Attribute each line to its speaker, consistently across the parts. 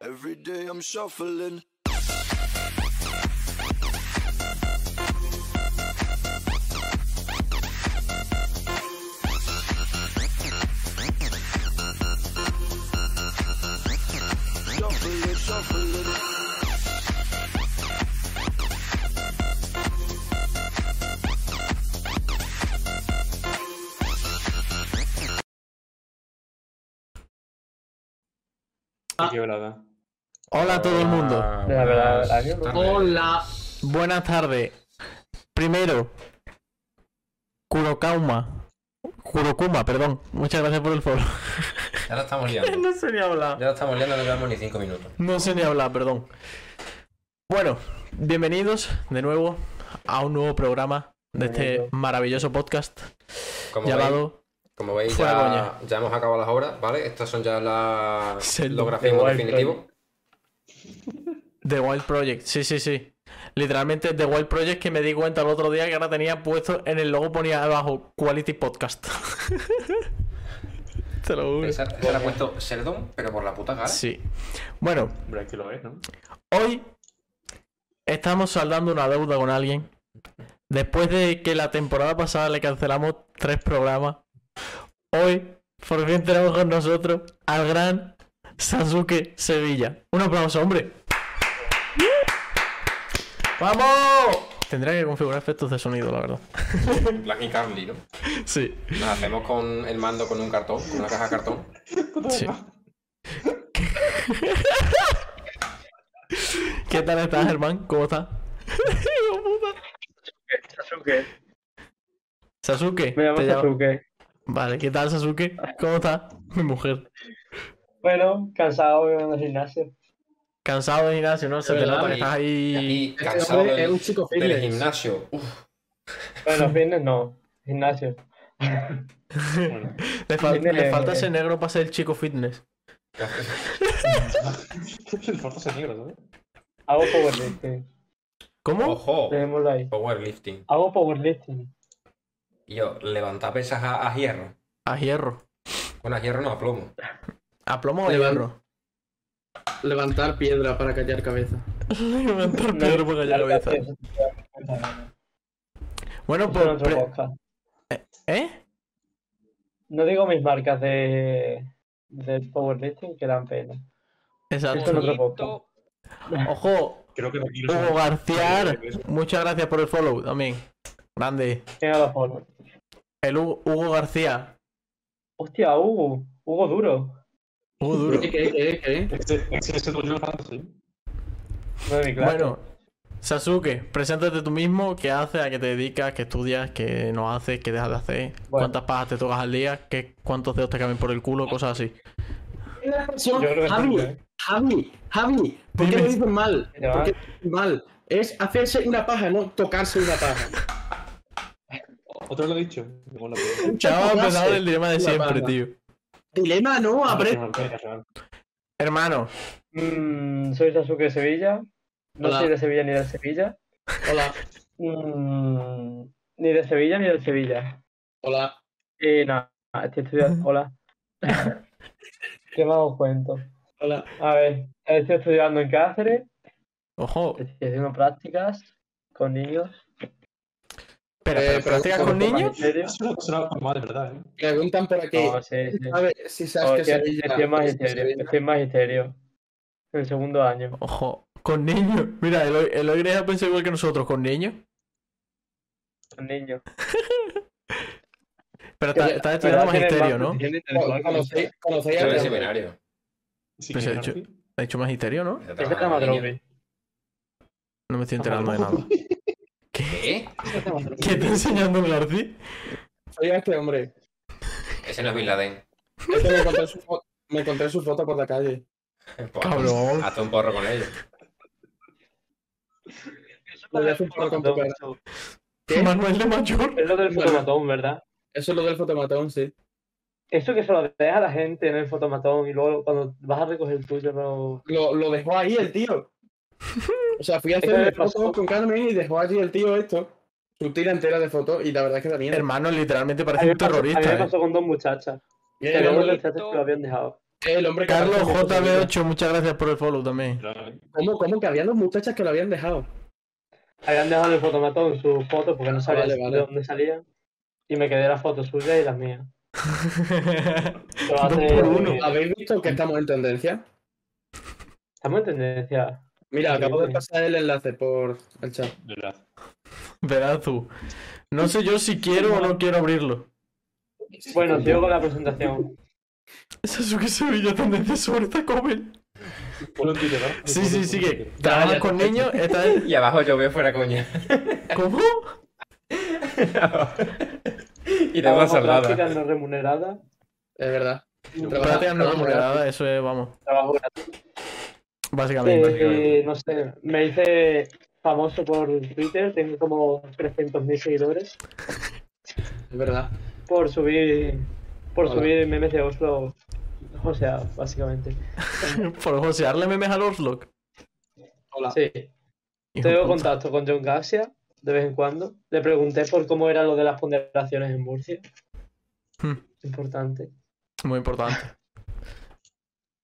Speaker 1: Every day I'm shuffling. Shuffling, shuffling.
Speaker 2: Ah.
Speaker 3: Qué volada.
Speaker 2: Hola a todo el mundo.
Speaker 3: Ah,
Speaker 4: La verdad,
Speaker 3: buenas
Speaker 4: adiós.
Speaker 3: tardes.
Speaker 5: Hola.
Speaker 2: Buenas tardes. Primero, Kurokauma. Kurokuma, perdón. Muchas gracias por el foro.
Speaker 3: Ya lo estamos liando.
Speaker 2: no sé ni hablar.
Speaker 3: Ya lo estamos liando, no quedamos ni cinco minutos.
Speaker 2: No sé ni hablar, perdón. Bueno, bienvenidos de nuevo a un nuevo programa de este maravilloso podcast
Speaker 3: Como veis,
Speaker 2: llamado
Speaker 3: como veis
Speaker 2: Fuera
Speaker 3: ya, ya hemos acabado las obras, ¿vale? Estas son ya las,
Speaker 2: Sí,
Speaker 3: los grafismos
Speaker 4: igual,
Speaker 3: definitivos.
Speaker 2: The Wild Project. Sí, sí, sí. Literalmente The Wild Project que me di cuenta el otro día que ahora tenía puesto en el logo ponía abajo Quality Podcast. Te lo juro.
Speaker 3: Esa- esa la ha puesto Sheldon, pero por la puta cara.
Speaker 2: Sí. Bueno,
Speaker 4: Hombre, que lo es, ¿no?
Speaker 2: Hoy estamos saldando una deuda con alguien. Después de que la temporada pasada le cancelamos tres programas, hoy por fin tenemos con nosotros al gran Sasuke Sevilla. Un aplauso, hombre. ¡Vamos! Tendría que configurar efectos de sonido, la verdad.
Speaker 3: Black y Carly, ¿no?
Speaker 2: Sí,
Speaker 3: Nos hacemos con el mando con un cartón, con una caja de cartón.
Speaker 2: sí. ¿Qué tal estás, Germán? ¿Cómo estás?
Speaker 4: Sasuke.
Speaker 2: Sasuke.
Speaker 4: Me llamo
Speaker 2: te llamo-
Speaker 4: Sasuke.
Speaker 2: Vale, ¿qué tal, Sasuke? ¿Cómo estás? Mi mujer.
Speaker 4: Bueno, cansado de ir al gimnasio.
Speaker 2: Cansado de gimnasio, ¿no? Se
Speaker 5: De
Speaker 2: te
Speaker 5: verdad,
Speaker 2: nota que
Speaker 3: y-
Speaker 2: estás ahí.
Speaker 3: Y
Speaker 5: Este
Speaker 3: cansado
Speaker 5: hombre es un
Speaker 3: del,
Speaker 5: chico
Speaker 3: del
Speaker 5: fitness.
Speaker 3: gimnasio. Uf,
Speaker 4: Bueno, fitness no, gimnasio.
Speaker 6: Bueno,
Speaker 2: Le, fal-
Speaker 4: tiene-
Speaker 2: le falta ese negro para ser el chico fitness.
Speaker 6: el Forza es negro, ¿sabes?
Speaker 4: Hago powerlifting.
Speaker 2: ¿Cómo?
Speaker 3: ojo,
Speaker 4: Dejémoslo ahí.
Speaker 3: powerlifting.
Speaker 4: Hago powerlifting.
Speaker 3: Y yo, levantar pesas a, a hierro.
Speaker 2: A hierro.
Speaker 3: Bueno, a hierro no, a plomo.
Speaker 2: ¿A plomo o a
Speaker 5: Levan-
Speaker 2: hierro?
Speaker 5: Levantar piedra para callar cabeza.
Speaker 2: Levantar
Speaker 4: Pedro
Speaker 2: porque
Speaker 4: Eso
Speaker 2: Bueno,
Speaker 4: en
Speaker 2: pues.
Speaker 4: otro
Speaker 2: pre-
Speaker 4: podcast.
Speaker 2: ¿Eh?
Speaker 4: No digo mis marcas de del powerlifting que dan pena. Esto en
Speaker 2: Exacto.
Speaker 4: otro podcast.
Speaker 2: Ojo,
Speaker 6: Creo que de aquí no
Speaker 2: Hugo
Speaker 6: se-
Speaker 2: Garciar.
Speaker 6: Este,
Speaker 2: Muchas gracias por el follow también. Grande.
Speaker 4: Venga, los follow.
Speaker 2: El Hugo, Hugo García.
Speaker 4: Hostia, Hugo. Hugo duro.
Speaker 2: Hugo duro.
Speaker 5: ¿Qué, qué, qué, qué?
Speaker 6: Este- este es el tuyo, Fantasy.
Speaker 4: No de mi clase.
Speaker 2: Bueno, Sasuke, preséntate tú mismo, qué haces, a qué te dedicas, qué estudias, qué no haces, qué dejas de hacer, cuántas pajas te tocas al día, qué, cuántos dedos te caben por el culo, cosas así.
Speaker 6: Yo creo que
Speaker 5: Javi,
Speaker 6: depende,
Speaker 5: Javi, Javi, ¿por qué
Speaker 2: Dime.
Speaker 5: lo dices mal?
Speaker 4: Ya.
Speaker 5: ¿Por qué lo dices mal? Es hacerse una paja, no tocarse una paja.
Speaker 6: Otro lo he dicho. pues, Tengo la peor.
Speaker 2: Ya hemos
Speaker 5: Tocarse.
Speaker 2: empezado el dilema de
Speaker 5: Una
Speaker 2: siempre,
Speaker 5: banda.
Speaker 2: tío.
Speaker 5: eh, Dilema, no, abre.
Speaker 6: Tengo la peor, chaval.
Speaker 2: Hermano,
Speaker 4: Mm, soy Sasuke de Sevilla. No
Speaker 5: Hola.
Speaker 4: soy de Sevilla ni de Sevilla.
Speaker 5: Hola,
Speaker 4: Mm, ni de Sevilla ni del Sevilla.
Speaker 5: hola.
Speaker 4: Y nada, estoy estudiando. Hola. ¿Qué más os cuento?
Speaker 5: Hola.
Speaker 4: A ver, estoy estudiando en Cáceres.
Speaker 2: ojo,
Speaker 4: Estoy haciendo prácticas con niños.
Speaker 2: pero,
Speaker 5: Eh,
Speaker 2: pero
Speaker 5: pero-
Speaker 2: ¿practicas
Speaker 5: pero-
Speaker 2: con
Speaker 5: pero-
Speaker 2: niños?
Speaker 4: serio?
Speaker 6: Es una persona normal, de verdad, ¿eh?
Speaker 5: Preguntan por aquí.
Speaker 4: No, sí, sí.
Speaker 5: A ver, si sabes
Speaker 4: Hostia,
Speaker 5: que Sevilla.
Speaker 4: Estoy en magisterio.
Speaker 5: Sevilla-
Speaker 4: Estoy en magisterio. En el segundo año.
Speaker 2: Ojo, con niños. Mira, el, el hoy ya pensó igual que nosotros, con niños.
Speaker 4: Con niños.
Speaker 2: Ah, Pero está-
Speaker 5: Pero-
Speaker 2: estás estudiando
Speaker 4: Pero tienen
Speaker 2: magisterio,
Speaker 4: más-
Speaker 2: ¿no?
Speaker 4: tienen el
Speaker 5: Cono-
Speaker 4: cual-
Speaker 5: ¿Conocéis conocéis
Speaker 3: Yo
Speaker 5: a este
Speaker 3: de
Speaker 5: Ramón?
Speaker 3: seminario.
Speaker 6: Sí,
Speaker 2: Pues
Speaker 6: que
Speaker 2: he hecho-
Speaker 6: Ramón.
Speaker 2: Ha hecho magisterio, ¿no?
Speaker 3: Yo
Speaker 4: Es que
Speaker 3: trabajaba de niño.
Speaker 4: Dramatrope.
Speaker 2: No me estoy enterando de nada.
Speaker 3: ¿Qué?
Speaker 2: ¿Qué está enseñando el García?
Speaker 5: Oye, este hombre.
Speaker 3: Ese no es Bin Laden.
Speaker 5: Este me encontré su foto. Me encontré su foto por la calle.
Speaker 3: Pues,
Speaker 2: Cabrón.
Speaker 3: Hazte un porro con ellos.
Speaker 5: Le voy a hacer un poco con tu cara. ¿Qué?
Speaker 2: Manuel de Mayor.
Speaker 4: Es lo del
Speaker 5: Bueno.
Speaker 4: fotomatón, ¿verdad?
Speaker 5: Eso es lo del fotomatón, sí.
Speaker 4: Eso que se lo deja a la gente en el fotomatón y luego cuando vas a recoger el tuyo no...
Speaker 5: Lo, lo dejó ahí el tío. O sea, fui a
Speaker 4: Eso
Speaker 5: hacer
Speaker 4: me pasó.
Speaker 5: fotos con Carmen y dejó allí el tío esto. Su tira entera de fotos y la verdad es que da miedo.
Speaker 2: Hermano, literalmente
Speaker 4: A mí
Speaker 2: parece
Speaker 4: me
Speaker 2: un
Speaker 4: pasó- a mí me
Speaker 2: terrorista. ¿eh?
Speaker 4: pasó con dos muchachas.
Speaker 5: Mira,
Speaker 4: Que habían
Speaker 5: yo-
Speaker 4: dos muchachas que lo habían dejado.
Speaker 5: El hombre que
Speaker 2: Carlos
Speaker 5: aparece en fotos de-
Speaker 2: JB8, muchas gracias por el follow también.
Speaker 6: ¿eh?
Speaker 5: ¿Cómo, cómo que habían dos muchachas que lo habían dejado?
Speaker 4: Habían dejado el fotomatón sus fotos porque no sabía
Speaker 5: vale, vale.
Speaker 4: de dónde salían. Y me quedé las fotos suyas y las mías. Lo
Speaker 2: Dos
Speaker 4: hace-
Speaker 2: por uno.
Speaker 5: ¿Habéis visto que estamos en tendencia?
Speaker 4: Estamos en tendencia.
Speaker 5: Mira,
Speaker 4: Sí,
Speaker 5: acabo de
Speaker 4: sí.
Speaker 5: pasar el enlace por el chat.
Speaker 2: Verás tú. No sé yo si quiero o no quiero abrirlo.
Speaker 4: Bueno, sigo con la presentación.
Speaker 2: Sasuke Sevilla, tendencia sobre Tacomen.
Speaker 6: Ponlo en Twitter, ¿no?
Speaker 2: Sí, sí, sigue.
Speaker 6: Twitter.
Speaker 2: Trabajas
Speaker 5: ya,
Speaker 2: con niños, esta es...
Speaker 3: Y abajo yo veo fuera coña.
Speaker 2: ¿Cómo?
Speaker 3: y de más hablada.
Speaker 4: prácticas no remuneradas.
Speaker 5: Es verdad. Trabaja-
Speaker 2: Prácticas no
Speaker 5: trabaja
Speaker 2: remuneradas, eso es, vamos,
Speaker 4: Trabajo gratis.
Speaker 2: básicamente.
Speaker 4: Eh, no sé, me hice famoso por Twitter. Tengo como 300.000 seguidores.
Speaker 5: Es verdad.
Speaker 4: Por subir. Por
Speaker 5: Hola.
Speaker 4: subir memes de Oslo. O sea, básicamente.
Speaker 2: Por josearle memes al Orslock.
Speaker 5: Hola.
Speaker 4: Sí.
Speaker 2: Hijo de
Speaker 4: Tengo
Speaker 2: puta.
Speaker 4: contacto con John Garcia de vez en cuando. Le pregunté por cómo era lo de las ponderaciones en Murcia.
Speaker 2: Hmm.
Speaker 4: Importante.
Speaker 2: Muy importante.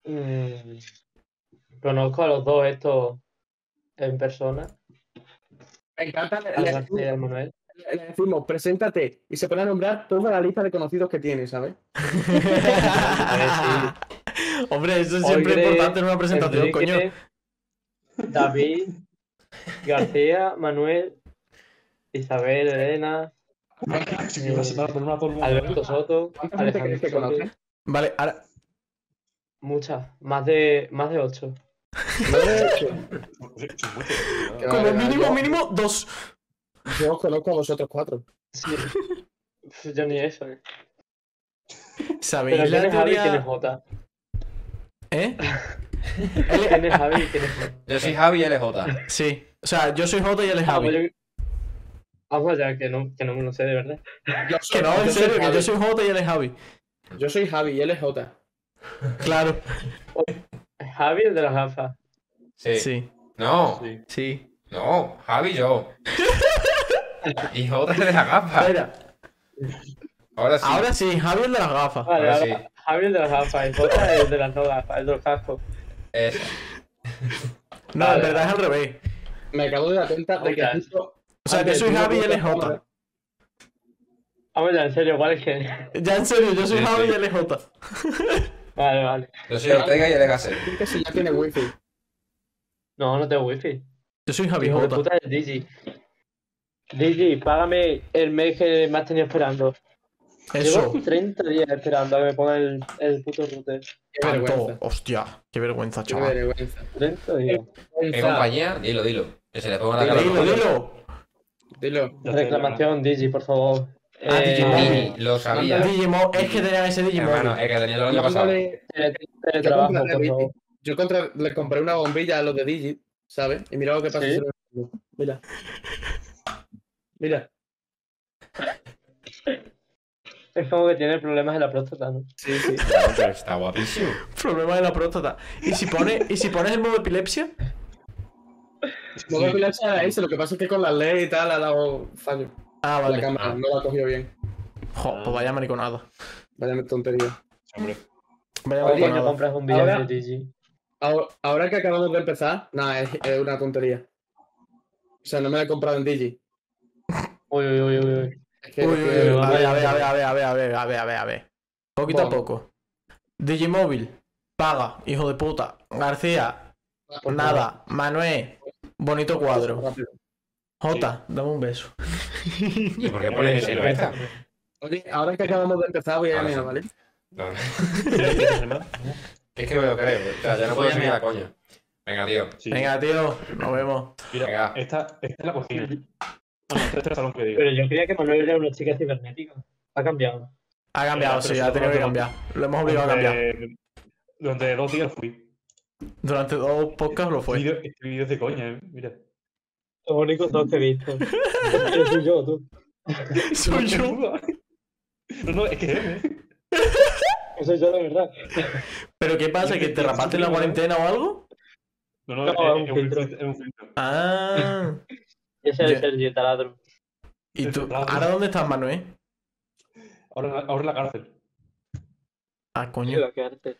Speaker 4: Mm, Conozco a los dos estos en persona.
Speaker 5: Me encanta.
Speaker 4: A
Speaker 5: Le,
Speaker 4: García y al Manuel.
Speaker 5: le- le decimos, preséntate. Y se pone a nombrar toda la lista de conocidos que tiene, ¿sabes?
Speaker 2: Hombre, eso es siempre
Speaker 4: Ogre,
Speaker 2: importante en una presentación, coño.
Speaker 4: Enrique, David, García, Manuel, Isabel, Elena,
Speaker 6: Sí, que vas a dar por una por una.
Speaker 4: Alberto Soto,
Speaker 5: ¿Cuánta gente
Speaker 4: Alejandro
Speaker 5: crees que
Speaker 4: Soto.
Speaker 5: conoces?
Speaker 2: Vale, ahora.
Speaker 4: Muchas, más de, más de ocho.
Speaker 6: Sí, sí, mucho.
Speaker 5: Que
Speaker 2: Como
Speaker 5: vale, vale,
Speaker 2: mínimo,
Speaker 5: yo-
Speaker 2: mínimo, dos.
Speaker 5: Yo os conozco a vosotros cuatro.
Speaker 4: Sí. Pf, Yo ni eso. eh. Pero
Speaker 2: ¿Sabéis
Speaker 4: ¿quién
Speaker 2: la
Speaker 4: es Javi y quién es
Speaker 2: teoría?
Speaker 4: Jota?
Speaker 2: ¿Eh?
Speaker 4: ¿Quién es Javi y quién es Jota?
Speaker 3: Yo soy Javi LJ.
Speaker 2: Sí. O sea, yo soy Jota y él es
Speaker 4: Ah, pues
Speaker 2: Javi.
Speaker 4: yo- Vamos allá, que no, que no me lo sé de verdad.
Speaker 5: Yo
Speaker 2: Que
Speaker 5: soy-
Speaker 2: no, en
Speaker 5: yo soy
Speaker 2: serio, que
Speaker 5: Javi.
Speaker 2: yo soy Jota y él es Javi.
Speaker 5: Yo soy Javi y él es Jota.
Speaker 2: Claro.
Speaker 4: Javi, el de las gafas.
Speaker 3: Sí.
Speaker 2: Sí.
Speaker 3: No,
Speaker 6: Sí.
Speaker 2: Sí.
Speaker 3: no, Javi yo. y J de la gafa.
Speaker 2: Espera.
Speaker 3: Ahora sí.
Speaker 2: Ahora sí, Javi el de las gafas.
Speaker 5: Ah,
Speaker 4: Vale,
Speaker 3: Ahora
Speaker 4: ahora, Javi, el de las gafas. Y Jota, el de las no gafas, el de los cascos.
Speaker 3: Eso.
Speaker 2: No,
Speaker 4: Vale.
Speaker 2: en verdad es al revés.
Speaker 5: Me acabo de dar cuenta de que
Speaker 4: Jota.
Speaker 5: justo
Speaker 2: O sea, yo
Speaker 5: antes
Speaker 2: soy
Speaker 5: de
Speaker 2: Javi y él
Speaker 5: abrir la
Speaker 2: es Jota.
Speaker 5: cámara-
Speaker 4: Vamos allá, en serio, ¿cuál es que?
Speaker 2: Ya en serio, yo soy
Speaker 3: Sí,
Speaker 2: Javi y
Speaker 3: sí.
Speaker 2: él es Jota.
Speaker 4: Vale, vale.
Speaker 3: Yo soy Ortega y él es Gasset.
Speaker 5: Creo que si ya tiene wifi.
Speaker 4: No, no tengo wifi.
Speaker 2: Yo soy Javi
Speaker 4: Hijo de
Speaker 2: Jota.
Speaker 4: puta es Digi. Digi, págame el mes que me has tenido esperando.
Speaker 2: Eso.
Speaker 4: Llevo 30 días esperando a que me pongan el, el puto router.
Speaker 5: Qué
Speaker 2: Tanto.
Speaker 5: vergüenza.
Speaker 2: Hostia, qué vergüenza,
Speaker 5: Qué
Speaker 2: chaval.
Speaker 5: vergüenza.
Speaker 4: 30 días.
Speaker 3: ¿Qué
Speaker 5: Vergüenza.
Speaker 3: compañía? Dilo, dilo. Que se le ponga la cara.
Speaker 2: Dilo,
Speaker 3: a
Speaker 2: dilo.
Speaker 5: Dilo.
Speaker 6: Ya está,
Speaker 4: Reclamación, Digi, por favor.
Speaker 2: Ah,
Speaker 4: Eh,
Speaker 3: los-
Speaker 2: Digimon.
Speaker 3: Mini, Lo sabía.
Speaker 2: Digimon, es que tenía ese
Speaker 3: Hermano,
Speaker 2: Digimon.
Speaker 3: es que tenía el año pasado.
Speaker 5: Mándale-
Speaker 4: tele-
Speaker 5: Yo
Speaker 4: teletrabajo,
Speaker 5: compré,
Speaker 4: por favor.
Speaker 5: yo contra- le compré una bombilla a los de Digi, ¿sabes? Y mira lo que pasó.
Speaker 4: Sí.
Speaker 5: Mira. Mira.
Speaker 4: Es como que tiene problemas en la próstata, ¿no?
Speaker 5: Sí, sí.
Speaker 3: Claro, pero Está guapísimo.
Speaker 2: Problema de la próstata. ¿Y si pones, ¿y si pones el modo epilepsia?
Speaker 5: No me voy a echar a ese, lo que pasa es que con la ley y tal ha dado fallo.
Speaker 2: Ah,
Speaker 5: La
Speaker 2: vale.
Speaker 5: cámara no la ha cogido bien.
Speaker 2: Jo, pues vaya mariconada.
Speaker 5: Vaya tontería.
Speaker 6: Hombre,
Speaker 2: Vaya
Speaker 5: Oye,
Speaker 4: Coño,
Speaker 2: mariconada.
Speaker 4: compras un billete
Speaker 5: Ahora-
Speaker 4: de Digi.
Speaker 5: Ahora, ahora que acabamos de empezar, nada, es, es una tontería. O sea, no me la he comprado en Digi.
Speaker 4: Uy, uy, uy, uy, uy.
Speaker 5: Es
Speaker 2: Uy,
Speaker 5: que,
Speaker 2: uy, uy,
Speaker 5: es que-
Speaker 2: A ver, a ver, a ver, a ver, a ver, a ver, a ver, a ver, a ver. Poquito a
Speaker 5: Bueno.
Speaker 2: poco. Digimóvil, paga, hijo de puta. García,
Speaker 5: por
Speaker 2: nada. Manuel, bonito cuadro.
Speaker 5: Rápido.
Speaker 2: Jota, dame un beso.
Speaker 3: ¿Y por qué pones ese silueta?
Speaker 5: Oye, ahora que acabamos de empezar, voy a
Speaker 3: Ahora
Speaker 5: mirar,
Speaker 3: sí.
Speaker 5: ¿vale?
Speaker 3: No,
Speaker 6: ¿quieres
Speaker 3: es que me lo creo. O sea, ya no puedo subir la coña. Venga, tío.
Speaker 6: Sí.
Speaker 2: Venga, tío, nos vemos.
Speaker 3: Venga.
Speaker 6: Mira, esta, esta es la cocina. Bueno, este es el salón que digo.
Speaker 4: Pero yo creía que Manuel era una chica cibernética. Ha cambiado.
Speaker 2: Ha cambiado,
Speaker 6: Venga, pero
Speaker 2: sí,
Speaker 6: si
Speaker 2: ha
Speaker 6: no
Speaker 2: tenido que
Speaker 6: lo
Speaker 2: cambiar. Lo hemos obligado a cambiar.
Speaker 6: Durante- Eh, Durante dos días fui.
Speaker 2: Durante dos podcasts lo
Speaker 4: Pues
Speaker 6: Este
Speaker 2: fue.
Speaker 6: vídeo este vídeo es de coña, eh. Mira.
Speaker 4: Los únicos dos que he visto. Yo soy yo, tú.
Speaker 2: Soy yo.
Speaker 6: No, no, es que es él, eh.
Speaker 4: Yo soy yo de verdad.
Speaker 2: ¿Pero qué pasa? ¿Que te rapaste en la cuarentena o algo?
Speaker 6: No, no,
Speaker 4: No,
Speaker 6: es,
Speaker 4: es
Speaker 6: es
Speaker 4: un
Speaker 6: un
Speaker 4: filtro.
Speaker 6: filtro, es un filtro.
Speaker 2: Ah.
Speaker 4: Ese es el
Speaker 2: Yo-
Speaker 4: Sergio Taladro.
Speaker 2: ¿Y tú? ¿Ahora dónde estás, Manuel?
Speaker 6: Ahora, ahora en la cárcel.
Speaker 2: Ah, coño.
Speaker 4: Iba a quedarte.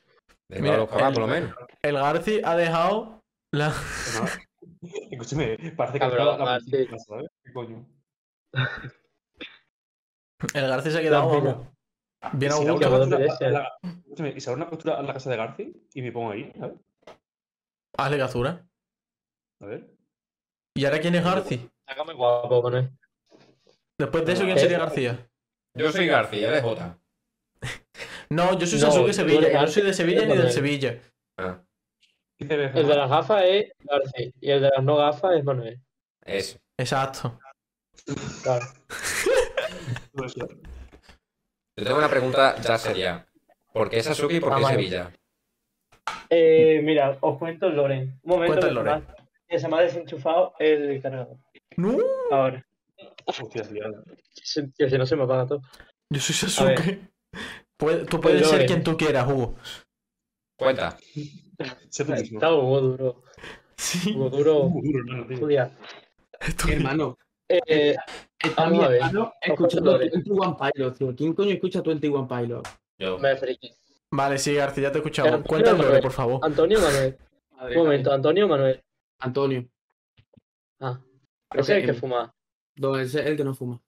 Speaker 3: De
Speaker 2: Mira,
Speaker 3: todos los que va,
Speaker 2: el-
Speaker 3: por lo menos.
Speaker 2: El Garci ha dejado la...
Speaker 6: Pues Escúchame, parece que ha
Speaker 4: Cabrón,
Speaker 6: entrado
Speaker 4: ah,
Speaker 6: la
Speaker 4: Martín.
Speaker 6: policía en casa, ¿sabes? ¿Qué coño?
Speaker 2: El Garci se ha quedado
Speaker 7: Tranquilo.
Speaker 2: vamos, bien
Speaker 6: Si
Speaker 2: a
Speaker 6: la
Speaker 2: gusto.
Speaker 6: una
Speaker 4: Guau,
Speaker 6: postura
Speaker 4: WS.
Speaker 6: a la- escúchame, y si hago una postura a la casa de Garci y me pongo ahí, a ver.
Speaker 2: Hazle cazura.
Speaker 6: A ver.
Speaker 2: ¿Y ahora quién es Garci?
Speaker 4: Sácame guapo con él.
Speaker 2: Después de eso, ¿quién
Speaker 4: ¿Qué?
Speaker 2: sería García?
Speaker 3: Yo soy García, de J.
Speaker 2: No, yo soy
Speaker 4: No,
Speaker 2: Sasuke
Speaker 4: tú
Speaker 2: Sevilla.
Speaker 4: eres
Speaker 2: Yo no
Speaker 4: Garci,
Speaker 2: soy de Sevilla ni del
Speaker 4: Manuel.
Speaker 2: Sevilla.
Speaker 3: Ah,
Speaker 6: ¿Qué te ves,
Speaker 4: El de
Speaker 6: Germán?
Speaker 4: las gafas es García y el de las no gafas es Manuel.
Speaker 3: eso.
Speaker 2: Exacto.
Speaker 4: Claro.
Speaker 6: Todo eso.
Speaker 3: Yo tengo una pregunta ya seria. ¿Por qué Sasuke y por
Speaker 2: Ah,
Speaker 3: qué
Speaker 2: vale.
Speaker 3: Sevilla?
Speaker 7: Eh, mira, os cuento el Loren. Un momento
Speaker 2: Cuenta
Speaker 7: que
Speaker 2: el
Speaker 7: se me
Speaker 2: lore.
Speaker 7: ha- que se me ha desenchufado el cargador.
Speaker 2: No,
Speaker 7: Ahora.
Speaker 6: Hostia, liado.
Speaker 4: Sí, Que si no se me apaga todo.
Speaker 2: yo soy Sasuke. Puede- tú puedes
Speaker 4: Pues
Speaker 2: ser
Speaker 4: lore.
Speaker 2: quien tú quieras, Hugo.
Speaker 3: Cuenta.
Speaker 6: Sé tú mismo.
Speaker 4: Está Hugo duro.
Speaker 2: Sí,
Speaker 4: Hugo duro.
Speaker 6: Muy duro, hermano, tío.
Speaker 4: Julia.
Speaker 2: estoy-
Speaker 5: Hermano,
Speaker 4: Eh,
Speaker 5: está
Speaker 4: Vamos
Speaker 5: mi
Speaker 4: a ver.
Speaker 5: hermano escuchando 21 Pilot, tío. ¿Quién coño escucha 21 Pilot?
Speaker 3: Yo.
Speaker 4: me friki.
Speaker 2: Vale, sí, García, ya te he escuchado.
Speaker 4: Pero,
Speaker 2: Cuenta el
Speaker 4: pero,
Speaker 2: lore,
Speaker 4: pero,
Speaker 2: por favor.
Speaker 4: Antonio Manuel. Un
Speaker 5: Madre
Speaker 4: momento, Antonio Manuel.
Speaker 5: Antonio.
Speaker 4: Ah,
Speaker 5: Creo
Speaker 4: ese es el que
Speaker 5: él.
Speaker 4: fuma.
Speaker 5: No, ese es el que no fuma.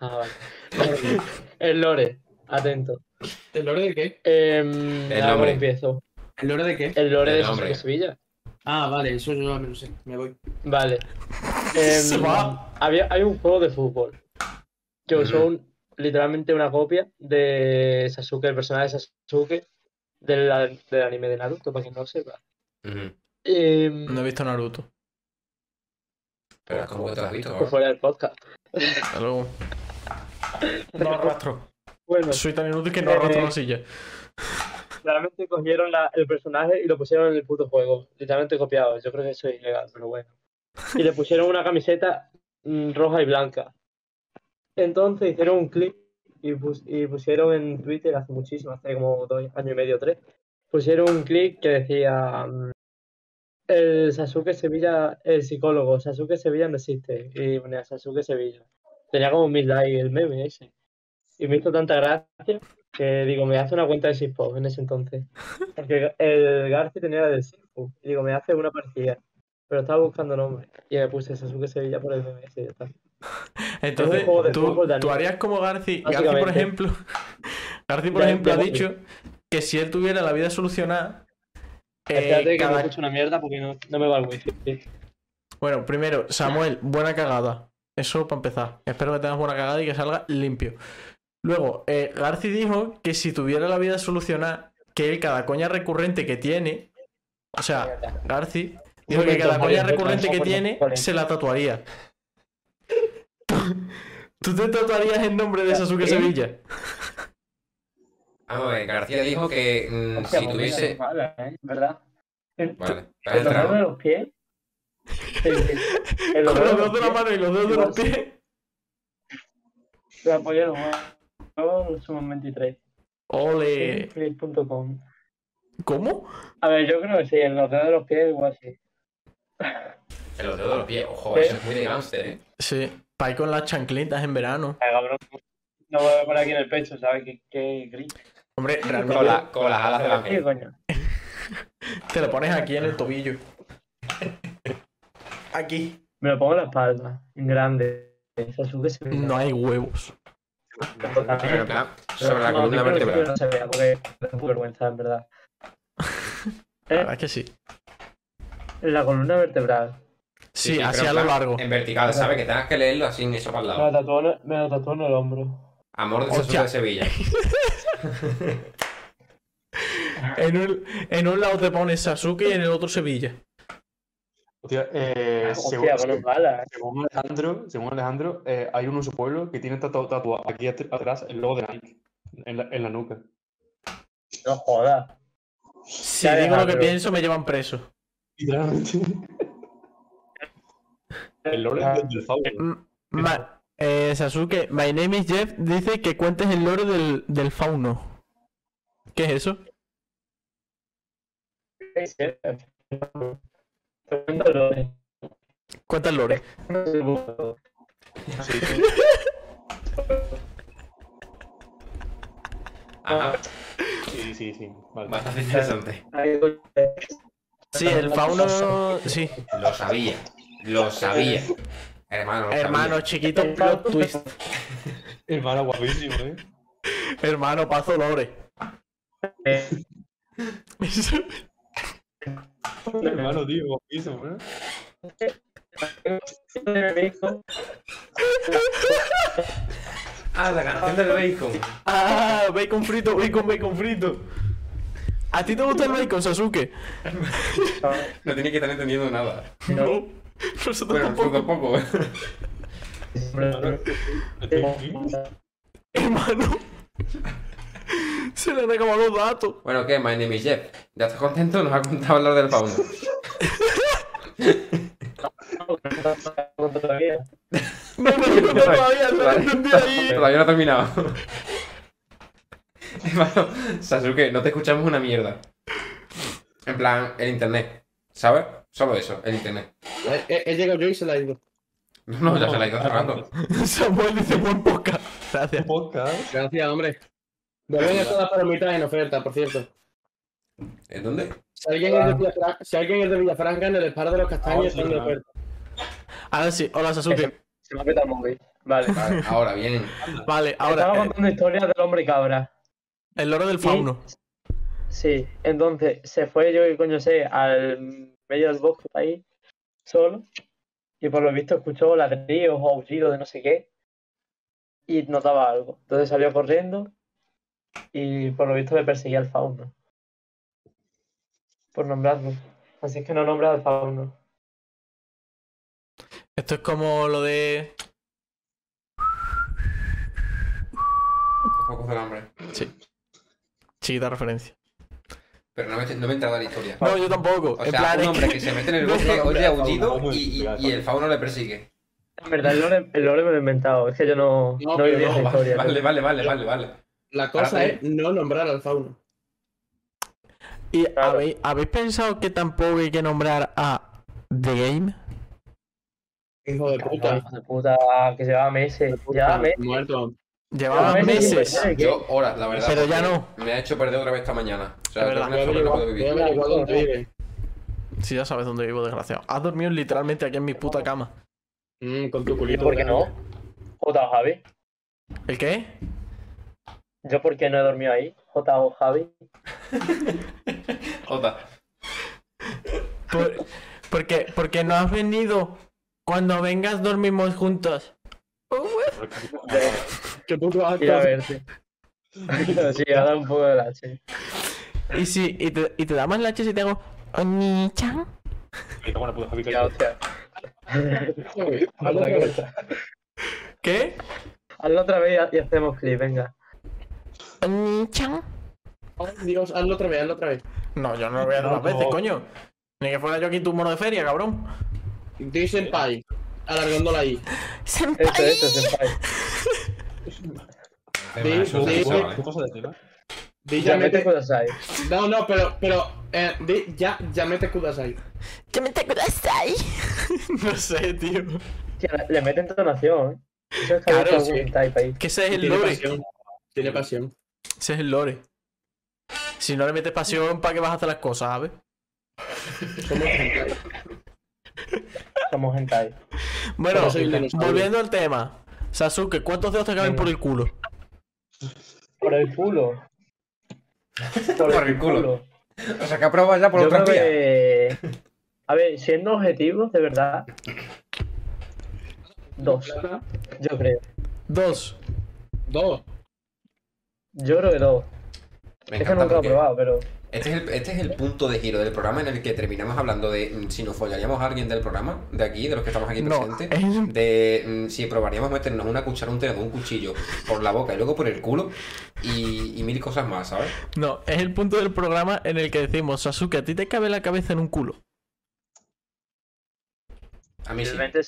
Speaker 4: Ah, vale. El Lore. Atento.
Speaker 5: ¿El lore de qué?
Speaker 4: Em,
Speaker 3: El
Speaker 4: ahora
Speaker 3: hombre.
Speaker 4: empiezo.
Speaker 5: ¿El lore de qué?
Speaker 4: El Lore
Speaker 3: El
Speaker 4: de
Speaker 3: hombre.
Speaker 4: Sasuke Sevilla.
Speaker 5: Ah, vale, eso yo ya me lo sé. Me voy.
Speaker 4: Vale. Em,
Speaker 2: Se va.
Speaker 4: había, hay un juego de fútbol que usó
Speaker 3: Ujú.
Speaker 4: un- literalmente una copia de Sasuke, el personaje de Sasuke del, del anime de Naruto, para que no lo sepa.
Speaker 3: Ujú.
Speaker 4: Em,
Speaker 2: No he visto Naruto.
Speaker 3: Pero es como que te lo has visto.
Speaker 4: pues
Speaker 3: ahora.
Speaker 4: fuera del podcast.
Speaker 2: Hasta luego. No arrastro.
Speaker 4: Bueno,
Speaker 2: Soy tan inútil que no
Speaker 4: Eh,
Speaker 2: arrastro la silla.
Speaker 4: Claramente cogieron la- el personaje y lo pusieron en el puto juego. Literalmente copiado. Yo creo que eso es ilegal, pero bueno. Y le pusieron una camiseta mm, roja y blanca. Entonces hicieron un clip y, pus- y pusieron en Twitter hace muchísimo, hace como dos años y medio, tres. Pusieron un clip que decía: mm, El Sasuke Sevilla, el psicólogo, Sasuke Sevilla no existe. Y ponía Sasuke Sevilla. Tenía como mil likes el meme ese. Y me hizo tanta gracia que digo, me hace una cuenta de Sixpop en ese entonces. Porque el Garci tenía la del Sixpop. Y digo, me hace una parecida. Pero estaba buscando nombre. Y me puse Sasuke Sevilla por el MMS y ya está.
Speaker 2: Entonces,
Speaker 4: juego de
Speaker 2: tú,
Speaker 4: fútbol de
Speaker 2: tú
Speaker 4: anime.
Speaker 2: harías como Garci. Garci, por
Speaker 4: Básicamente.
Speaker 2: ejemplo, Garci, por
Speaker 4: De-
Speaker 2: ejemplo, ha
Speaker 4: de-
Speaker 2: dicho que si él tuviera la vida solucionada. eh,
Speaker 4: Espérate que me
Speaker 2: cada-
Speaker 4: escucho una mierda porque no, no me va el wifi.
Speaker 2: Bueno, primero, Samuel, buena cagada. Eso para empezar. Espero que tengas buena cagada y que salga limpio. Luego, eh, Garci dijo que si tuviera la vida solucionada, que él cada coña recurrente que tiene. O sea, Garci dijo que cada coña recurrente que tiene se la tatuaría. ¿Tú te tatuarías el nombre de Sasuke Sevilla?
Speaker 3: Vamos a ver, García dijo que mm,
Speaker 7: Hostia,
Speaker 3: si
Speaker 7: pues
Speaker 3: tuviese.
Speaker 7: mira, mala, ¿eh? ¿Verdad? El-
Speaker 3: Vale, te has
Speaker 7: El dolor de
Speaker 3: entrado.
Speaker 7: los pies. El, el- el
Speaker 2: Con
Speaker 7: dolor
Speaker 2: los dos de la
Speaker 7: pies,
Speaker 2: mano y los dos de los pies.
Speaker 7: Te apoyo en los huevos, Suman 23.
Speaker 2: Ole.
Speaker 7: Flip.com.
Speaker 2: ¿Cómo?
Speaker 7: A ver, yo creo que sí, en los dedos de los pies igual sí.
Speaker 3: En los dedos de los pies. Ojo,
Speaker 7: ¿Qué?
Speaker 3: eso es muy de gángster, ¿eh?
Speaker 2: Sí. Pa' ir con las chancletas en verano.
Speaker 7: Ay, cabrón. No me voy a poner aquí en el pecho, ¿sabes? Qué, qué gris.
Speaker 2: Hombre, realmente.
Speaker 3: Con, la- con las alas de la
Speaker 7: ¿Qué coño?
Speaker 2: Te lo pones aquí en el tobillo. Aquí.
Speaker 7: Me lo pongo en la espalda, en grande. Sasuke se ve.
Speaker 2: No hay huevos.
Speaker 3: Pero en plan, sobre la columna
Speaker 7: no, yo creo que
Speaker 3: vertebral.
Speaker 7: No se vea porque da un poco vergüenza, en verdad.
Speaker 2: La
Speaker 7: ¿Eh?
Speaker 2: verdad es que sí.
Speaker 7: En la columna vertebral.
Speaker 2: Sí,
Speaker 3: pero
Speaker 2: así
Speaker 3: en
Speaker 2: a lo
Speaker 3: plan,
Speaker 2: largo.
Speaker 3: En vertical, ¿sabes? Que tengas que leerlo así en eso para el
Speaker 7: Me lo
Speaker 3: lado.
Speaker 7: tatuó en el- me lo tatuó en el hombro.
Speaker 3: Amor de Sasuke
Speaker 2: Hostia.
Speaker 3: de Sevilla.
Speaker 2: En un, en un lado te pones Sasuke y en el otro Sevilla.
Speaker 6: Hostia, eh, según,
Speaker 7: Ah, Hostia, bueno, mala.
Speaker 6: según Alejandro, según Alejandro eh, hay uno en su pueblo que tiene tatu- tatuado aquí at- atrás el logo de Nike en la, en la nuca.
Speaker 7: No jodas.
Speaker 2: Si
Speaker 7: Ya,
Speaker 2: digo lo que
Speaker 7: Alejandro.
Speaker 2: pienso, me llevan preso.
Speaker 6: Literalmente. El lore del- del Fauno.
Speaker 2: M- Mm, ma- eh, Sasuke, my name is Jeff, dice que cuentes el lore del, del fauno. ¿Qué es eso?
Speaker 7: Te eh, cuento lo de-
Speaker 2: Cuenta el lore.
Speaker 6: Sí, sí.
Speaker 3: Ajá.
Speaker 6: Sí, Sí, sí, sí. Vale.
Speaker 3: Bastante interesante.
Speaker 4: Ahí voy.
Speaker 2: Sí, el fauno. Sí,
Speaker 3: Lo sabía. Lo sabía. Hermano, lo
Speaker 2: hermano, chiquito plot twist.
Speaker 6: Hermano, guapísimo, ¿eh?
Speaker 2: Hermano, Pazo Lore.
Speaker 4: Eh,
Speaker 6: Hermano, tío, guapísimo, ¿eh?
Speaker 7: eh,
Speaker 4: me dijo,
Speaker 3: sabía. Ah, la canción del bacon.
Speaker 2: Ah, bacon frito, bacon, bacon frito. ¿A ti te gusta el bacon, Sasuke?
Speaker 3: No tiene que estar entendiendo nada.
Speaker 2: No. Nosotros
Speaker 3: Bueno, tú
Speaker 2: tampoco.
Speaker 3: tampoco.
Speaker 7: eh,
Speaker 2: Hermano. Se le han acabado los datos.
Speaker 3: Bueno, ¿qué? My name is Jeff. ¿Ya estás contento? Nos ha contado hablar del fauno.
Speaker 4: "No, todavía".
Speaker 2: No, no, no, no, todavía no lo entendí ahí.
Speaker 3: Todavía no ha terminado. Hermano, Sasuke, no te escuchamos una mierda. En plan, el internet. ¿Sabes? Solo eso, el internet.
Speaker 5: He, he- he llegado yo y se la he ido.
Speaker 3: No, ya se la ha ido cerrando.
Speaker 2: Samuel dice buen podcast. Gracias.
Speaker 6: Podcast.
Speaker 5: Gracias, hombre. Vuelven estas las palomitas en oferta, por cierto.
Speaker 3: ¿En dónde?
Speaker 5: Si alguien, es de Villafranca, si alguien es de Villafranca, en el espar de los castaños pues, están de oferta.
Speaker 2: Ahora sí, hola Sasuke.
Speaker 4: Se me ha petado el móvil. Vale.
Speaker 3: Vale, ahora bien.
Speaker 2: Vale,
Speaker 4: Estaba
Speaker 2: ahora eh,
Speaker 4: contando historias del hombre cabra.
Speaker 2: el loro del fauno.
Speaker 4: Sí, entonces se fue, yo que coño sé, al medio del bosque ahí, solo, y por lo visto escuchó ladrillos o aullidos de no sé qué, y notaba algo. Entonces salió corriendo y por lo visto le perseguía al fauno. Por nombrarlo. Así es que no nombra al fauno.
Speaker 2: Esto es como lo de.
Speaker 3: Los focos del hambre.
Speaker 2: Chiquita referencia.
Speaker 3: Pero no me, no me he entrado en la historia.
Speaker 2: No, yo tampoco.
Speaker 3: O
Speaker 2: en
Speaker 3: sea,
Speaker 2: plan,
Speaker 3: un
Speaker 2: es
Speaker 3: hombre
Speaker 2: que-
Speaker 3: que se mete en el
Speaker 2: no,
Speaker 3: bosque,
Speaker 2: hombre,
Speaker 3: oye aullido
Speaker 6: fauno,
Speaker 3: y, y-
Speaker 6: muy-
Speaker 3: y el fauno le persigue.
Speaker 4: En verdad, el lore, el lore me lo he inventado, es que yo no,
Speaker 5: No,
Speaker 4: no viví
Speaker 5: pero
Speaker 4: esa
Speaker 3: No, vale,
Speaker 4: historia.
Speaker 3: vale, vale, vale, vale, vale.
Speaker 5: La cosa
Speaker 3: Ahora
Speaker 5: es no nombrar al fauno.
Speaker 2: ¿Y
Speaker 4: Claro.
Speaker 2: habéis, habéis pensado que tampoco hay que nombrar a The Game?
Speaker 5: Hijo de
Speaker 4: Puta,
Speaker 5: puta.
Speaker 4: hijo de puta, que llevaba meses, llevaba meses.
Speaker 5: Muerto.
Speaker 2: Llevaba
Speaker 4: Llevaba
Speaker 2: meses.
Speaker 4: sin perder el
Speaker 3: Yo horas, la verdad.
Speaker 2: Pero
Speaker 3: porque
Speaker 2: ya no.
Speaker 3: Me ha hecho perder otra vez esta mañana. O sea,
Speaker 2: Es
Speaker 3: tengo
Speaker 2: verdad.
Speaker 3: una
Speaker 5: Voy a
Speaker 3: forma que no puedo
Speaker 5: averiguar- voy a
Speaker 3: vivir.
Speaker 5: averiguar dónde vive.
Speaker 2: Si ya sabes dónde vivo, desgraciado. Has dormido literalmente aquí en mi puta cama.
Speaker 5: Mm, con tu
Speaker 4: ¿Y
Speaker 5: culito.
Speaker 4: por qué no? Jota Javi.
Speaker 2: ¿El qué?
Speaker 4: ¿Yo por qué no he dormido ahí? Jota o Javi.
Speaker 3: Jota.
Speaker 2: Por- porque, porque no has venido. Cuando vengas dormimos juntos.
Speaker 5: Qué puto asco.
Speaker 4: Ir a verte. sí, ha dado un poco de lache.
Speaker 2: Y si y te, y te da más laches y te hago. "Oni-chan".
Speaker 6: pues,
Speaker 4: Ya, hostia.
Speaker 5: Hazlo otra vez.
Speaker 2: ¿Qué?
Speaker 4: Hazlo otra vez y y hacemos clip, venga.
Speaker 2: "Oni-chan".
Speaker 5: Oh, Dios, hazlo otra vez, hazlo otra vez.
Speaker 2: No, yo no lo voy a hacer
Speaker 6: No,
Speaker 2: dos veces,
Speaker 6: no.
Speaker 2: coño. Ni que fuera yo aquí tu mono de feria, cabrón.
Speaker 5: Dicen Pai, alargándola ahí.
Speaker 4: Eso, eso, senpai.
Speaker 5: Sí,
Speaker 3: Eso es
Speaker 5: sí,
Speaker 3: sexual,
Speaker 5: sí.
Speaker 3: ¿eh?
Speaker 5: Di
Speaker 4: Ya mete
Speaker 5: Yamete-
Speaker 4: Kudasai.
Speaker 5: No, no, pero, pero, eh, di ya, Yamete Kudasai.
Speaker 2: ¿Qué me te ahí? no sé, tío.
Speaker 4: Hostia, le- le mete entonación, ¿eh? Eso es que
Speaker 2: Claro,
Speaker 4: había
Speaker 5: sí.
Speaker 4: algún type ahí.
Speaker 2: Que ese es el
Speaker 5: Tiene
Speaker 2: lore.
Speaker 5: pasión. Tiene pasión.
Speaker 2: Ese es el lore. Si no le metes pasión, ¿para qué vas a hacer las cosas, sabes?
Speaker 5: Somos hentai.
Speaker 4: Somos hentai.
Speaker 2: Bueno,
Speaker 5: Yo soy un dinosaurio.
Speaker 2: volviendo al tema. Sasuke, ¿cuántos dedos te caben por el culo?
Speaker 4: Por el culo.
Speaker 3: Por el culo. O sea, que ha probado ya por
Speaker 4: Yo
Speaker 3: otra
Speaker 4: creo
Speaker 3: vía.
Speaker 4: que... A ver, siendo objetivos, de verdad... Dos, yo creo.
Speaker 2: Dos.
Speaker 5: Dos.
Speaker 4: Yo creo que dos.
Speaker 3: Me
Speaker 4: Eso
Speaker 3: encanta
Speaker 4: nunca lo he
Speaker 3: porque
Speaker 4: probado, pero...
Speaker 3: este es, el, este es el punto de giro del programa en el que terminamos hablando de mm, si nos follaríamos a alguien del programa, de aquí, de los que estamos aquí
Speaker 2: No,
Speaker 3: presentes.
Speaker 2: es-
Speaker 3: de mm, si probaríamos meternos una cuchara, un tenedor, un cuchillo por la boca y luego por el culo y, y mil cosas más, ¿sabes?
Speaker 2: no, es el punto del programa en el que decimos, Sasuke, a ti te cabe la cabeza en un culo.
Speaker 3: A mí sí.
Speaker 4: Realmente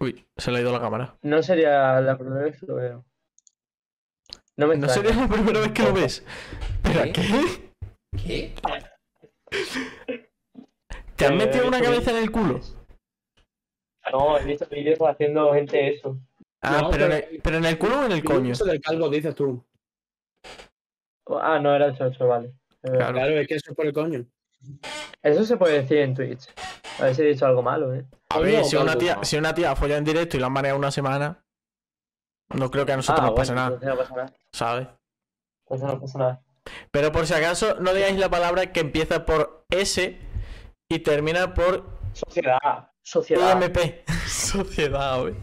Speaker 2: Uy, se le ha ido la cámara.
Speaker 4: No sería la primera vez que lo veo. No me
Speaker 2: No
Speaker 4: extraña.
Speaker 2: sería la primera vez que lo ves. ¿Pero
Speaker 3: ¿Sí?
Speaker 2: qué?
Speaker 3: ¿Qué?
Speaker 2: ¿Te has
Speaker 4: Eh,
Speaker 2: metido una
Speaker 4: esto
Speaker 2: cabeza en el culo?
Speaker 4: No, he visto vídeos haciendo gente eso.
Speaker 2: Ah,
Speaker 5: No,
Speaker 2: pero, en
Speaker 5: pero-
Speaker 2: el, pero en el culo o en el coño.
Speaker 5: Eso del calvo dices tú.
Speaker 4: Ah, no, era el Soso, vale. Es verdad.
Speaker 5: Claro, es que eso es por el coño.
Speaker 4: Eso se puede decir en Twitch. A ver si he dicho algo malo, ¿eh?
Speaker 2: A ver, si una, tía, si una tía ha follado en directo y la han mareado una semana, no creo que a nosotros
Speaker 4: ah,
Speaker 2: nos pase
Speaker 4: bueno,
Speaker 2: nada,
Speaker 4: entonces no pasa nada.
Speaker 2: ¿sabes?
Speaker 4: Entonces no pasa nada.
Speaker 2: Pero por si acaso, no digáis la palabra que empieza por S y termina por
Speaker 4: Sociedad. Sociedad.
Speaker 2: EMP. Sociedad, güey.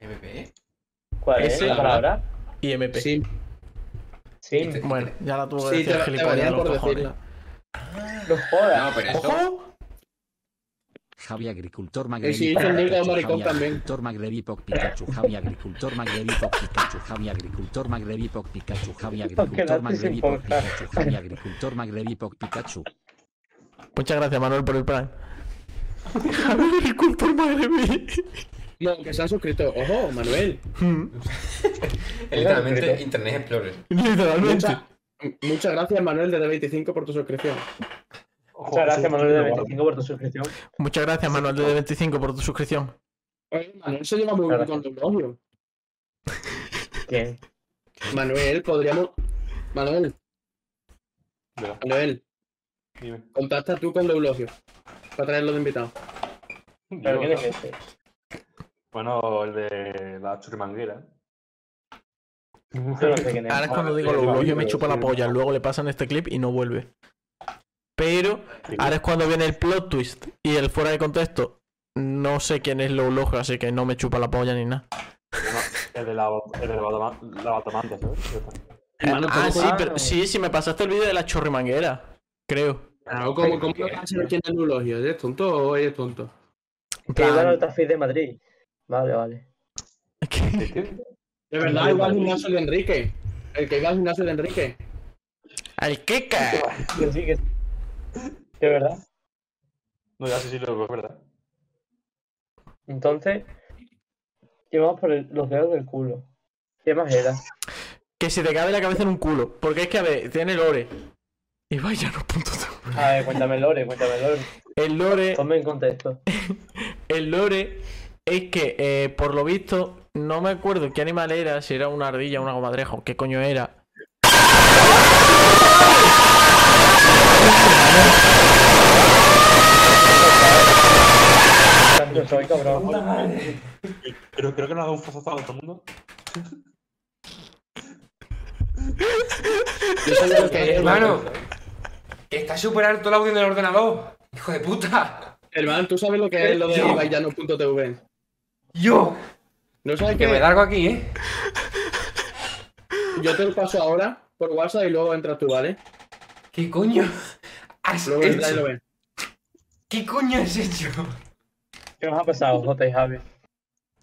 Speaker 3: MP.
Speaker 4: ¿Cuál es
Speaker 2: Ese-
Speaker 4: la palabra?
Speaker 2: IMP.
Speaker 5: Sí,
Speaker 4: Sí.
Speaker 2: Bueno, ya la tuvo que
Speaker 5: sí,
Speaker 2: decir
Speaker 5: te,
Speaker 2: el
Speaker 5: te valía
Speaker 2: gilipollas
Speaker 5: por
Speaker 2: los cojones.
Speaker 5: decirla.
Speaker 4: No jodas.
Speaker 3: No, pero esto.
Speaker 2: ¡Ojo!
Speaker 8: Javi Agricultor Magrebí.
Speaker 5: Eh, sí, hizo el negro
Speaker 8: Pikachu,
Speaker 5: maricón
Speaker 8: Javi
Speaker 5: también.
Speaker 8: Agricultor Magrebí Poc Pikachu. Javi Agricultor Magrebí Poc Pikachu. Javi Agricultor Magrebí Poc Pikachu. Javi Agricultor
Speaker 4: quedaste
Speaker 8: Magrebí
Speaker 4: sin
Speaker 8: Poc
Speaker 4: podcast.
Speaker 8: Pikachu. Javi Agricultor Magrebí Poc Pikachu.
Speaker 2: Muchas gracias, Manuel, por el plan. Javier, agricultor, madre mía.
Speaker 5: No, que se han suscrito. Ojo, Manuel. Hmm.
Speaker 3: Es literalmente Internet Explorer.
Speaker 2: Literalmente.
Speaker 5: Mucha- m- muchas gracias, Manuel, desde 25 por tu suscripción.
Speaker 6: Ojo,
Speaker 4: Muchas gracias,
Speaker 6: sí,
Speaker 4: Manuel de
Speaker 6: lo guardo.
Speaker 4: 25 por tu suscripción.
Speaker 2: Muchas gracias, Manuel de 25 por tu suscripción.
Speaker 5: Oye, Manuel se lleva muy bien
Speaker 4: Gracias.
Speaker 5: con tu novio.
Speaker 4: ¿Quién?
Speaker 5: Manuel, podríamos. Manuel,
Speaker 6: Verá,
Speaker 5: Manuel,
Speaker 6: dime.
Speaker 5: contacta tú con Eulogio para traerlo de invitado.
Speaker 4: ¿Pero
Speaker 6: Yo,
Speaker 4: quién es este?
Speaker 6: claro.
Speaker 4: ese?
Speaker 6: Bueno, el de la churmanguera.
Speaker 4: Yo no sé quién es.
Speaker 2: Ahora es cuando digo lo yo me chupa la polla, luego le pasan este clip y no vuelve. Pero ahora es cuando viene el plot twist y el fuera de contexto. No sé quién es lo loco, así que no me chupa la polla ni nada.
Speaker 6: El de la, el de la, batama- la batamanta, ¿sabes? Ya está.
Speaker 5: Hermano,
Speaker 2: Ah,
Speaker 5: ¿cómo-
Speaker 2: sí, pero sí, sí, me pasaste el vídeo de la chorrimanguera, creo.
Speaker 5: Claro, ¿cómo, cómo no vas a saber quién es Eulogio? ¿Eres tonto o eres tonto?
Speaker 2: En
Speaker 4: Que iba al
Speaker 2: plan,
Speaker 4: Altafit de Madrid. Vale, vale.
Speaker 6: ¿Qué- qué?
Speaker 5: De verdad, igual al gimnasio de Enrique. El que iba al gimnasio de Enrique.
Speaker 2: ¡El Keka!
Speaker 4: Que sí, que sí. Que es verdad.
Speaker 6: No, ya sí, sí, lo es verdad.
Speaker 4: Entonces, llevamos por el- los dedos del culo. ¿Qué más era?
Speaker 2: Que se te cabe la cabeza en un culo. Porque es que, a ver, tiene lore. Y vaya, no punto.
Speaker 4: A ver, cuéntame Lore, cuéntame Lore.
Speaker 2: El lore,
Speaker 4: Ponme en contexto.
Speaker 2: el lore es que, eh, por lo visto, no me acuerdo qué animal era, si era una ardilla, una gomadrejo, qué coño era.
Speaker 4: Yo soy cabrón.
Speaker 6: Pero creo que nos ha dado un fozazo a todo el mundo.
Speaker 5: Yo soy el que es,
Speaker 3: Hermano, que está súper alto el audio del ordenador. Hijo de puta.
Speaker 5: Hermano, tú sabes lo que es lo de bailano.tv.
Speaker 3: Yo.
Speaker 5: ¿No sabes
Speaker 3: Que me
Speaker 5: qué?
Speaker 3: largo aquí, ¿eh?
Speaker 5: Yo te lo paso ahora por WhatsApp y luego entras tú, ¿vale?
Speaker 3: ¿Qué coño has
Speaker 5: Luego entras y lo
Speaker 3: hecho?
Speaker 5: ves.
Speaker 3: ¿Qué coño has hecho?
Speaker 4: ¿Qué nos ha pasado, Jota y Javi?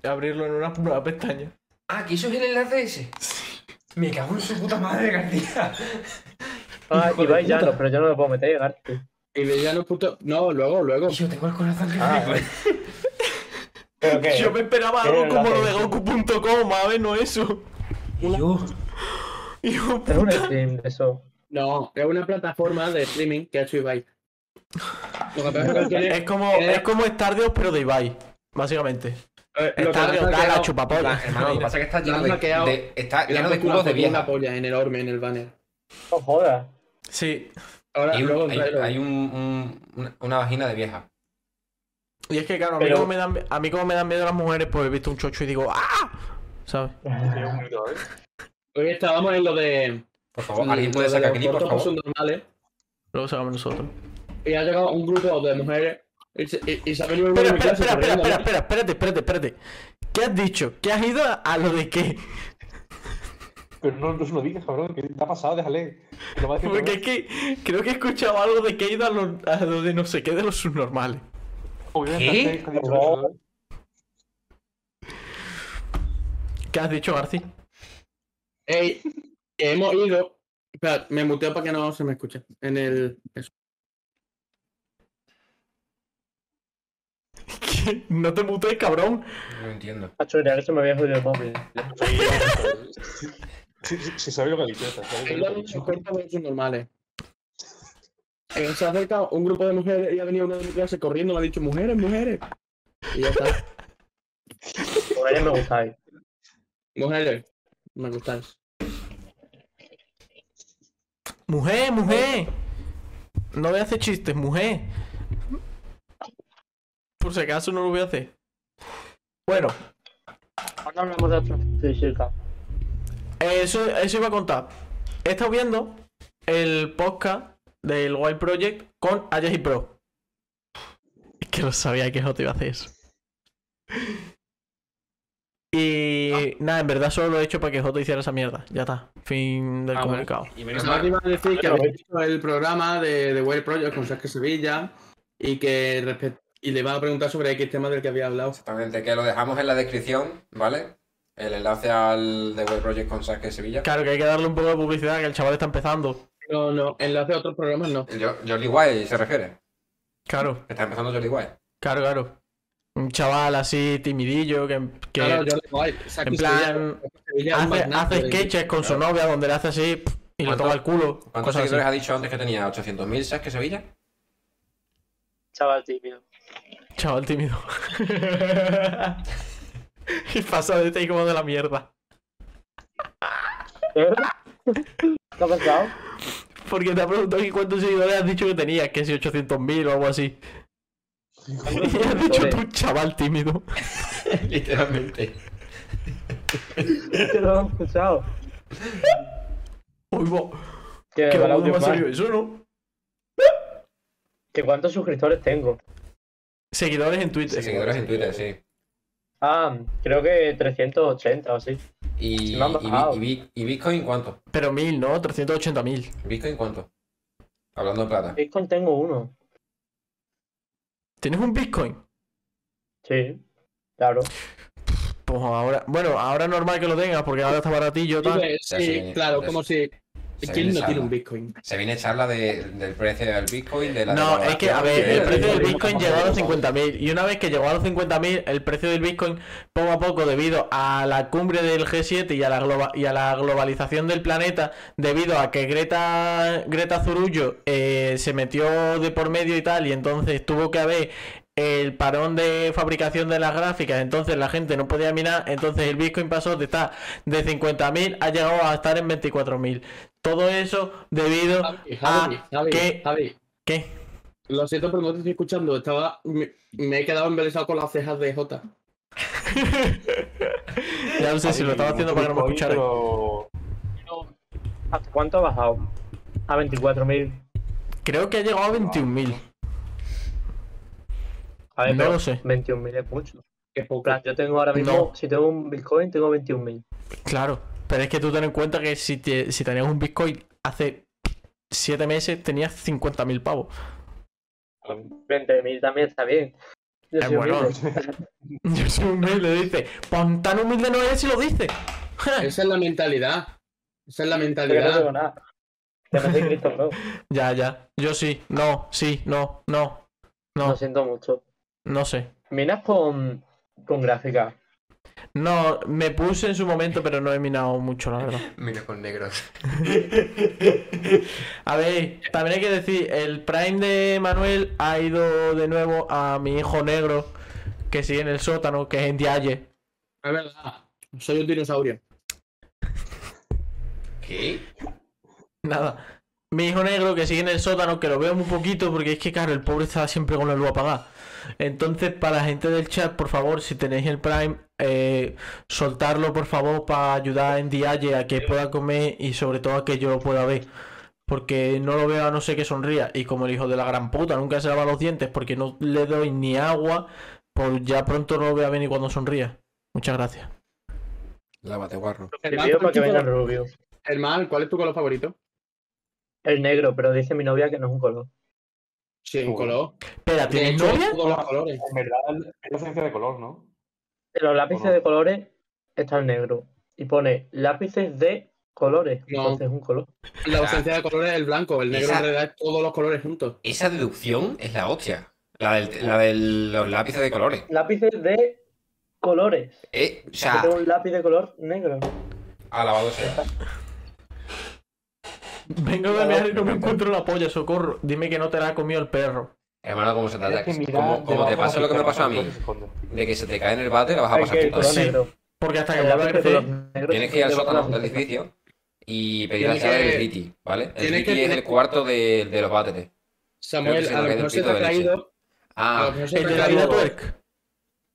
Speaker 2: Abrirlo en una nueva pestaña.
Speaker 3: Ah, que eso es el enlace ese. Me cago en su puta madre, García.
Speaker 4: Ah,
Speaker 3: Hijo de
Speaker 4: Ibai ya
Speaker 3: puta.
Speaker 4: no, pero yo no me puedo meter, Garci.
Speaker 5: Y bailano. punto- No, luego, luego.
Speaker 3: Yo tengo el corazón que
Speaker 4: Ah,
Speaker 3: flipa.
Speaker 4: ¿Pero qué?
Speaker 2: Yo me esperaba
Speaker 4: ¿Qué
Speaker 2: algo
Speaker 4: era
Speaker 2: como
Speaker 4: la
Speaker 2: lo de
Speaker 4: pestaña?
Speaker 2: Goku.com, a ver, no eso.
Speaker 3: Yo.
Speaker 2: Hijo
Speaker 4: Es un
Speaker 2: puta.
Speaker 4: stream de eso.
Speaker 5: No, es una plataforma de streaming que ha hecho Ibai. Lo que pasa es que tiene-
Speaker 2: Es como,
Speaker 5: Eh.
Speaker 2: es como Star Dios, pero de Ibai, básicamente.
Speaker 5: eh, lo que
Speaker 2: Star
Speaker 5: pasa
Speaker 2: Dios
Speaker 5: es
Speaker 2: da
Speaker 5: que
Speaker 2: la
Speaker 5: no-
Speaker 2: chupapolla.
Speaker 3: Hermano, lo que pasa es que está lleno
Speaker 5: han
Speaker 3: de,
Speaker 5: hackeado.
Speaker 3: de- está
Speaker 5: le han
Speaker 3: lleno de
Speaker 5: puesto una
Speaker 3: culos de
Speaker 5: foto, una
Speaker 3: vieja.
Speaker 5: polla en enorme en el banner.
Speaker 4: No jodas.
Speaker 2: Sí.
Speaker 5: Ahora,
Speaker 3: Hay,
Speaker 5: luego
Speaker 3: un- hay-
Speaker 5: tráelo.
Speaker 3: hay un- un- una, una vagina de vieja.
Speaker 2: Y es que, claro, a mí,
Speaker 4: Pero-
Speaker 2: como me dan, a mí como me dan miedo las mujeres, pues he visto un chocho y digo, ¡ah! ¿Sabes?
Speaker 6: Tiene un minuto, ¿eh?
Speaker 5: Hoy estábamos en lo de.
Speaker 3: Por favor, alguien puede sacar aquí, por favor.
Speaker 5: normales,
Speaker 2: Luego sacamos nosotros.
Speaker 5: y ha llegado un grupo de mujeres. Y se, y, y se ha venido uno de
Speaker 2: Espera, espera,
Speaker 5: mi
Speaker 2: espera,
Speaker 5: clase
Speaker 2: espera,
Speaker 5: corriendo,
Speaker 2: espera, espera, espérate, espérate, espérate. ¿Qué has dicho? ¿Qué has ido a, a lo de qué?
Speaker 6: Pero no, no se lo digas, cabrón. que te ha pasado? Déjale. que lo va a decir
Speaker 2: Porque
Speaker 6: otra
Speaker 2: es que creo que he escuchado algo de que he ido a lo, a lo de no sé qué de los subnormales.
Speaker 6: vez. Obviamente,
Speaker 3: ¿Qué?
Speaker 6: antes que he dicho eso, ¿sabes?
Speaker 2: ¿Qué has dicho, Garci?
Speaker 5: ¿no? Ey, que hemos ido. Espera, me muteo para que no se me escuche. En el. eso.
Speaker 2: ¿Qué? No te mutees, cabrón.
Speaker 3: No entiendo.
Speaker 4: Macho, mira, que se me había jodido el móvil.
Speaker 6: Si, si, si sabes lo que ha dicho, esta, ¿sabes?
Speaker 5: He
Speaker 6: lo
Speaker 5: ido
Speaker 6: que
Speaker 5: a
Speaker 6: ha
Speaker 2: pues,
Speaker 5: los
Speaker 6: dicho.
Speaker 5: cortos de normales. Eh, Se ha acercado un grupo de mujeres y ha venido una de mi clase corriendo. Me ha dicho, mujeres, mujeres. Y ya está.
Speaker 4: Por ahí me gustáis.
Speaker 5: mujeres, me gustáis.
Speaker 2: Mujer, mujer. No voy a hacer chistes, mujer. Por si acaso no lo voy a hacer. Bueno,
Speaker 4: Ahora hablamos de otra física.
Speaker 2: eso, eso iba a contar. He estado viendo el podcast del Wild Project con Ayas y Pro. Es que no sabía que Jota iba a hacer eso.
Speaker 3: Ah.
Speaker 2: Y nada, en verdad solo lo he hecho para que Jota hiciera esa mierda. Ya está. Fin del
Speaker 3: Ah, vale.
Speaker 2: comunicado.
Speaker 3: Y menos
Speaker 5: Además,
Speaker 3: mal.
Speaker 5: iba a decir que
Speaker 6: Pero-
Speaker 5: habéis hecho el programa de The Well Project con Sasuke Sevilla y que respect- y le iba a preguntar sobre X tema del que había hablado.
Speaker 3: Exactamente, que lo dejamos en la descripción, ¿vale? El enlace al The Web Project con Sasuke Sevilla.
Speaker 2: Claro que hay que darle un poco de publicidad, que el chaval está empezando.
Speaker 5: No, no, enlace a otros programas no.
Speaker 3: Yo- Jolly White se refiere.
Speaker 2: Claro,
Speaker 3: Está empezando Jolly White.
Speaker 2: claro, claro. Un chaval así timidillo que, que
Speaker 5: Claro, yo le digo,
Speaker 2: en plan hace, hace
Speaker 5: ¿eh?
Speaker 2: sketches con su novia donde le hace así pf, y le
Speaker 3: ¿Cuánto-
Speaker 2: toma el culo.
Speaker 3: ¿Cuántos
Speaker 2: Cosas así.
Speaker 3: seguidores ha dicho antes que tenía? ¿800.000 Sasuke Sevilla?
Speaker 4: Chaval tímido.
Speaker 2: Chaval tímido. y pasa de ti como de la mierda.
Speaker 4: ¿Eh? ¿Qué ha pasado?
Speaker 2: Porque te ha preguntado que cuántos seguidores has dicho que tenías, que si 800.000 o algo así. Y has dicho tú, chaval tímido.
Speaker 3: Literalmente.
Speaker 4: Que este lo he escuchado.
Speaker 2: Uy, bo,
Speaker 4: Que,
Speaker 2: qué
Speaker 4: me va el
Speaker 2: bobo
Speaker 4: audio
Speaker 2: más
Speaker 4: mal.
Speaker 2: serio eso, ¿no?
Speaker 4: Que cuántos suscriptores tengo.
Speaker 2: Seguidores en Twitter.
Speaker 3: Seguidores en Twitter, sí.
Speaker 4: Ah, creo que 380 o así.
Speaker 3: Y,
Speaker 4: Se lo han
Speaker 3: y Bi-
Speaker 4: bajado.
Speaker 3: y Bi- y Bitcoin cuánto?
Speaker 2: Pero mil, ¿no? 380.000.
Speaker 3: ¿Bitcoin cuánto? Hablando de plata.
Speaker 4: Bitcoin tengo uno.
Speaker 2: ¿Tienes un Bitcoin?
Speaker 4: Sí. Claro.
Speaker 2: Pues ahora, bueno, ahora es normal que lo tengas porque ahora está baratillo tal.
Speaker 5: Sí, claro, como si.
Speaker 3: Se
Speaker 5: ¿Quién
Speaker 3: viene
Speaker 5: no tiene
Speaker 3: charla.
Speaker 5: un Bitcoin?
Speaker 3: Se viene charla de- del precio del Bitcoin, de la
Speaker 2: No, es que, a ver, el
Speaker 3: devaluación,
Speaker 2: precio del
Speaker 3: de-
Speaker 2: Bitcoin llegó a los 50.000 y una vez que llegó a los 50.000, el precio del Bitcoin poco a poco debido a la cumbre del G7 y a la globa- y a la globalización del planeta, debido a que Greta Greta Zurullo eh, se metió de por medio y tal y entonces tuvo que haber el parón de fabricación de las gráficas, entonces la gente no podía minar, entonces el Bitcoin pasó de estar de 50.000 ha llegado a estar en 24.000. Todo eso debido
Speaker 5: Javi, Javi,
Speaker 2: Ah,
Speaker 5: Javi,
Speaker 2: ¿qué?
Speaker 5: Javi.
Speaker 2: ¿Qué?
Speaker 5: Lo siento, pero no te estoy escuchando. Estaba, me, me he quedado embelesado con las cejas de Jota.
Speaker 2: Ya no sé si lo estaba haciendo para que no me escuchara.
Speaker 6: Pero...
Speaker 4: ¿Hasta cuánto ha bajado? A 24.000.
Speaker 2: Creo que ha llegado a 21.000.
Speaker 4: A ver,
Speaker 2: No
Speaker 4: pero
Speaker 2: lo sé.
Speaker 4: 21.000 es mucho.
Speaker 5: Qué
Speaker 4: En
Speaker 5: poco.
Speaker 4: plan, yo tengo ahora mismo,
Speaker 2: No.
Speaker 4: si tengo un Bitcoin, tengo 21.000.
Speaker 2: Claro. Pero es que tú ten en cuenta que si, te- si tenías un Bitcoin hace 7 meses, tenías 50.000 pavos.
Speaker 4: 20.000 también está bien. Yo
Speaker 2: Es
Speaker 4: soy
Speaker 2: bueno.
Speaker 4: humilde.
Speaker 2: Yo soy humilde, le dice. "Pon tan humilde no eres si lo dices.
Speaker 5: Esa es la mentalidad. Esa es la
Speaker 4: Yo no tengo
Speaker 5: mentalidad.
Speaker 4: nada. Te me hace Cristo, no.
Speaker 2: ya, ya. Yo sí. No, sí, no, no. No,
Speaker 4: Lo siento mucho.
Speaker 2: no sé.
Speaker 4: Minas con, con gráfica.
Speaker 2: No, me puse en su momento, pero no he minado mucho, la verdad.
Speaker 3: Mira con negros.
Speaker 2: A ver, también hay que decir, el Prime de Manuel ha ido de nuevo a mi hijo negro, que sigue en el sótano, que es en Dialle.
Speaker 5: Es verdad. Soy un dinosaurio.
Speaker 3: ¿Qué?
Speaker 2: Nada. Mi hijo negro que sigue en el sótano, que lo veo muy poquito, porque es que, claro, el pobre está siempre con la luz apagada. Entonces, para la gente del chat, por favor, si tenéis el Prime, eh, soltarlo, por favor, para ayudar en Dialle a que pueda comer y sobre todo a que yo lo pueda ver. Porque no lo veo a no ser que sonría. Y como el hijo de la gran puta nunca se lava los dientes porque no le doy ni agua, pues ya pronto no lo voy a ver ni cuando sonría. Muchas gracias.
Speaker 3: Lávate, guarro.
Speaker 4: Te
Speaker 5: Hermano,
Speaker 4: pido para que
Speaker 5: ¿cuál es tu
Speaker 4: venga el
Speaker 5: color-
Speaker 4: rubio.
Speaker 5: Hermano, ¿cuál es tu color favorito?
Speaker 4: El negro, pero dice mi novia que no es un color.
Speaker 5: Sí, un
Speaker 6: Uy.
Speaker 5: color.
Speaker 2: Espera,
Speaker 5: De
Speaker 2: ¿tienes
Speaker 5: hecho,
Speaker 2: novia?
Speaker 5: todos los colores.
Speaker 6: En verdad, es la ciencia de color, ¿no?
Speaker 4: En los lápices
Speaker 5: Oh.
Speaker 6: Color.
Speaker 4: de colores está el negro. Y pone lápices de colores.
Speaker 5: No.
Speaker 4: Entonces es un color.
Speaker 5: La ausencia de colores es el blanco. El negro
Speaker 3: Esa-
Speaker 5: en realidad es todos los colores juntos.
Speaker 3: Esa deducción es la hostia. La del, la de los lápices de colores.
Speaker 4: Lápices de colores.
Speaker 3: Eh, o
Speaker 4: Yo
Speaker 3: sea,
Speaker 4: tengo un lápiz de color negro.
Speaker 3: alabado sea.
Speaker 2: Vengo de mirar y no me encuentro la polla, socorro. Dime que no te la ha comido el perro.
Speaker 3: Hermano, ¿cómo se te
Speaker 6: Tienes que
Speaker 3: ataca?
Speaker 6: mirar
Speaker 3: Como, como te
Speaker 6: debajo
Speaker 3: pasa lo que me
Speaker 6: de la
Speaker 3: pasó a
Speaker 6: piedra,
Speaker 3: mí,
Speaker 6: se esconde.
Speaker 3: de que se te cae en el bate, la vas a
Speaker 4: Hay
Speaker 3: pasar
Speaker 4: que el
Speaker 3: tú
Speaker 4: color
Speaker 2: Sí.
Speaker 3: también.
Speaker 4: negro.
Speaker 2: Porque hasta que
Speaker 4: El
Speaker 2: vuelva a
Speaker 4: lápiz de
Speaker 2: crecer.
Speaker 4: color negro.
Speaker 3: Tienes que ir al
Speaker 4: Debajo de la
Speaker 3: sótano del
Speaker 4: piedra.
Speaker 3: edificio y pedir la
Speaker 5: Tiene
Speaker 3: sala
Speaker 5: que-
Speaker 3: del Viti, ¿vale? El
Speaker 5: tiene
Speaker 3: Viti
Speaker 5: que-
Speaker 3: es el cuarto de, de los váteres. Creo
Speaker 5: Samuel,
Speaker 3: que se
Speaker 5: a
Speaker 3: lo
Speaker 5: lo
Speaker 3: queda
Speaker 5: mejor se te
Speaker 3: un
Speaker 5: ha
Speaker 3: pito de leche.
Speaker 5: caído. a lo
Speaker 3: Ah,
Speaker 5: mejor se
Speaker 2: El
Speaker 5: te ha
Speaker 2: de la vida
Speaker 5: caído-
Speaker 2: twerk.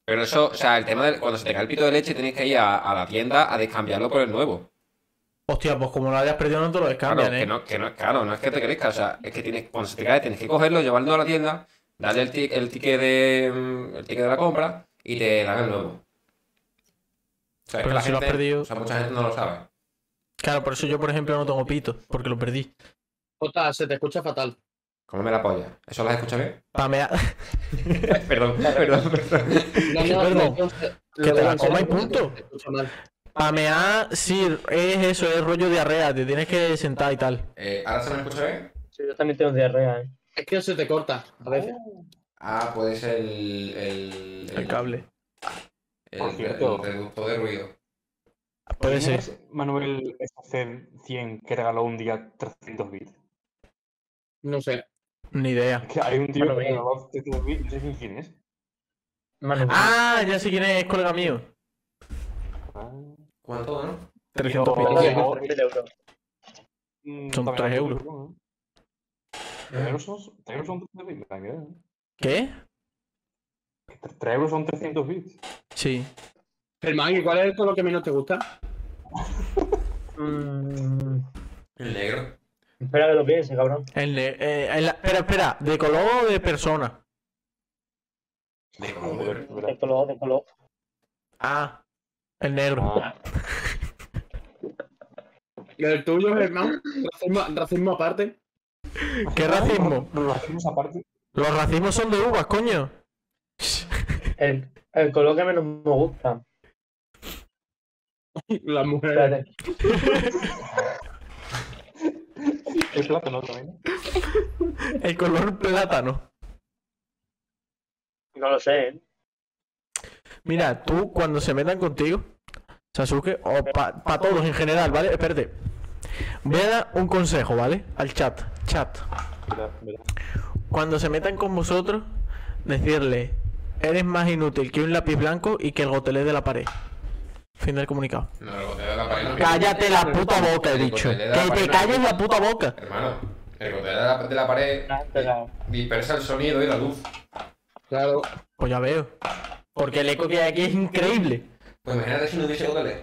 Speaker 3: pero eso, o sea, el tema de cuando se te cae el pito de leche tienes que ir a, a la tienda a descambiarlo por el nuevo.
Speaker 2: Hostia, pues como lo hayas perdido no te lo
Speaker 3: Claro,
Speaker 2: descambian,
Speaker 3: que
Speaker 2: eh.
Speaker 3: no, que no, claro, no es que te crezca, o sea, es que tienes, cuando se te cae tienes que cogerlo, llevarlo a la tienda, darle el, ti- el ticket de mm, el ticket de la compra y te dan el nuevo. O sea, es
Speaker 2: Pero
Speaker 3: que la
Speaker 2: si lo has
Speaker 3: gente-
Speaker 2: perdido-
Speaker 3: o sea, mucha gente no lo sabe.
Speaker 2: Claro, por eso yo, por ejemplo, no tengo pito, porque lo perdí.
Speaker 5: Jota, se te escucha fatal.
Speaker 3: ¿Cómo me la polla? ¿Eso las escuchas bien?
Speaker 2: Pamea.
Speaker 3: perdón, perdón, perdón.
Speaker 5: No,
Speaker 2: Sí,
Speaker 5: no,
Speaker 2: perdón.
Speaker 5: no, se-
Speaker 2: Que te
Speaker 5: lo digo
Speaker 2: la
Speaker 5: en serio,
Speaker 2: coma y
Speaker 5: porque se
Speaker 2: punto.
Speaker 5: te escucha mal.
Speaker 2: Pamear, sí, es eso, es rollo diarrea, te tienes que sentar y tal.
Speaker 3: Eh, ¿ahora se me escucha bien?
Speaker 4: Sí, yo también tengo diarrea, ¿eh?
Speaker 5: Es que se te corta a veces.
Speaker 3: Ah, puede ser el, el,
Speaker 2: El cable.
Speaker 3: el-
Speaker 6: Por
Speaker 3: el
Speaker 6: cierto.
Speaker 3: reductor de ruido.
Speaker 2: Puede
Speaker 6: ¿Tenías,
Speaker 2: ser.
Speaker 6: Manuel SC100 que regaló un día 300 bits.
Speaker 5: No sé.
Speaker 2: Ni idea.
Speaker 6: Que hay un tío
Speaker 4: Bueno,
Speaker 6: que
Speaker 4: bien.
Speaker 6: regaló 300 bits, no sé ni quién es.
Speaker 4: Manu,
Speaker 2: Ah, ya sé quién es, colega mío.
Speaker 6: Ah.
Speaker 3: ¿Cuánto, no?
Speaker 2: 300
Speaker 6: Yo-
Speaker 2: pavos.
Speaker 4: Manu,
Speaker 6: no.
Speaker 4: 3.000 euros.
Speaker 6: Mm,
Speaker 2: Son
Speaker 6: también hay
Speaker 2: tres
Speaker 6: otro
Speaker 2: euros.
Speaker 6: truco, ¿no? Tres euros son- tres euros son 300 bits, la verdad, ¿eh?
Speaker 2: ¿Qué?
Speaker 6: Que tre- tres euros son 300 bits.
Speaker 2: Sí.
Speaker 5: Germán, ¿y cuál es esto lo que menos te gusta?
Speaker 4: Mm,
Speaker 3: El negro.
Speaker 4: espera que lo piense, cabrón.
Speaker 2: El, ne- eh, el- espera, espera, ¿de color o de persona?
Speaker 3: De color.
Speaker 6: ¿verdad?
Speaker 4: De color, de color.
Speaker 2: Ah, el negro.
Speaker 6: Ah,
Speaker 5: ¿El tuyo, Germán? ¿Racismo, racismo aparte?
Speaker 2: ¿Qué racismo?
Speaker 6: Los racismos aparte.
Speaker 2: Los racismos son de uvas, coño.
Speaker 4: El, el color que menos me gusta.
Speaker 5: Las mujeres.
Speaker 4: Espérate.
Speaker 6: El plátano también.
Speaker 2: El color plátano.
Speaker 4: No lo sé, ¿eh?
Speaker 2: Mira, tú cuando se metan contigo, Sasuke, o para todos en general, ¿vale? Espérate. Voy a dar un consejo, ¿vale? Al chat. Chat.
Speaker 6: ¿verdad? ¿verdad?
Speaker 2: Cuando se metan con vosotros, decirle, eres más inútil que un lápiz blanco y que el gotelé de la pared. Fin del comunicado.
Speaker 3: No, el goteo de la pared no
Speaker 5: Ah,
Speaker 3: es-
Speaker 2: Cállate la puta boca, he dicho. Que te calles la puta boca.
Speaker 3: Hermano, el goteo de la, de la pared
Speaker 4: Nada, nada.
Speaker 3: dispersa el sonido y la luz.
Speaker 5: Claro.
Speaker 2: Pues ya veo. Porque el eco que hay aquí es increíble.
Speaker 3: Pues imagínate si no hubiese gotele.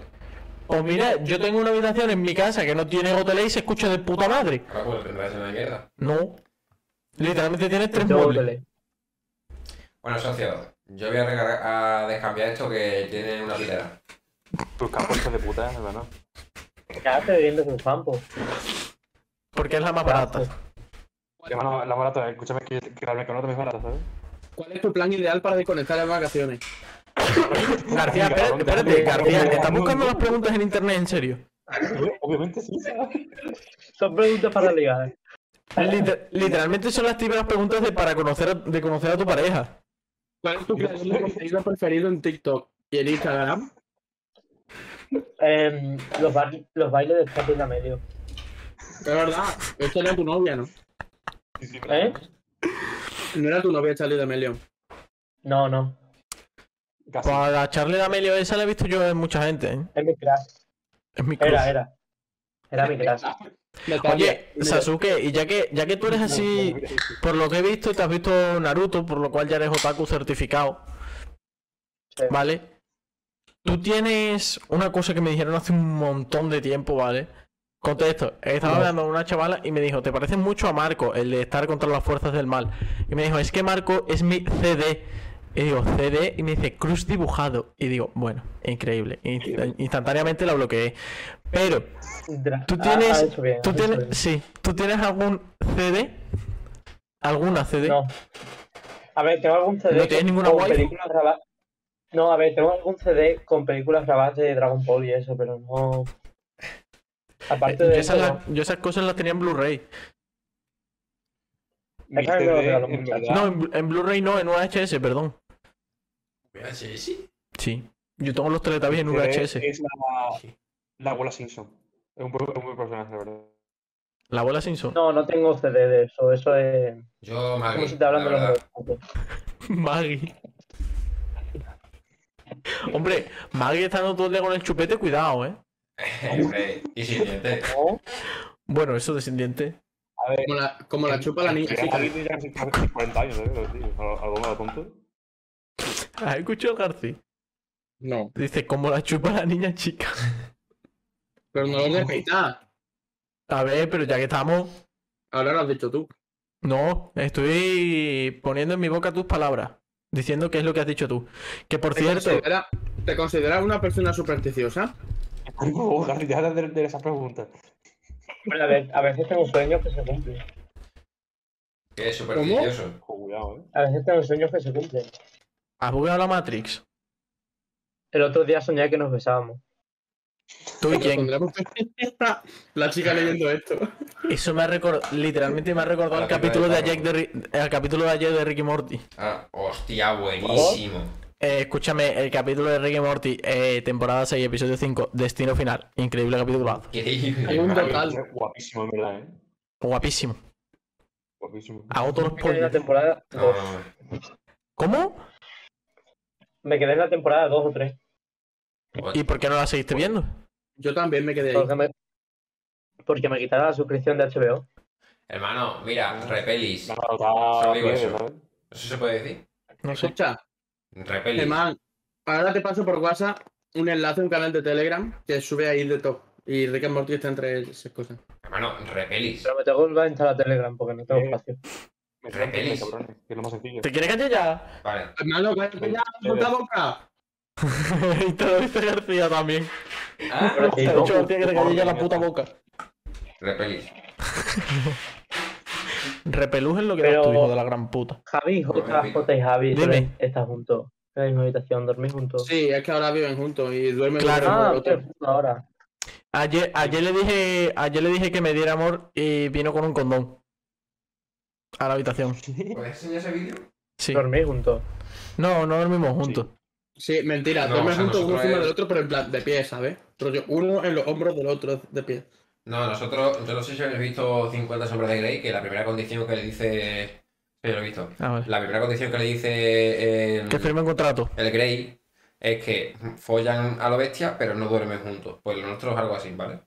Speaker 2: O mira, yo tengo una habitación en mi casa que no tiene gotelé y se escucha de puta madre.
Speaker 3: Ahora pues tendrás una mierda.
Speaker 2: No. Literalmente tienes tres
Speaker 4: Tengo
Speaker 2: muebles.
Speaker 4: tele.
Speaker 3: Bueno, socios, yo voy a, regar- a descambiar esto que tiene una pitera.
Speaker 6: Tus capos hijos de puta, hermano.
Speaker 4: Quédate bebiendo sus campos.
Speaker 2: Porque es la más barata.
Speaker 6: Hermano, la barata, escúchame que grabarme con otro es barata, ¿sabes?
Speaker 5: ¿Cuál es tu plan ideal para desconectar las vacaciones?
Speaker 2: García, espérate, espérate, García, ¿estás buscando las preguntas en internet en serio?
Speaker 6: Obviamente sí, ¿sabes?
Speaker 4: Son preguntas para ligar. ¿eh?
Speaker 2: Liter- literalmente son las típicas preguntas de para conocer a- de conocer a tu pareja.
Speaker 5: ¿Cuál es tu creador de contenido preferido en TikTok y en Instagram?
Speaker 4: Em, los, ba- los bailes de Scott y la medio.
Speaker 5: Es verdad, esta era tu novia, ¿no?
Speaker 6: Sí, sí,
Speaker 4: ¿Eh?
Speaker 5: No era tu novia Charlie de Melion.
Speaker 4: No, no.
Speaker 6: Casi.
Speaker 2: Para Charlie D'Amelio esa la he visto yo en mucha gente, ¿eh?
Speaker 4: Es mi crash.
Speaker 2: Es mi cruz.
Speaker 4: Era, era. Era mi crash.
Speaker 2: Oye, Sasuke, y ya que, ya que tú eres así, por lo que he visto, te has visto Naruto, por lo cual ya eres otaku certificado.
Speaker 4: Sí.
Speaker 2: ¿Vale? Tú tienes una cosa que me dijeron hace un montón de tiempo, ¿vale? Contesto, estaba hablando con una chavala y me dijo, ¿te pareces mucho a Marco, el de estar contra las fuerzas del mal? Y me dijo, es que Marco es mi CD. Y digo, CD, y me dice, cruz dibujado. Y digo, bueno, increíble. Inst- Instantáneamente la bloqueé. Pero,
Speaker 4: Dra-
Speaker 2: ¿Tú
Speaker 4: ha-
Speaker 2: tienes-
Speaker 4: ha hecho bien,
Speaker 2: ¿Tú
Speaker 4: ha hecho
Speaker 2: tienes, sí, ¿tú tienes algún CD? ¿Alguna CD?
Speaker 4: bien. No. A ver, tengo algún CD.
Speaker 2: ¿No tienes
Speaker 4: con-
Speaker 2: ninguna
Speaker 4: con
Speaker 2: waifu?
Speaker 4: películas grabadas. No, a ver, tengo algún CD con películas grabadas de Dragon Ball y eso, pero no.
Speaker 2: Eh,
Speaker 4: Aparte
Speaker 2: yo,
Speaker 4: de eso,
Speaker 2: esas
Speaker 4: no.
Speaker 2: la- yo esas cosas las tenía en Blu-ray.
Speaker 6: Mi
Speaker 4: Déjame que lo
Speaker 6: CD,
Speaker 4: regalo,
Speaker 6: en
Speaker 4: muchacho.
Speaker 6: verdad,
Speaker 2: No, en, Blu- en Bluray no, en VHS, perdón.
Speaker 3: Sí, sí.
Speaker 2: Sí. Yo tengo los Teletubbies en
Speaker 6: mi CD
Speaker 2: VHS.
Speaker 4: eh,
Speaker 6: Es la, la abuela Simpson. Es un buen, un buen personaje, la verdad.
Speaker 2: La abuela Simpson.
Speaker 4: No, no tengo CD de eso. Eso es.
Speaker 3: Yo,
Speaker 4: ¿Cómo
Speaker 3: Maggie,
Speaker 4: se está hablando
Speaker 3: la
Speaker 4: los
Speaker 3: verdad.
Speaker 4: dos?
Speaker 2: Maggie. Hombre, Maggie está dando todo el día con el chupete, cuidado, eh.
Speaker 3: Hombre, y siguiente.
Speaker 2: Bueno, eso descendiente.
Speaker 5: Como la, como la chupa la niña.
Speaker 6: Que Alguien tiene ya casi 40 años, ¿eh? Tío, Algo más tonto.
Speaker 2: ¿Has escuchado el Garci?
Speaker 5: No,
Speaker 2: Dice, como la chupa la niña chica.
Speaker 5: pero no lo necesitas.
Speaker 2: A ver, pero ya que estamos.
Speaker 5: Ahora lo has dicho tú.
Speaker 2: No, estoy poniendo en mi boca tus palabras. Diciendo que es lo que has dicho tú. Que por
Speaker 5: ¿Te,
Speaker 2: cierto.
Speaker 5: considera- ¿Te consideras una persona supersticiosa?
Speaker 6: Por favor, Gary, deja de hacer esas preguntas.
Speaker 4: Hombre, a, ver, a veces tengo sueños que se cumplen.
Speaker 3: Que es supersticioso.
Speaker 6: Ojo, Cuidado, ¿eh?
Speaker 4: A veces tengo sueños que se cumplen.
Speaker 2: ¿Has jugado la Matrix?
Speaker 4: El otro día soñé que nos besábamos.
Speaker 2: ¿Tú y
Speaker 5: ¿Te
Speaker 2: quién?
Speaker 5: pondremos- la chica leyendo esto.
Speaker 2: Eso me ha recordado. Literalmente me ha recordado el
Speaker 3: La película
Speaker 2: capítulo de
Speaker 3: de
Speaker 2: ayer de, Ri- el capítulo de ayer de Ricky Morty.
Speaker 3: Ah, hostia, buenísimo.
Speaker 2: Eh, escúchame, el capítulo de Ricky Morty, eh, temporada 6, episodio 5, Destino Final. Increíble capítulo.
Speaker 5: Hay
Speaker 3: Increíble.
Speaker 5: un
Speaker 3: madre.
Speaker 5: total.
Speaker 6: Guapísimo, en verdad, ¿eh?
Speaker 2: Guapísimo.
Speaker 6: Guapísimo.
Speaker 3: Ah.
Speaker 2: Hago todos los
Speaker 4: Me quedé en la
Speaker 2: spoilers.
Speaker 4: temporada
Speaker 5: Ah.
Speaker 3: No,
Speaker 4: dos.
Speaker 3: no, no.
Speaker 2: ¿Cómo?
Speaker 4: Me quedé en la temporada 2 o 3.
Speaker 3: Joder.
Speaker 2: ¿Y por qué no la seguiste viendo?
Speaker 5: Yo también me quedé ahí.
Speaker 4: Porque me, porque me quitaron la suscripción de HBO.
Speaker 3: Hermano, mira, repelis.
Speaker 6: Me ha dado
Speaker 3: Solo
Speaker 6: tan
Speaker 3: digo
Speaker 6: bien,
Speaker 3: eso.
Speaker 6: ¿sabes?
Speaker 3: ¿Eso se puede decir?
Speaker 2: No sé.
Speaker 5: Escucha,
Speaker 3: Repelis.
Speaker 5: Germán, ahora te paso por WhatsApp un enlace a un canal de Telegram que sube ahí de todo. Y Rick and Morty está entre esas cosas.
Speaker 3: Hermano, repelis.
Speaker 4: Pero me tengo que volver a instalar Telegram porque no tengo
Speaker 6: Eh.
Speaker 4: espacio.
Speaker 6: Me tiran
Speaker 3: Repelis.
Speaker 6: pelis, cabrones, que es lo más sencillo.
Speaker 2: ¿Te quieres callar ya?
Speaker 3: Vale.
Speaker 5: Hermano, cállate ya, boca a boca.
Speaker 2: y te lo dice García también.
Speaker 3: Ah,
Speaker 4: Pero
Speaker 2: Te
Speaker 4: que
Speaker 2: ha
Speaker 4: no,
Speaker 2: dicho García que te calles ya la puta boca.
Speaker 3: repelis.
Speaker 2: Repeluz es lo que
Speaker 4: Pero-
Speaker 2: eres tu hijo de la gran puta.
Speaker 4: Javi, J, J y Javi,
Speaker 2: Dime.
Speaker 4: ¿sabes? estás juntos. En la misma habitación, dormís juntos.
Speaker 5: Sí, es que ahora viven juntos y duermen
Speaker 2: Claro.
Speaker 5: uno con
Speaker 4: Ah,
Speaker 5: el
Speaker 4: pero
Speaker 5: otro.
Speaker 4: justo ahora.
Speaker 2: Ayer, ayer le dije, ayer le dije que me diera amor y vino con un condón. A la habitación.
Speaker 3: ¿Puedes enseñar ese vídeo?
Speaker 2: Sí.
Speaker 4: Dormís juntos.
Speaker 2: No, no dormimos juntos.
Speaker 5: Sí, mentira,
Speaker 3: No,
Speaker 5: duermen
Speaker 3: o sea,
Speaker 5: juntos uno
Speaker 3: nosotros
Speaker 5: encima
Speaker 3: es-
Speaker 5: del otro, pero en plan de pie, ¿sabes? Rollo, uno en los hombros del otro de pie.
Speaker 3: No, nosotros, yo no sé si habéis visto 50 sombras de Grey, que la primera condición que le dice... Sí, lo he visto.
Speaker 2: A ver.
Speaker 3: La primera condición que le dice el,
Speaker 2: Que firme un contrato.
Speaker 3: el Grey es que follan a la bestia, pero no duermen juntos. Pues lo nuestro es algo así, ¿vale?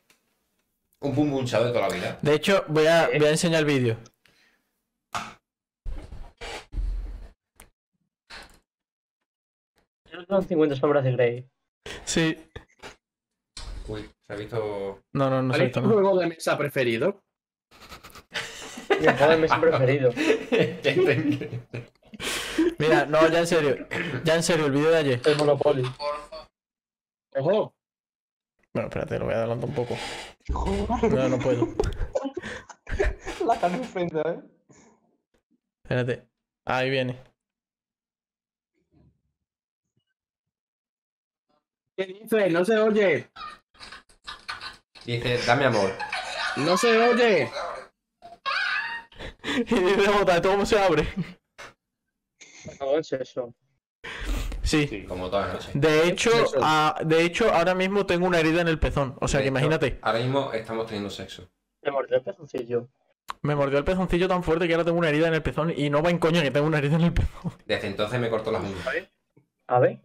Speaker 3: Un boom bunchado de toda la vida.
Speaker 2: De hecho, voy a, voy a enseñar el vídeo.
Speaker 4: Son 50 sombras de Grey.
Speaker 2: Sí.
Speaker 3: Uy, se ha visto...
Speaker 2: No, no, no
Speaker 5: ¿Cuál
Speaker 2: sé
Speaker 5: es tu ¿Este juego de mesa preferido?
Speaker 4: Mi juego de mesa preferido.
Speaker 2: Mira, no, ya en serio. Ya en serio, el vídeo de ayer.
Speaker 4: El Monopoly.
Speaker 5: Ojo,
Speaker 2: Bueno, espérate, lo voy a adelantar un poco. No, no puedo.
Speaker 6: La cara enfrente, ¿eh?
Speaker 2: Espérate. Ahí viene.
Speaker 5: ¿qué dices? No se oye,
Speaker 3: Dice, dame amor.
Speaker 5: no se oye.
Speaker 2: Y dice, "Jota, ¿todo cómo se abre?
Speaker 4: No, es eso.
Speaker 2: Sí.
Speaker 6: Sí.
Speaker 3: Como todas las noches.
Speaker 2: De hecho,
Speaker 5: Eso.
Speaker 2: a- de hecho, ahora mismo tengo una herida en el pezón. O sea
Speaker 3: De
Speaker 2: que
Speaker 3: hecho,
Speaker 2: imagínate,
Speaker 3: Ahora mismo estamos teniendo sexo.
Speaker 4: Me mordió el pezoncillo.
Speaker 2: me mordió el pezoncillo tan fuerte que ahora tengo una herida en el pezón y no va en coña que tengo una herida en el pezón.
Speaker 3: Desde entonces me cortó las uñas.
Speaker 4: A ver.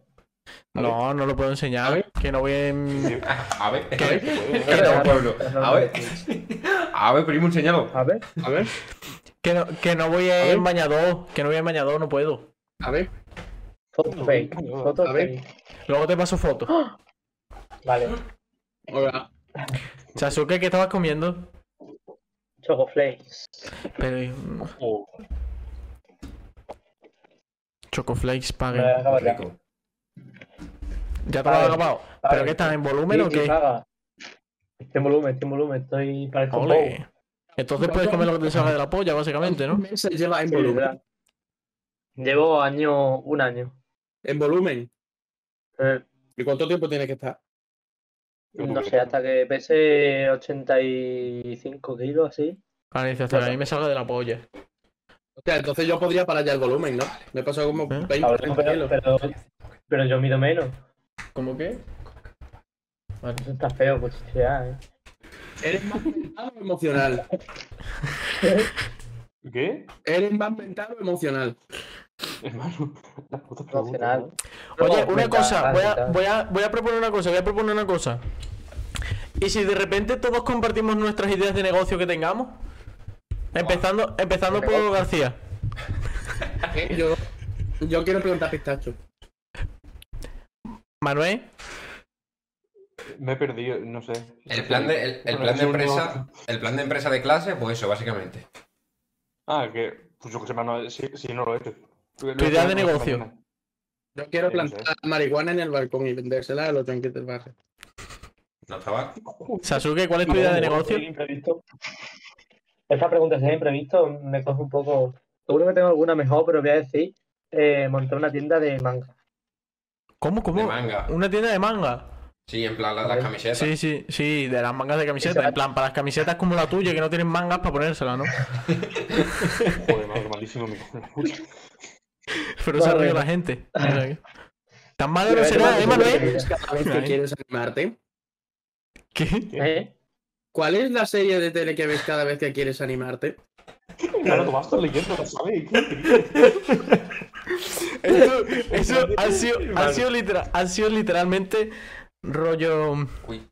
Speaker 2: No, no lo puedo enseñar. Que no voy en...
Speaker 3: A ver,
Speaker 2: ¿Qué?
Speaker 3: ¿Qué tal, pueblo? A ver, a ver, primo, enseñalo.
Speaker 4: A ver.
Speaker 5: A ver,
Speaker 2: Que no, que no voy en
Speaker 5: ver.
Speaker 2: bañador. Que no voy en bañador, no puedo.
Speaker 5: a ver.
Speaker 4: Foto fake. Foto
Speaker 5: A ver.
Speaker 4: fake.
Speaker 2: Luego te paso fotos.
Speaker 4: ¡Ah! Vale.
Speaker 5: Hola.
Speaker 2: Sasuke, ¿qué estabas comiendo?
Speaker 4: Chocoflakes.
Speaker 2: Pero... mm,
Speaker 6: Oh,
Speaker 2: Chocoflakes,
Speaker 4: Me
Speaker 2: pague.
Speaker 4: la he acabado ya.
Speaker 3: Rico.
Speaker 2: Ya te lo he
Speaker 4: Vale,
Speaker 2: acabado.
Speaker 4: vale.
Speaker 2: ¿Pero qué estás en volumen o
Speaker 4: Y- y
Speaker 2: qué?
Speaker 4: paga.
Speaker 7: Este
Speaker 4: Estoy en volumen, estoy en volumen. Estoy para el
Speaker 2: Ole. Entonces puedes comer lo que te salga de la polla, básicamente, ¿no?
Speaker 5: Se lleva en volumen.
Speaker 4: Llevo año, un año.
Speaker 5: En volumen.
Speaker 4: Eh,
Speaker 5: ¿Y cuánto tiempo tiene que estar?
Speaker 4: no sé, hasta que pese 85 kilos, así.
Speaker 2: Ahora dice, hasta que a mí me salga de la polla.
Speaker 5: O sea, entonces yo podría parar ya el volumen, ¿no? Me he pasado como
Speaker 2: ¿Eh?
Speaker 5: 20
Speaker 4: Cabrón,
Speaker 5: 30
Speaker 4: pero,
Speaker 5: kilos.
Speaker 4: pero, pero yo mido menos.
Speaker 2: ¿Cómo qué? Vale.
Speaker 4: Eso está feo, pues ya, eh.
Speaker 5: ¿Eres más mental o emocional?
Speaker 6: ¿Qué?
Speaker 5: ¿Eres más mental o emocional?
Speaker 6: Hermano, las putas
Speaker 4: Emocional.
Speaker 6: preguntas.
Speaker 2: Oye,
Speaker 4: No,
Speaker 2: una
Speaker 4: mental,
Speaker 2: cosa, voy a,
Speaker 4: mental.
Speaker 2: voy, a, voy a proponer una cosa, voy a proponer una cosa. ¿Y si de repente todos compartimos nuestras ideas de negocio que tengamos? Empezando, empezando por García.
Speaker 5: Yo, yo quiero preguntar a Pistacho.
Speaker 2: Manuel,
Speaker 6: Me he perdido, no sé.
Speaker 3: El plan de, el, el
Speaker 6: Bueno,
Speaker 3: plan de
Speaker 6: es un
Speaker 3: empresa,
Speaker 6: nuevo-
Speaker 3: el plan de empresa de clase, pues eso, básicamente.
Speaker 6: Ah, que. Pues yo que sé, mano, si, si no lo he hecho.
Speaker 2: Tu idea de negocio.
Speaker 5: Yo quiero
Speaker 6: Sí, no sé.
Speaker 5: plantar marihuana en el balcón y vendérsela a los yanquis del barrio.
Speaker 3: No estaba.
Speaker 2: Sasuke, ¿cuál es tu idea de negocio?
Speaker 7: Imprevisto. Esta pregunta si es imprevisto, me coge un poco. Seguro que tengo alguna mejor, pero voy a decir eh, montar una tienda de manga.
Speaker 2: ¿Cómo,
Speaker 3: De
Speaker 2: cómo?
Speaker 3: manga.
Speaker 2: Una tienda de manga.
Speaker 3: Sí, en plan la- las camisetas.
Speaker 2: Sí, sí, sí, de las mangas de camisetas. En plan, para las camisetas como la tuya, que no tienen mangas para ponérselas, ¿no?
Speaker 6: Joder, mano, qué malísimo, mi hijo de puta.
Speaker 2: Pero se
Speaker 7: Vale.
Speaker 2: ríe la gente. O sea que- Tan malo no será, ¿eh, Manuel?
Speaker 5: Cada vez que
Speaker 2: Ahí.
Speaker 5: quieres animarte.
Speaker 2: ¿Qué?
Speaker 7: ¿Eh?
Speaker 5: ¿Cuál es la serie de tele que ves cada vez que quieres animarte?
Speaker 6: Claro, tú vas leyendo, ¿sabes? ¿Qué
Speaker 2: Eso, eso ha, sido, ha, sido litera- ha sido literalmente rollo...
Speaker 3: Uy.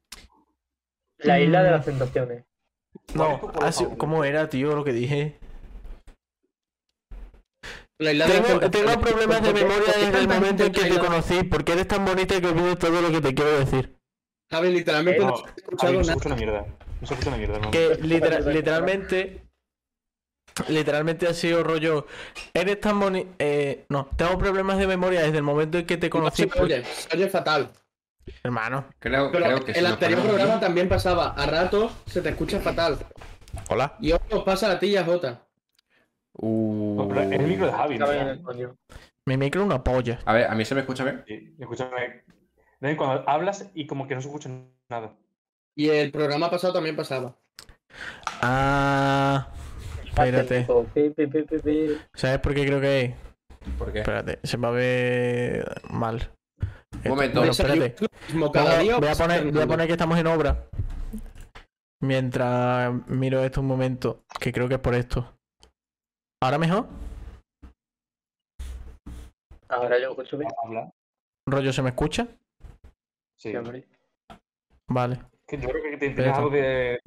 Speaker 7: La isla de
Speaker 2: Mm.
Speaker 7: las tentaciones.
Speaker 2: No, ha sido- ¿cómo era, tío, lo que dije?
Speaker 5: La isla de las
Speaker 2: Tengo,
Speaker 5: tentaciones.
Speaker 2: tengo problemas de
Speaker 5: ¿Por qué-
Speaker 2: memoria
Speaker 5: por qué
Speaker 2: desde el
Speaker 5: tanta
Speaker 2: momento en
Speaker 5: gente
Speaker 2: que te
Speaker 5: baila?
Speaker 2: conocí, porque eres tan bonita que olvido todo lo que te quiero decir.
Speaker 5: Javi, literalmente
Speaker 6: No,
Speaker 5: no,
Speaker 6: a
Speaker 5: has
Speaker 6: mí
Speaker 5: escuchado
Speaker 6: no se
Speaker 5: nada.
Speaker 6: escucha una mierda. No se escucha una mierda, hermano.
Speaker 2: Que litera- literalmente... Literalmente ha sido rollo... Eres tan bonita... no, tengo problemas de memoria desde el momento en que te
Speaker 5: No
Speaker 2: conocí.
Speaker 5: se oye, se oye fatal.
Speaker 2: Hermano.
Speaker 3: Creo,
Speaker 5: Pero
Speaker 3: creo que si
Speaker 5: el
Speaker 3: nos
Speaker 5: anterior
Speaker 3: ponemos-
Speaker 5: programa también pasaba. A ratos se te escucha fatal.
Speaker 2: Hola.
Speaker 5: Y hoy os pasa a ti y a Jota.
Speaker 6: No, pero es el micro
Speaker 2: Ah,
Speaker 6: de Javi,
Speaker 7: Cabe en
Speaker 6: ¿no?
Speaker 7: el coño.
Speaker 2: Mi micro una polla.
Speaker 3: A ver, ¿a mí se me escucha bien?
Speaker 6: Sí, escúchame. Ven, cuando hablas y como que no se escucha nada.
Speaker 5: Y el programa pasado también pasaba.
Speaker 2: Ah... Espérate.
Speaker 7: Pi, pi, pi, pi, pi.
Speaker 2: ¿Sabes por qué creo que es?
Speaker 3: ¿Por qué?
Speaker 2: Espérate, se va a ver mal.
Speaker 3: Un momento.
Speaker 2: Bueno,
Speaker 5: Pues
Speaker 3: No,
Speaker 2: espérate.
Speaker 5: Como cada
Speaker 2: Voy
Speaker 5: día.
Speaker 2: a, voy a
Speaker 5: os
Speaker 2: poner, voy a
Speaker 5: terminando.
Speaker 2: poner que estamos en obra. Mientras miro esto un momento, que creo que es por esto. ¿Ahora mejor?
Speaker 7: Ahora yo
Speaker 5: Ah,
Speaker 7: escucho bien,
Speaker 6: Habla.
Speaker 2: ¿Rollo se me escucha?
Speaker 6: Sí.
Speaker 7: hombre.
Speaker 2: Vale.
Speaker 6: Que yo creo que te-
Speaker 2: Pero-
Speaker 6: tienes algo de.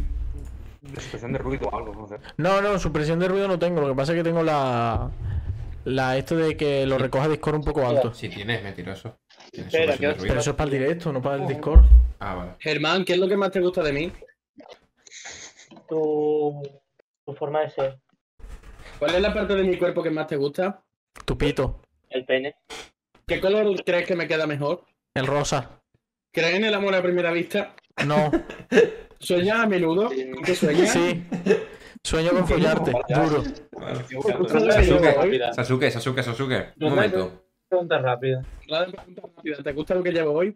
Speaker 6: de situación de ruido o algo, no sé.
Speaker 2: No, no, supresión de ruido no tengo. Lo que pasa es que tengo la. La esto de que lo recoja Discord un poco alto.
Speaker 3: Si tienes, mentiroso. Tienes
Speaker 7: Espera,
Speaker 3: supresión de
Speaker 7: que-
Speaker 2: Pero
Speaker 3: ruido.
Speaker 2: eso es para el directo, no para el Discord.
Speaker 3: Ah, vale.
Speaker 5: Germán, ¿qué es lo que más te gusta de mí?
Speaker 7: Tu, tu forma de ser.
Speaker 5: ¿Cuál es la parte de mi cuerpo que más te gusta?
Speaker 2: Tupito.
Speaker 7: El pene.
Speaker 5: ¿Qué color crees que me queda mejor?
Speaker 2: El rosa.
Speaker 5: ¿Crees en el amor a primera vista?
Speaker 2: No.
Speaker 5: ¿Sueñas a menudo? ¿Con ¿Qué sueñas?
Speaker 2: Sí. Sueño con follarte. Duro.
Speaker 3: Sasuke, Sasuke, Sasuke, Sasuke. Un momento.
Speaker 7: Pregunta rápida.
Speaker 5: Nada, pregunta rápida, ¿Te gusta lo que llevo hoy?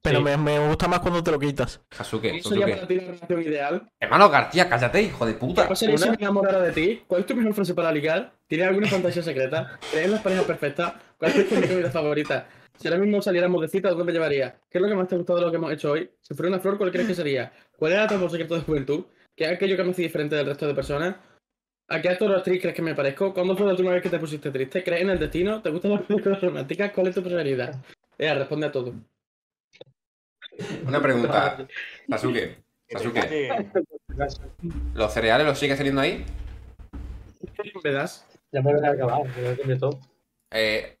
Speaker 2: Pero
Speaker 7: Sí.
Speaker 2: me, me gusta más cuando te lo quitas.
Speaker 3: Sasuke,
Speaker 5: ¿Eso ya Pues para
Speaker 3: Sasuke.
Speaker 5: ti la relación ideal?
Speaker 3: Hermano García, cállate, hijo de puta.
Speaker 5: ¿Qué pasaría si me enamorara de ti? ¿Cuál es tu mejor frase para ligar? ¿Tienes alguna fantasía secreta? ¿Crees en las parejas perfectas? ¿Cuál es tu comida favorita? Si ahora mismo saliéramos de cita, ¿dónde me llevarías? ¿Qué es lo que más te ha gustado de lo que hemos hecho hoy? Si fuera una flor, ¿cuál crees que sería? ¿Cuál era tu amor secreto de juventud? ¿Qué es aquello que me hace diferente del resto de personas? ¿A qué actor o actriz crees que me parezco? ¿Cuándo fue la última vez que te pusiste triste? ¿Crees en el destino? ¿Te gustan las películas románticas? ¿Cuál es tu prioridad? Ea, responde a todo.
Speaker 3: Una pregunta. Sasuke, Sasuke. ¿Los cereales los sigues teniendo ahí?
Speaker 5: ¿Me das?
Speaker 7: Ya me lo he acabado, me lo he comido todo.
Speaker 3: Eh,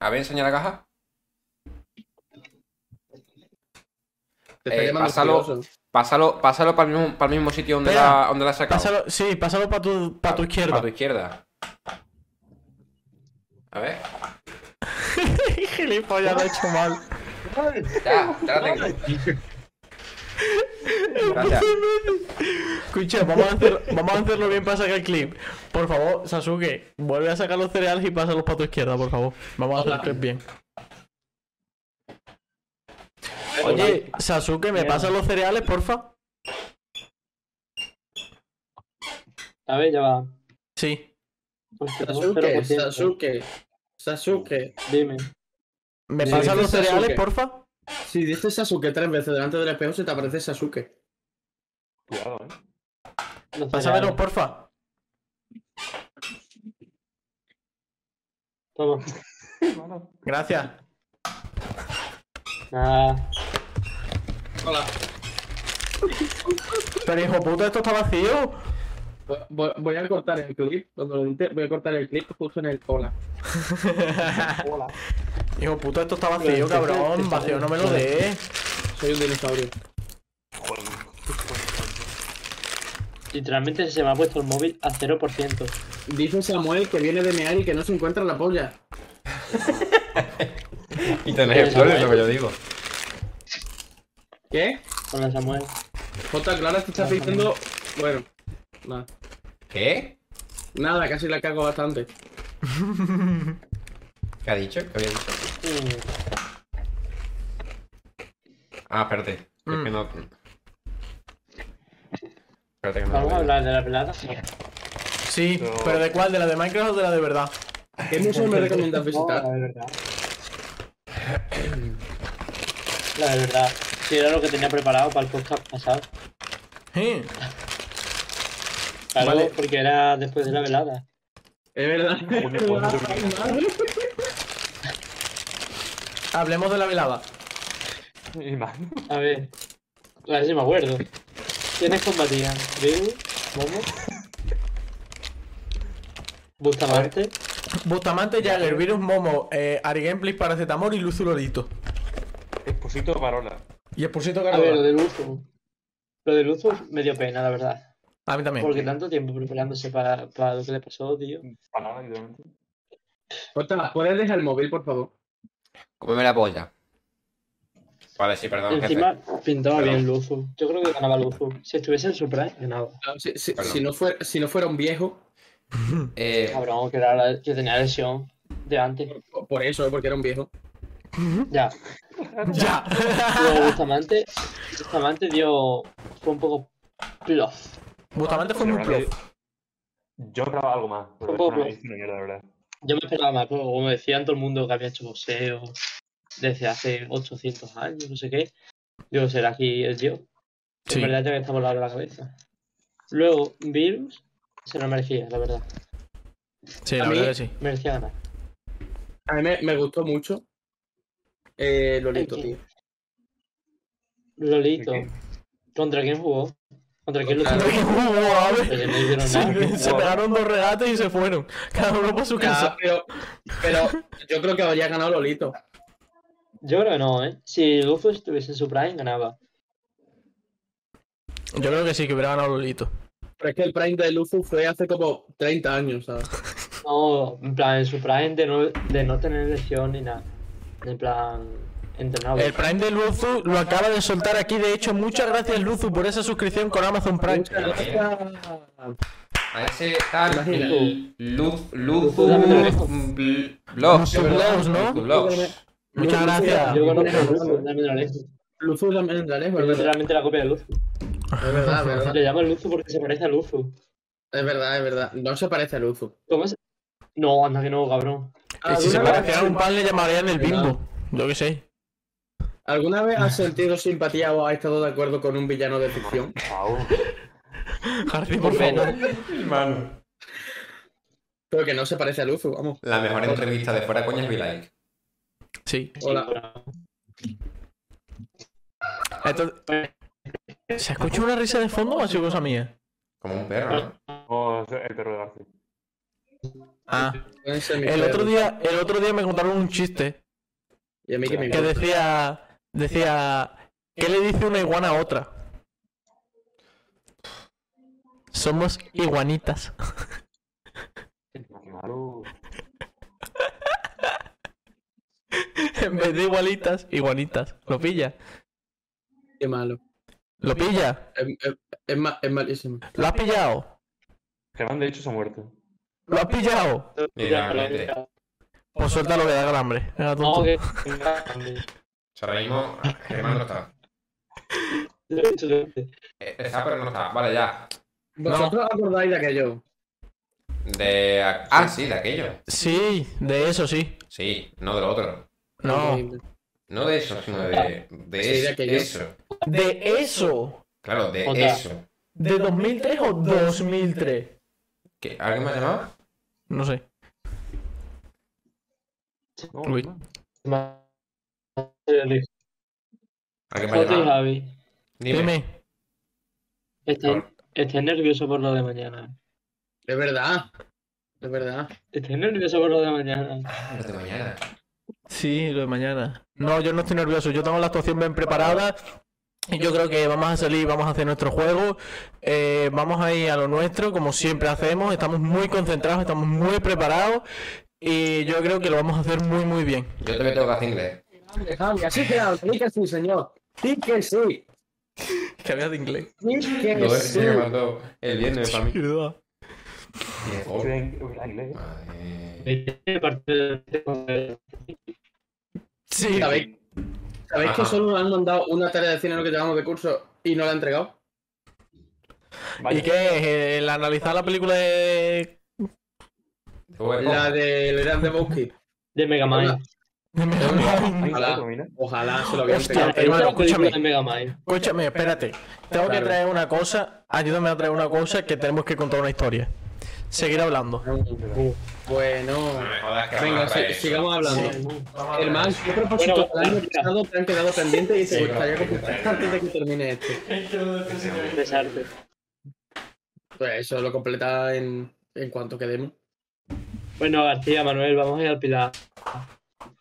Speaker 3: a ver, enseña la caja.
Speaker 5: Te está
Speaker 3: Eh,
Speaker 5: llamando
Speaker 3: pásalo.
Speaker 5: curioso.
Speaker 3: Pásalo, pásalo para el mismo, para el mismo sitio donde
Speaker 2: Espera.
Speaker 3: la, donde la has sacado.
Speaker 2: Pásalo, sí, pásalo para tu, pa' tu izquierda.
Speaker 3: Para tu izquierda. A ver.
Speaker 2: Gilipollas, lo he hecho mal.
Speaker 3: Ya, ya la tengo. Gracias.
Speaker 2: Escucha, vamos a, hacer, vamos a hacerlo bien para sacar el clip. Por favor, Sasuke, vuelve a sacar los cereales y pásalos para tu izquierda, por favor. Vamos a hacer el clip bien. Oye, Sasuke, ¿me pasas los cereales, porfa?
Speaker 7: A ver, ya va.
Speaker 2: Sí.
Speaker 4: Pues,
Speaker 7: Hostia, un
Speaker 5: Sasuke,
Speaker 7: 0%.
Speaker 5: Sasuke, Sasuke.
Speaker 7: Dime.
Speaker 2: ¿Me
Speaker 5: Sí,
Speaker 2: pasas los
Speaker 5: dice
Speaker 2: cereales,
Speaker 5: Sasuke.
Speaker 2: porfa?
Speaker 5: Si dices Sasuke tres veces delante del espejo, se te aparece Sasuke.
Speaker 6: Cuidado, eh.
Speaker 7: Los
Speaker 2: Pásamelos,
Speaker 7: cereales.
Speaker 2: porfa.
Speaker 7: Toma.
Speaker 6: Bueno,
Speaker 2: Gracias.
Speaker 4: Ah,
Speaker 7: Nada.
Speaker 5: Hola.
Speaker 2: Pero hijo puta, esto está vacío.
Speaker 5: Voy- Voy, voy a cortar el clip, cuando lo edite, voy a cortar el clip justo en el hola. Hola.
Speaker 2: Hijo puta, esto está vacío, cabrón. Vacío, no me lo des.
Speaker 5: Soy un dinosaurio.
Speaker 4: Literalmente se me ha puesto el móvil a 0%.
Speaker 5: Dice Samuel que viene de mear y que no se encuentra la polla.
Speaker 3: Y tenés flores, lo que yo digo.
Speaker 5: ¿Qué?
Speaker 4: Con la Samuel.
Speaker 5: Jota, Clara te está pidiendo... Bueno, nada.
Speaker 3: ¿Qué?
Speaker 5: Nada, casi la cago bastante.
Speaker 3: ¿Qué ha dicho? ¿Qué había dicho?
Speaker 4: Mm,
Speaker 3: Ah, espérate. Es que no. Espérate que no.
Speaker 4: Vamos a
Speaker 3: lo veo.
Speaker 4: hablar de la pelada.
Speaker 2: Sí,
Speaker 6: No.
Speaker 2: pero ¿de cuál? ¿De la de Minecraft o de la de verdad?
Speaker 5: ¿Qué museo me recomiendas visitar?
Speaker 4: No, la de verdad. La de verdad. Sí, era lo que tenía preparado para el podcast pasado.
Speaker 2: ¿Eh?
Speaker 4: Claro,
Speaker 5: Vale.
Speaker 4: porque era después de la velada.
Speaker 5: Es verdad.
Speaker 2: Hablemos de la velada.
Speaker 6: Y más.
Speaker 4: A ver. A ver si me acuerdo. ¿Quiénes combatían? ¿Vivo? ¿Momo? ¿Bustamante?
Speaker 2: Bustamante, Jagger, Virus, Momo, eh, Ari Gameplay, Paracetamol y Luz Lolito.
Speaker 6: Esposito Parola.
Speaker 2: Y Expulsito
Speaker 4: A ver, lo
Speaker 2: Cardola.
Speaker 4: del uso. Lo del uso me dio pena, la verdad.
Speaker 2: A mí
Speaker 4: Porque
Speaker 2: también.
Speaker 4: tanto tiempo preparándose para, para lo que le pasó, tío.
Speaker 6: Palabra, literalmente.
Speaker 5: Jota, ¿puedes dejar el móvil, por favor?
Speaker 3: Cómeme la polla. Vale, sí, perdón,
Speaker 4: Encima pintaba
Speaker 3: Perdón.
Speaker 4: bien Luzu. Yo creo que ganaba Luzu. Si estuviese en su prime, ganaba.
Speaker 5: Si, si-
Speaker 3: Perdón.
Speaker 5: Ah, si no fuera, si no fuera un viejo,
Speaker 3: jefe. Eh,
Speaker 4: Cabrón, que, era la- que tenía lesión de antes.
Speaker 5: por- por eso, eh, porque era un viejo.
Speaker 4: Ya.
Speaker 2: Ya.
Speaker 4: Luego Bustamante, Bustamante dio. fue un poco. plof.
Speaker 2: Bustamante fue muy
Speaker 6: La verdad
Speaker 2: prof.
Speaker 6: que Yo esperaba algo más. pero
Speaker 4: Un poco
Speaker 6: es una-
Speaker 4: plus.
Speaker 6: es una mierda, la verdad.
Speaker 4: Yo me esperaba más, porque como decían todo el mundo que había hecho boxeo desde hace 800 años, no sé qué. Yo será aquí el dios.
Speaker 2: Sí.
Speaker 4: En verdad ya me está volando la cabeza. Luego, Virus se lo merecía, la verdad.
Speaker 2: Sí, la
Speaker 5: A mí-
Speaker 2: verdad que sí.
Speaker 4: Merecía ganar.
Speaker 5: A mí me, me gustó mucho eh, Lolito,
Speaker 4: Ok.
Speaker 5: tío.
Speaker 4: Lolito.
Speaker 6: Ok.
Speaker 4: ¿Contra quién jugó? ¿Contra quién luchó?
Speaker 5: Ah,
Speaker 2: Pero, wow, a ver.
Speaker 4: Pues ya no hicieron nada.
Speaker 2: Se, se pegaron dos regates y se fueron. Cada uno por su
Speaker 5: Ah,
Speaker 2: casa.
Speaker 5: pero, pero yo creo que habría ganado Lolito.
Speaker 4: Yo creo que no, ¿eh? Si Luzu estuviese en su prime, ganaba.
Speaker 2: Yo creo que sí, que hubiera ganado Lolito.
Speaker 5: Pero es que el Prime de Luzu fue hace como 30 años, ¿sabes?
Speaker 4: No, en plan, en su prime de no, de no tener lesión ni nada. En plan, entrenado.
Speaker 2: El Prime de Luzu lo acaba de soltar aquí. De hecho, muchas gracias, Luzu, por esa suscripción con Amazon Prime.
Speaker 3: a ese tal.
Speaker 5: Imagina.
Speaker 3: Luz.
Speaker 4: Luzu, dame la
Speaker 3: Luz.
Speaker 4: oreja.
Speaker 3: bl- Blogs.
Speaker 2: Luzu Blogs, ¿no?
Speaker 3: Luzu Blogs.
Speaker 2: Muchas gracias.
Speaker 4: Yo conozco a Luzu, dame la oreja.
Speaker 5: Luzu también en realidad, es
Speaker 4: Es
Speaker 5: verdad.
Speaker 4: literalmente la copia de Luzu.
Speaker 5: Es verdad, es verdad.
Speaker 4: Le llaman Luzu porque se parece a Luzu.
Speaker 5: Es verdad, es verdad. No se parece a Luzu.
Speaker 4: ¿Cómo se...? No, anda que no, cabrón.
Speaker 2: Y si se
Speaker 5: ¿Alguna vez-
Speaker 2: pareciera a un pan, le llamarían el bimbo. Yo qué sé.
Speaker 5: ¿Alguna vez has sentido simpatía o has estado de acuerdo con un villano de ficción?
Speaker 6: Chao.
Speaker 2: Jardín, por favor.
Speaker 5: Pero que no se parece a Luzu, vamos.
Speaker 3: La mejor entrevista de fuera coña es V-Like.
Speaker 2: Sí.
Speaker 4: Sí,
Speaker 5: Hola.
Speaker 4: pero-
Speaker 2: Entonces- ¿Se escucha una risa de fondo o ha sido cosa mía?
Speaker 3: Como un perro, ¿no?
Speaker 6: O sea, el perro de García.
Speaker 2: Ah.
Speaker 5: Pueden ser mis
Speaker 2: El otro
Speaker 5: perros.
Speaker 2: día, el otro día me contaron un chiste
Speaker 5: Y a mí que me
Speaker 2: que
Speaker 5: importa.
Speaker 2: decía, decía, ¿qué le dice una iguana a otra? Somos iguanitas.
Speaker 6: Claro.
Speaker 2: en vez de igualitas, iguanitas. Lo pilla,
Speaker 5: Qué malo.
Speaker 2: lo pilla,
Speaker 5: Es, es- es ma- es malísimo.
Speaker 2: lo ha pillado,
Speaker 6: Que me han de hecho se ha muerto.
Speaker 2: lo ha pillado.
Speaker 3: Literalmente.
Speaker 2: Pues suelta lo que da hambre. Venga,
Speaker 4: No,
Speaker 2: tonto.
Speaker 4: que...
Speaker 3: O sea, ahora mismo Germán no está. Eh, Está, pero no está. Vale, ya.
Speaker 5: ¿Vosotros acordáis de aquello?
Speaker 3: De. a- Ah, sí, de aquello.
Speaker 2: Sí, de eso sí.
Speaker 3: Sí, no del otro.
Speaker 2: No,
Speaker 3: No de eso, sino de. De,
Speaker 5: Sí, de
Speaker 3: es-
Speaker 5: aquello.
Speaker 3: eso.
Speaker 2: de eso.
Speaker 3: Claro, de
Speaker 4: Otra.
Speaker 3: eso.
Speaker 2: ¿De 2003 o 2003?
Speaker 3: ¿Qué? ¿Alguien me ha llamado?
Speaker 2: No sé.
Speaker 6: No,
Speaker 2: Uy.
Speaker 6: no.
Speaker 3: ¿Alguien me ha
Speaker 4: Jota y
Speaker 3: llamado?
Speaker 4: Javi.
Speaker 3: Dime.
Speaker 2: Dime.
Speaker 4: Estoy, estoy nervioso por lo de mañana.
Speaker 5: Es verdad. Es verdad.
Speaker 4: Estoy nervioso por lo de mañana.
Speaker 3: Pero de mañana.
Speaker 2: Sí, lo de mañana. No, yo no estoy nervioso. Yo tengo la actuación bien preparada. Y yo creo que vamos a salir, vamos a hacer nuestro juego. eh, vamos a ir a lo nuestro, como siempre hacemos. Estamos muy concentrados, estamos muy preparados. Y yo creo que lo vamos a hacer muy, muy bien.
Speaker 3: Yo también tengo que hacer inglés.
Speaker 5: Grande, Javi, así que di que sí, señor. Di que sí.
Speaker 2: Que había de inglés.
Speaker 5: Di que
Speaker 3: Lo
Speaker 5: sí.
Speaker 3: que me mandó el viernes para mí.
Speaker 2: Verdad.
Speaker 3: Y de
Speaker 6: Estoy
Speaker 3: favor.
Speaker 6: en- en inglés.
Speaker 3: Madre.
Speaker 4: Este partido-
Speaker 2: Sí.
Speaker 5: ¿Sabéis, ¿sabéis que
Speaker 3: Ajá.
Speaker 5: solo nos han mandado una tarea de cine en lo que llevamos de curso y no la han entregado?
Speaker 2: ¿Y qué es? ¿El analizar la película de...
Speaker 3: Bueno,
Speaker 5: La del Gran de Bosque.
Speaker 4: De Megamind.
Speaker 2: de Megamind?
Speaker 5: Ojalá, ojalá se lo habían
Speaker 2: Hostia, hermano,
Speaker 5: entregado.
Speaker 4: Esta película
Speaker 2: escúchame.
Speaker 4: De Megamind.
Speaker 2: Escúchame, espérate. Tengo que
Speaker 5: Claro.
Speaker 2: traer una cosa. Ayúdame a traer una cosa que tenemos que contar una historia. Seguir hablando.
Speaker 5: Bueno,
Speaker 3: no me jodas, que vamos
Speaker 5: venga,
Speaker 3: a traer
Speaker 5: si-
Speaker 3: eso.
Speaker 5: sigamos hablando. Hermano, ¿qué propósitos
Speaker 4: Bueno, pues,
Speaker 5: del año pasado te han quedado pendientes y
Speaker 3: Sí,
Speaker 5: te gustaría
Speaker 3: claro.
Speaker 5: completar antes de que termine esto?
Speaker 4: Desarte.
Speaker 5: Pues eso lo completa en, en cuanto quedemos.
Speaker 4: Bueno, García, Manuel, vamos a ir al Pilar.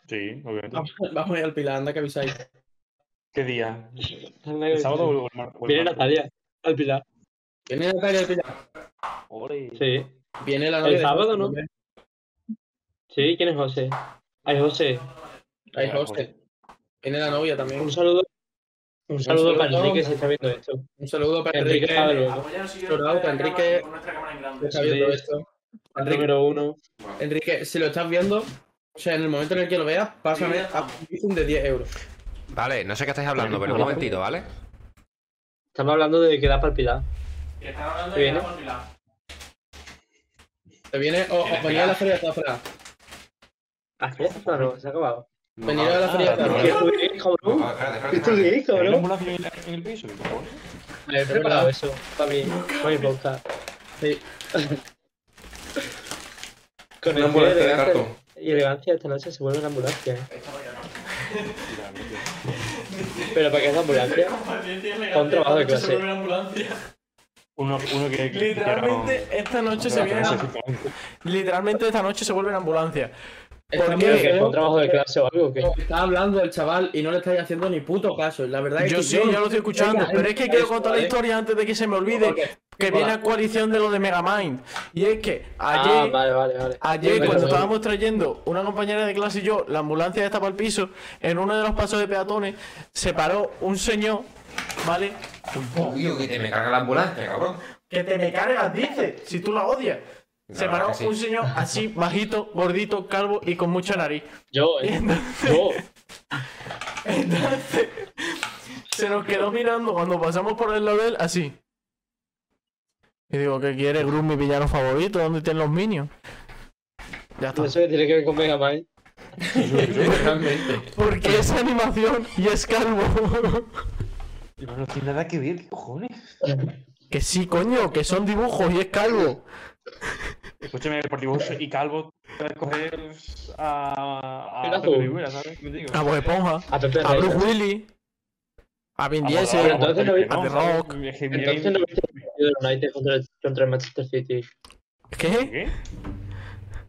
Speaker 6: Sí, obviamente.
Speaker 5: Vamos, vamos a ir al pilar, anda que avisáis.
Speaker 6: ¿Qué día? ¿El sábado o el mar- o el
Speaker 4: Viene
Speaker 6: martes?
Speaker 4: Natalia al Pilar.
Speaker 5: Viene Natalia al pilar.
Speaker 6: Ole.
Speaker 4: Sí.
Speaker 5: Viene la novia.
Speaker 4: El
Speaker 5: de
Speaker 4: sábado,
Speaker 5: José,
Speaker 4: ¿no?
Speaker 5: hombre.
Speaker 4: Sí, ¿quién es José? Ay, José,
Speaker 5: Ahí José.
Speaker 4: pues.
Speaker 5: Viene la novia también.
Speaker 4: un saludo. Un saludo
Speaker 5: saludo
Speaker 4: para
Speaker 5: a todos.
Speaker 4: Enrique si está viendo esto.
Speaker 5: Un saludo para
Speaker 4: Enrique
Speaker 5: Enrique.
Speaker 4: está luego.
Speaker 5: Chorao, para Enrique. que está viendo
Speaker 4: Sí. Ah,
Speaker 5: esto. Enrique,
Speaker 4: Número uno.
Speaker 5: Enrique, si lo estás viendo, o sea, en el momento en el que lo veas, pásame a un bizum de 10 euros.
Speaker 3: Vale, no sé qué estáis hablando, pero un momentito, ¿vale?
Speaker 4: Estamos hablando de que da para el Pilar. ¿Qué viene?
Speaker 5: Te viene, o, o venir a la feria de Zafra.
Speaker 4: ¿A Ah, qué? No, no, se ha acabado.
Speaker 5: Venir a la feria de
Speaker 6: Ah,
Speaker 4: ¿Qué
Speaker 5: Zafra.
Speaker 4: tú dices,
Speaker 5: Uh.
Speaker 4: cabrón?
Speaker 3: Espérate, espérate,
Speaker 4: ¿Qué tú
Speaker 3: espérate.
Speaker 4: dices,
Speaker 6: ¿Tenemos
Speaker 4: cabrón?
Speaker 6: una fiesta en el piso? por favor?
Speaker 4: Me he preparado eso para mí. Para mi podcast.
Speaker 5: Sí.
Speaker 3: Una
Speaker 4: Con el día de
Speaker 3: ambulancia de
Speaker 4: elegancia
Speaker 3: cartón.
Speaker 4: y elegancia esta noche se vuelve una ambulancia. ¿eh? ¿Pero para qué es ambulancia? Para un trabajo de clase.
Speaker 6: Uno, uno que. que-
Speaker 2: Literalmente esta noche se
Speaker 6: que-
Speaker 2: viene...
Speaker 6: exactamente.
Speaker 2: Literalmente esta noche se vuelve en ambulancia.
Speaker 5: Está
Speaker 2: ¿Por
Speaker 5: muy
Speaker 2: qué?
Speaker 4: ¿Pero que es
Speaker 5: feo
Speaker 4: un trabajo de clase o algo? que
Speaker 5: como Está hablando el chaval y no le estáis haciendo ni puto caso. La verdad es
Speaker 2: Yo
Speaker 5: que
Speaker 2: sí, yo lo estoy escuchando,
Speaker 5: Venga,
Speaker 2: pero es que
Speaker 5: eso,
Speaker 2: quiero contar la
Speaker 5: ¿eh?
Speaker 2: historia antes de que se me
Speaker 5: Ok.
Speaker 2: olvide que viene a coalición de lo de Megamind. Y es que
Speaker 4: Ah,
Speaker 2: ayer,
Speaker 4: vale, vale, vale.
Speaker 2: ayer
Speaker 5: Venga,
Speaker 2: cuando
Speaker 5: venga.
Speaker 2: estábamos trayendo una compañera de clase y yo, la ambulancia estaba para el piso, en uno de los pasos de peatones se paró un señor, ¿vale?
Speaker 3: Obvio que te me carga la ambulancia, cabrón.
Speaker 2: Que te me cargas, dice, si tú la odias. Se
Speaker 3: No,
Speaker 2: paró
Speaker 3: que sí.
Speaker 2: un señor así, bajito, gordito, calvo y con mucha nariz.
Speaker 4: Yo,
Speaker 2: Y
Speaker 4: ¿eh?
Speaker 2: entonces-
Speaker 4: Yo.
Speaker 2: Entonces, se nos quedó mirando cuando pasamos por el lado de él, así. Y digo, ¿qué quiere Groot, mi villano favorito? ¿Dónde tienen los minions? Ya está.
Speaker 4: No sé qué tiene que ver con Mega Man.
Speaker 3: Literalmente.
Speaker 2: Porque es animación y es calvo.
Speaker 6: Y No, no tiene nada que ver, ¿qué cojones?
Speaker 2: que sí, coño, que son dibujos y es calvo.
Speaker 6: Escúchame, Deportivo y Calvo, te coger a. a
Speaker 4: Pegazo.
Speaker 6: Pepe Rivera, ¿sabes? ¿Qué te digo?
Speaker 2: A Bob Esponja,
Speaker 4: A Pepe
Speaker 2: a Ah, Bruce
Speaker 4: Reina.
Speaker 2: Willis, a Vin
Speaker 6: A
Speaker 2: Diesel.
Speaker 6: Morata,
Speaker 4: Pero entonces
Speaker 6: Morata,
Speaker 4: no vi-
Speaker 6: que
Speaker 2: a The
Speaker 6: ¿sabes?
Speaker 2: Rock.
Speaker 6: Es que mira-
Speaker 4: Entonces no viste el partido del United contra el, contra el Manchester City.
Speaker 2: ¿Qué?
Speaker 6: ¿Qué?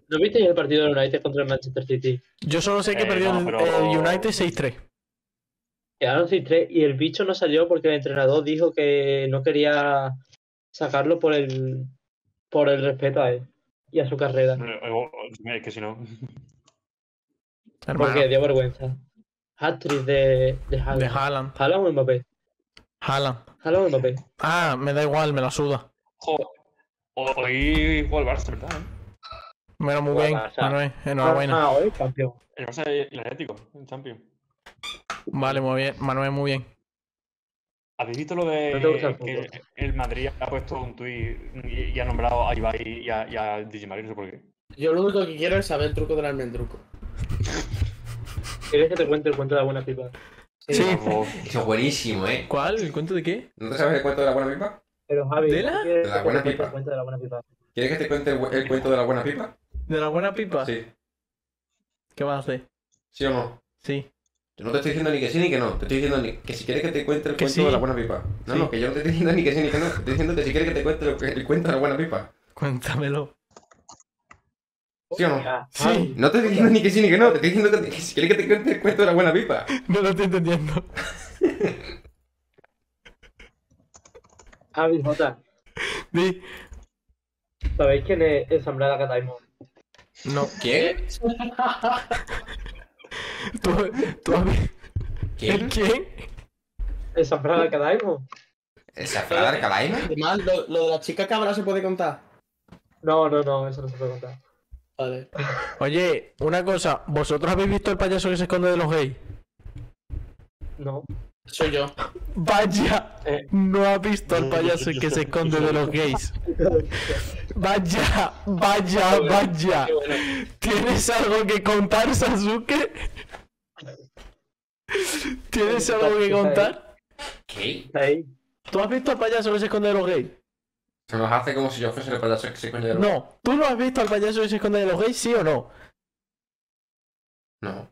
Speaker 4: ¿No viste el partido del United contra el Manchester City?
Speaker 2: Yo solo sé que
Speaker 6: Eh,
Speaker 2: perdió
Speaker 6: no,
Speaker 2: el-
Speaker 6: pero-
Speaker 2: el United 6-3.
Speaker 4: Quedaron 6-3 y el bicho no salió porque el entrenador dijo que no quería sacarlo por el por el respeto a él y a su carrera.
Speaker 6: No, o- o- Es que si no.
Speaker 2: Hermano,
Speaker 4: Porque dio vergüenza. Actriz de, de
Speaker 2: de
Speaker 4: Haaland.
Speaker 2: Haaland.
Speaker 4: Haaland o Mbappé.
Speaker 2: Haaland.
Speaker 4: Haaland o Mbappé.
Speaker 2: Ah, me da igual, me la suda.
Speaker 6: Jo, Hoy juega el Barça, ¿verdad?
Speaker 2: Mira, muy
Speaker 4: Bueno,
Speaker 2: bien,
Speaker 4: o sea-
Speaker 2: Manuel. Enhorabuena.
Speaker 4: Ah, hoy campeón.
Speaker 6: El Barça y el Atlético, el Champions.
Speaker 2: Vale, muy bien, Manuel, muy bien.
Speaker 6: ¿Habéis visto lo de
Speaker 4: No te gusta el
Speaker 6: que el Madrid ha puesto un tuit y, y ha nombrado a Ibai y a, y a Digimari? No sé por qué.
Speaker 5: Yo lo único que quiero es saber el truco del almendruco.
Speaker 4: ¿Quieres que te cuente el cuento de alguna pipa?
Speaker 2: Sí.
Speaker 6: Como-
Speaker 3: Eso es buenísimo, ¿eh?
Speaker 2: ¿Cuál? ¿El cuento de qué?
Speaker 3: ¿No te sabes el cuento de la buena pipa?
Speaker 4: Pero Javi,
Speaker 2: ¿De la-
Speaker 3: de la
Speaker 4: ¿quieres que te
Speaker 3: buena
Speaker 4: cuente el
Speaker 3: pipa?
Speaker 4: cuento de la buena pipa?
Speaker 3: ¿Quieres que te cuente el, bu- el cuento de la buena pipa?
Speaker 2: ¿De la buena pipa?
Speaker 3: Sí.
Speaker 2: ¿Qué vas a hacer?
Speaker 3: ¿Sí o no?
Speaker 2: Sí.
Speaker 3: Yo no te estoy diciendo ni que sí ni que no. Te estoy diciendo ni- que si quieres que te cuente el
Speaker 2: Que
Speaker 3: cuento
Speaker 2: sí.
Speaker 3: de la buena pipa. No,
Speaker 2: Sí.
Speaker 3: no, que yo no te estoy diciendo ni que sí ni que no. Te estoy diciendo que si quieres que te cuente el, el cuento de la buena pipa.
Speaker 2: Cuéntamelo.
Speaker 3: ¿Sí o no?
Speaker 4: Ah,
Speaker 2: Sí,
Speaker 3: No te estoy diciendo ni que sí ni que no. Te estoy diciendo que, que si quieres que te cuente el cuento de la buena pipa.
Speaker 2: no lo estoy entendiendo.
Speaker 4: Javi Jota,
Speaker 2: Di,
Speaker 4: ¿sabéis quién es Ensamblada Cataimon?
Speaker 2: no.
Speaker 3: ¿Quién?
Speaker 2: ¿Tú, tú has vi- ¿El
Speaker 3: ¿Quién?
Speaker 2: quién?
Speaker 4: ¿Ensamblada Cataimon?
Speaker 3: ¿Esa Frada Arcalaima?
Speaker 5: Además, lo, lo de la chica cabra se puede contar.
Speaker 4: No, no, no, eso no se puede contar.
Speaker 5: Vale.
Speaker 2: Oye, una cosa. ¿Vosotros habéis visto el payaso que se esconde de los gays?
Speaker 4: No.
Speaker 5: Soy yo.
Speaker 2: Vaya,
Speaker 6: Eh,
Speaker 2: no ha visto al
Speaker 6: yo-
Speaker 2: payaso
Speaker 6: yo- yo
Speaker 2: que se
Speaker 6: soy-
Speaker 2: esconde
Speaker 6: yo soy-
Speaker 2: de los gays. Vaya, vaya, vaya.
Speaker 4: Qué bueno.
Speaker 2: ¿Tienes algo que contar, Sasuke? ¿Tienes algo que contar?
Speaker 3: ¿Qué?
Speaker 4: Ahí.
Speaker 2: ¿Tú has visto al payaso que se esconde de los gays?
Speaker 3: Se nos hace como si yo fuese el payaso que se coño de los-
Speaker 2: No. ¿Tú no has visto al payaso que se esconde de los gays, sí o no?
Speaker 3: No.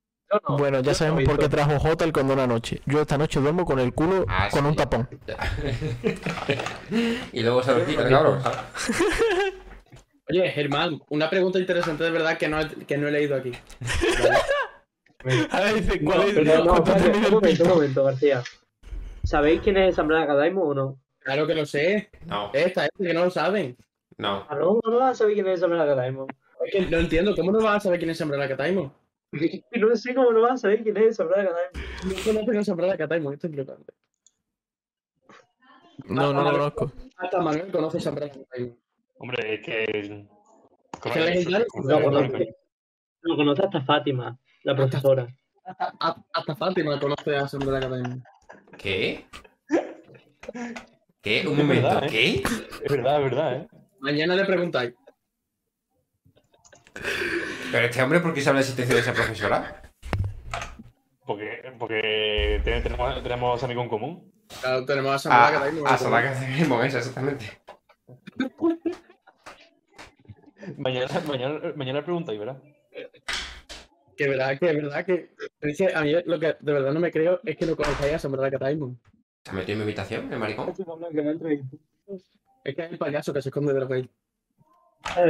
Speaker 4: Yo no.
Speaker 2: Bueno, ya
Speaker 4: yo
Speaker 2: sabemos
Speaker 4: no he
Speaker 2: por qué
Speaker 4: visto.
Speaker 2: trajo Jota el condón anoche. Yo esta noche duermo con el culo
Speaker 3: Ah,
Speaker 2: con
Speaker 3: sí.
Speaker 2: un tapón.
Speaker 3: y luego se lo quita, claro.
Speaker 5: Oye, Germán, una pregunta interesante de verdad que no, he- que no he leído aquí.
Speaker 2: A ver, dice,
Speaker 4: No,
Speaker 2: ¿cuál es?
Speaker 4: pero no,
Speaker 2: ¿Cuánto
Speaker 4: espérate,
Speaker 2: termina
Speaker 4: un
Speaker 2: el
Speaker 4: momento, un
Speaker 2: pito?
Speaker 4: momento, García. ¿Sabéis quién es Ensamblada Cadaimon o no?
Speaker 5: Claro que lo sé.
Speaker 3: No,
Speaker 5: Esta, esta, que no lo saben.
Speaker 3: no.
Speaker 4: Ah, no, no vas a saber quién es Ensamblada Cadaimon.
Speaker 5: Es que no entiendo. ¿Cómo no vas a saber quién es Sembrada Cataimo?
Speaker 4: No sé cómo no vas a saber quién es Ensamblada Cadaimon.
Speaker 5: No conocen a Sembrada Cataimo. Esto es flipante.
Speaker 2: No, no lo conozco.
Speaker 5: Hasta Manuel conoce a Sembrada Cataimo.
Speaker 6: Hombre, es que.
Speaker 5: Es que legendario.
Speaker 4: No, conoce. Lo conoce hasta Fátima, la profesora.
Speaker 5: Hasta, hasta- hasta Fátima conoce a Sembrada Cataimo.
Speaker 3: ¿Qué? ¿Qué? Un
Speaker 6: Es
Speaker 3: momento,
Speaker 6: verdad, ¿eh?
Speaker 3: ¿qué?
Speaker 6: Es verdad, es verdad, ¿eh?
Speaker 5: Mañana le preguntáis.
Speaker 3: Pero este hombre, ¿por qué sabe la existencia de esa profesora?
Speaker 6: Porque, porque te- tenemos, tenemos amigos en común.
Speaker 5: Claro, tenemos a Sembrada
Speaker 3: Ah,
Speaker 5: Cataimo.
Speaker 3: a Sadaka Zemimon, esa, exactamente.
Speaker 6: Mañana, mañana, mañana preguntáis, ¿verdad?
Speaker 5: Que verdad, que verdad, que. Es que a mí lo que de verdad no me creo es que no conozcáis a Sembrada Cataimo.
Speaker 3: ¿Se ha metido en mi habitación, el maricón?
Speaker 5: Es que hay un payaso que se esconde de los gays.
Speaker 4: Ah,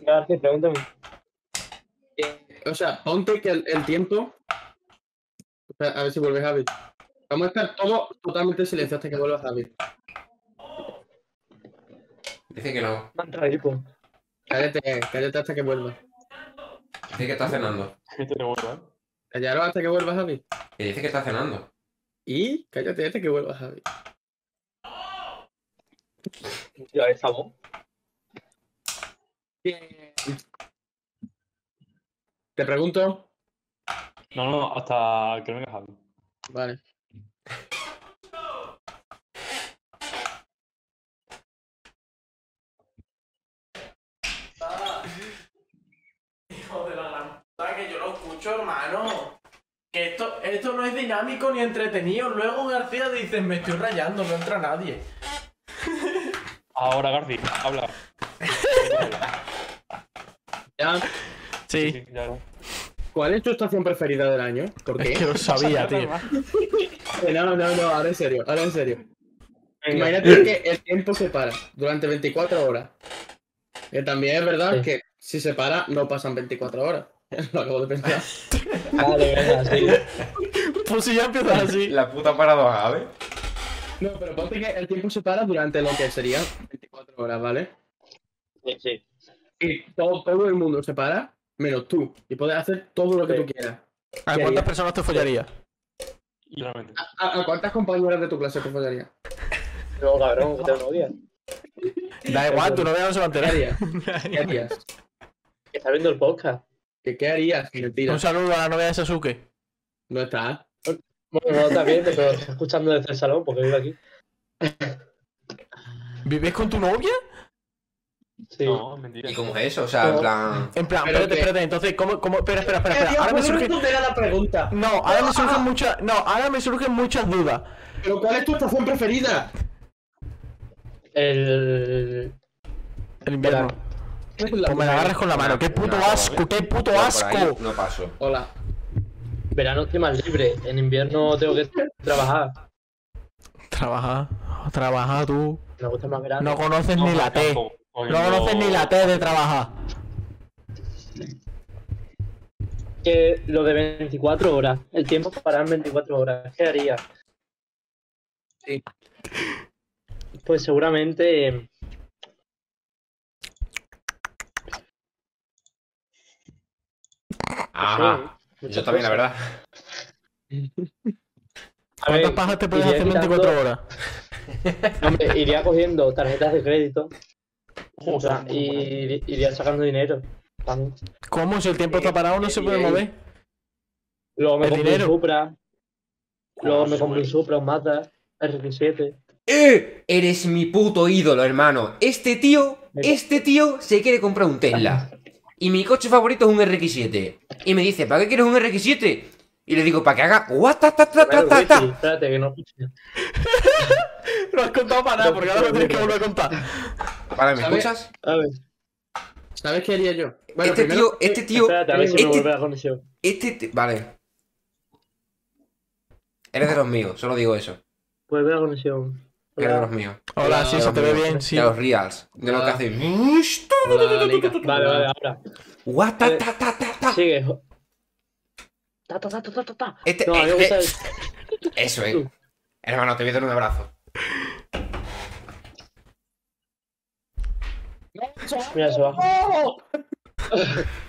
Speaker 4: García, pregúntame.
Speaker 5: O sea, ponte que el, el tiempo. Espera, A ver si vuelve Javi. Vamos a estar todos totalmente en silencio hasta que vuelva Javi.
Speaker 3: Dice que no.
Speaker 4: Me han traído.
Speaker 5: Cállate, cállate hasta que vuelva.
Speaker 3: Dice que está cenando.
Speaker 6: Que tenemos, ¿verdad?
Speaker 5: Callaros hasta que vuelva Javi.
Speaker 3: Que dice que está cenando.
Speaker 5: Y cállate hasta que vuelva Javi.
Speaker 4: Tío, esa voz.
Speaker 5: Te pregunto.
Speaker 6: No, no, hasta que no venga Javi.
Speaker 5: Vale.
Speaker 9: Hijo de la gran puta, que yo lo escucho, hermano. Que esto, esto no es dinámico ni entretenido. Luego García dice, me estoy rayando, no entra nadie.
Speaker 6: Ahora, Garci, habla.
Speaker 5: Ya,
Speaker 6: Sí,
Speaker 2: Sí,
Speaker 6: sí, ya.
Speaker 5: ¿Cuál es tu estación preferida del año? ¿Por
Speaker 2: es que
Speaker 5: qué?
Speaker 2: lo sabía, tío.
Speaker 5: Eh, No, no, no, ahora en serio, ahora en serio. Imagínate que el tiempo se para durante 24 horas. Que también es verdad que si se para, no pasan 24 horas. Lo acabo de pensar.
Speaker 4: Vale, venga, sí.
Speaker 2: Pues si ya empiezas así.
Speaker 3: La puta paradoja, ¿sabes?
Speaker 5: No, pero ponte que el tiempo se para durante lo que serían 24 horas, ¿vale?
Speaker 4: Sí, sí.
Speaker 5: Y todo, todo el mundo se para, menos tú. Y puedes hacer todo lo que tú quieras.
Speaker 2: ¿A cuántas personas te follarías?
Speaker 6: Literalmente.
Speaker 5: ¿A, a cuántas compañeras de tu clase te follarías?
Speaker 4: No, cabrón, que tengo novia.
Speaker 2: Da igual, tu novia no se va a
Speaker 5: ¿Qué
Speaker 2: enterar.
Speaker 5: harías? ¿Qué harías?
Speaker 4: Que está viendo el podcast.
Speaker 5: ¿Qué, qué harías? Mentira.
Speaker 2: Un saludo a la novia de Sasuke.
Speaker 5: No está.
Speaker 4: Bueno, no está viendo, pero está escuchando desde el salón porque vive aquí.
Speaker 2: ¿Vives con tu novia?
Speaker 4: Sí.
Speaker 6: No, es mentira.
Speaker 3: ¿Y cómo es eso? O sea, en plan...
Speaker 2: En plan,
Speaker 5: Pero
Speaker 2: espérate,
Speaker 5: que-
Speaker 2: espérate, entonces, ¿cómo, cómo? Espera, espera, espera, espera. Ahora me
Speaker 5: ¿Puedo Ah,
Speaker 2: surge...
Speaker 5: responder a la pregunta.
Speaker 2: No, ahora me surgen muchas... No, ahora me surgen muchas dudas.
Speaker 5: ¿Pero cuál es tu estación preferida?
Speaker 4: El.
Speaker 2: El invierno.
Speaker 4: Verano.
Speaker 2: O me la agarras con la mano. ¡Qué puto
Speaker 3: No, no,
Speaker 2: asco!
Speaker 3: vale.
Speaker 2: ¡Qué puto
Speaker 3: Yo por ahí
Speaker 2: asco!
Speaker 3: No paso.
Speaker 5: Hola.
Speaker 4: Verano estoy más libre, en invierno tengo que trabajar.
Speaker 2: Trabaja, trabaja tú.
Speaker 4: Me gusta más verano.
Speaker 2: No conoces ni la T. No conoces ni la T de trabajar.
Speaker 4: que lo de 24 horas, el tiempo para en 24 horas, ¿qué haría? Pues seguramente eh,
Speaker 3: Ajá. Yo también, la verdad.
Speaker 4: a ver,
Speaker 2: ¿Cuántas pajas te puedes
Speaker 4: iría
Speaker 2: hacer en 24
Speaker 4: quitando-
Speaker 2: horas?
Speaker 4: hombre, iría cogiendo tarjetas de crédito o sea, y iría sacando dinero. Vamos.
Speaker 2: ¿Cómo? Si el tiempo está parado no se puede
Speaker 4: bien.
Speaker 2: mover.
Speaker 4: Luego me
Speaker 2: ¿El
Speaker 4: compro
Speaker 2: dinero?
Speaker 4: un Supra, luego me compro un Supra, un Mazda, R17.
Speaker 3: ¡Eh! Eres mi puto ídolo, hermano. Este tío,
Speaker 4: Venga.
Speaker 3: este tío se quiere comprar un Tesla. Y mi coche favorito es un RX7. Y me dice, ¿para qué quieres un RX7? Y le digo, para que haga. guata, ta, ta, ta,
Speaker 4: Claro,
Speaker 3: ta, ta".
Speaker 4: wifi, espérate que no.
Speaker 2: No has contado para nada, porque ahora lo tienes que volver a contar.
Speaker 3: Vale, ¿me
Speaker 5: ¿Sabe?
Speaker 3: escuchas?
Speaker 4: A ver,
Speaker 5: ¿Sabes qué haría yo? Bueno,
Speaker 3: Este
Speaker 5: primero,
Speaker 3: tío, este tío,
Speaker 4: espérate, a ver si me
Speaker 3: este-
Speaker 4: vuelve la conexión.
Speaker 3: este t- Vale. Eres de los míos, solo digo eso.
Speaker 4: Vuelve la conexión.
Speaker 3: Eres de
Speaker 4: Hola.
Speaker 3: los míos.
Speaker 2: Hola, sí,
Speaker 3: De
Speaker 2: se
Speaker 3: los
Speaker 2: te ve
Speaker 3: míos.
Speaker 2: bien, sí.
Speaker 3: De los reals. De lo que
Speaker 5: Ah.
Speaker 3: hace.
Speaker 5: hola, Liga.
Speaker 4: Vale, vale, ahora.
Speaker 3: What ta,
Speaker 4: Eh,
Speaker 3: ta, ta, ta, ta.
Speaker 4: Sigue. jo- Ta, ta, ta, ta, ta, ta, ta.
Speaker 3: Este-
Speaker 4: No, a mí me
Speaker 3: este-
Speaker 4: gusta
Speaker 3: Eso es. Hermano, te voy a dar un abrazo.
Speaker 4: Mira, se baja.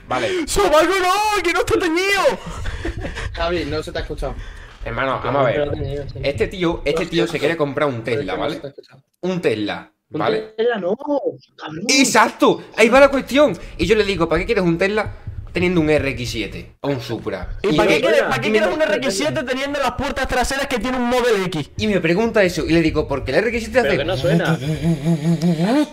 Speaker 3: Vale.
Speaker 2: ¡Sobaco no! ¡Que no está teñido!
Speaker 5: Javi, no se te ha escuchado.
Speaker 3: Hermano, vamos a
Speaker 4: Pero
Speaker 3: ver.
Speaker 4: ha tenido, sí.
Speaker 3: Este tío, este tío se quiere comprar un Tesla,
Speaker 5: este No se
Speaker 3: ¿vale?
Speaker 5: te ha escuchado.
Speaker 3: Un Tesla, ¿vale?
Speaker 4: Ella no, cabrón.
Speaker 3: ¡Exacto! Ahí va la cuestión. Y yo le digo, ¿para qué quieres un Tesla teniendo un RX7 o un Supra?
Speaker 2: ¿Y para
Speaker 3: me-
Speaker 2: qué quieres, para qué
Speaker 4: y
Speaker 2: quieres
Speaker 4: me-
Speaker 2: un RX7 teniendo las puertas traseras que tiene un Model X?
Speaker 3: y me pregunta eso. Y le digo, ¿por qué el RX7 hace?
Speaker 4: Pero que no suena.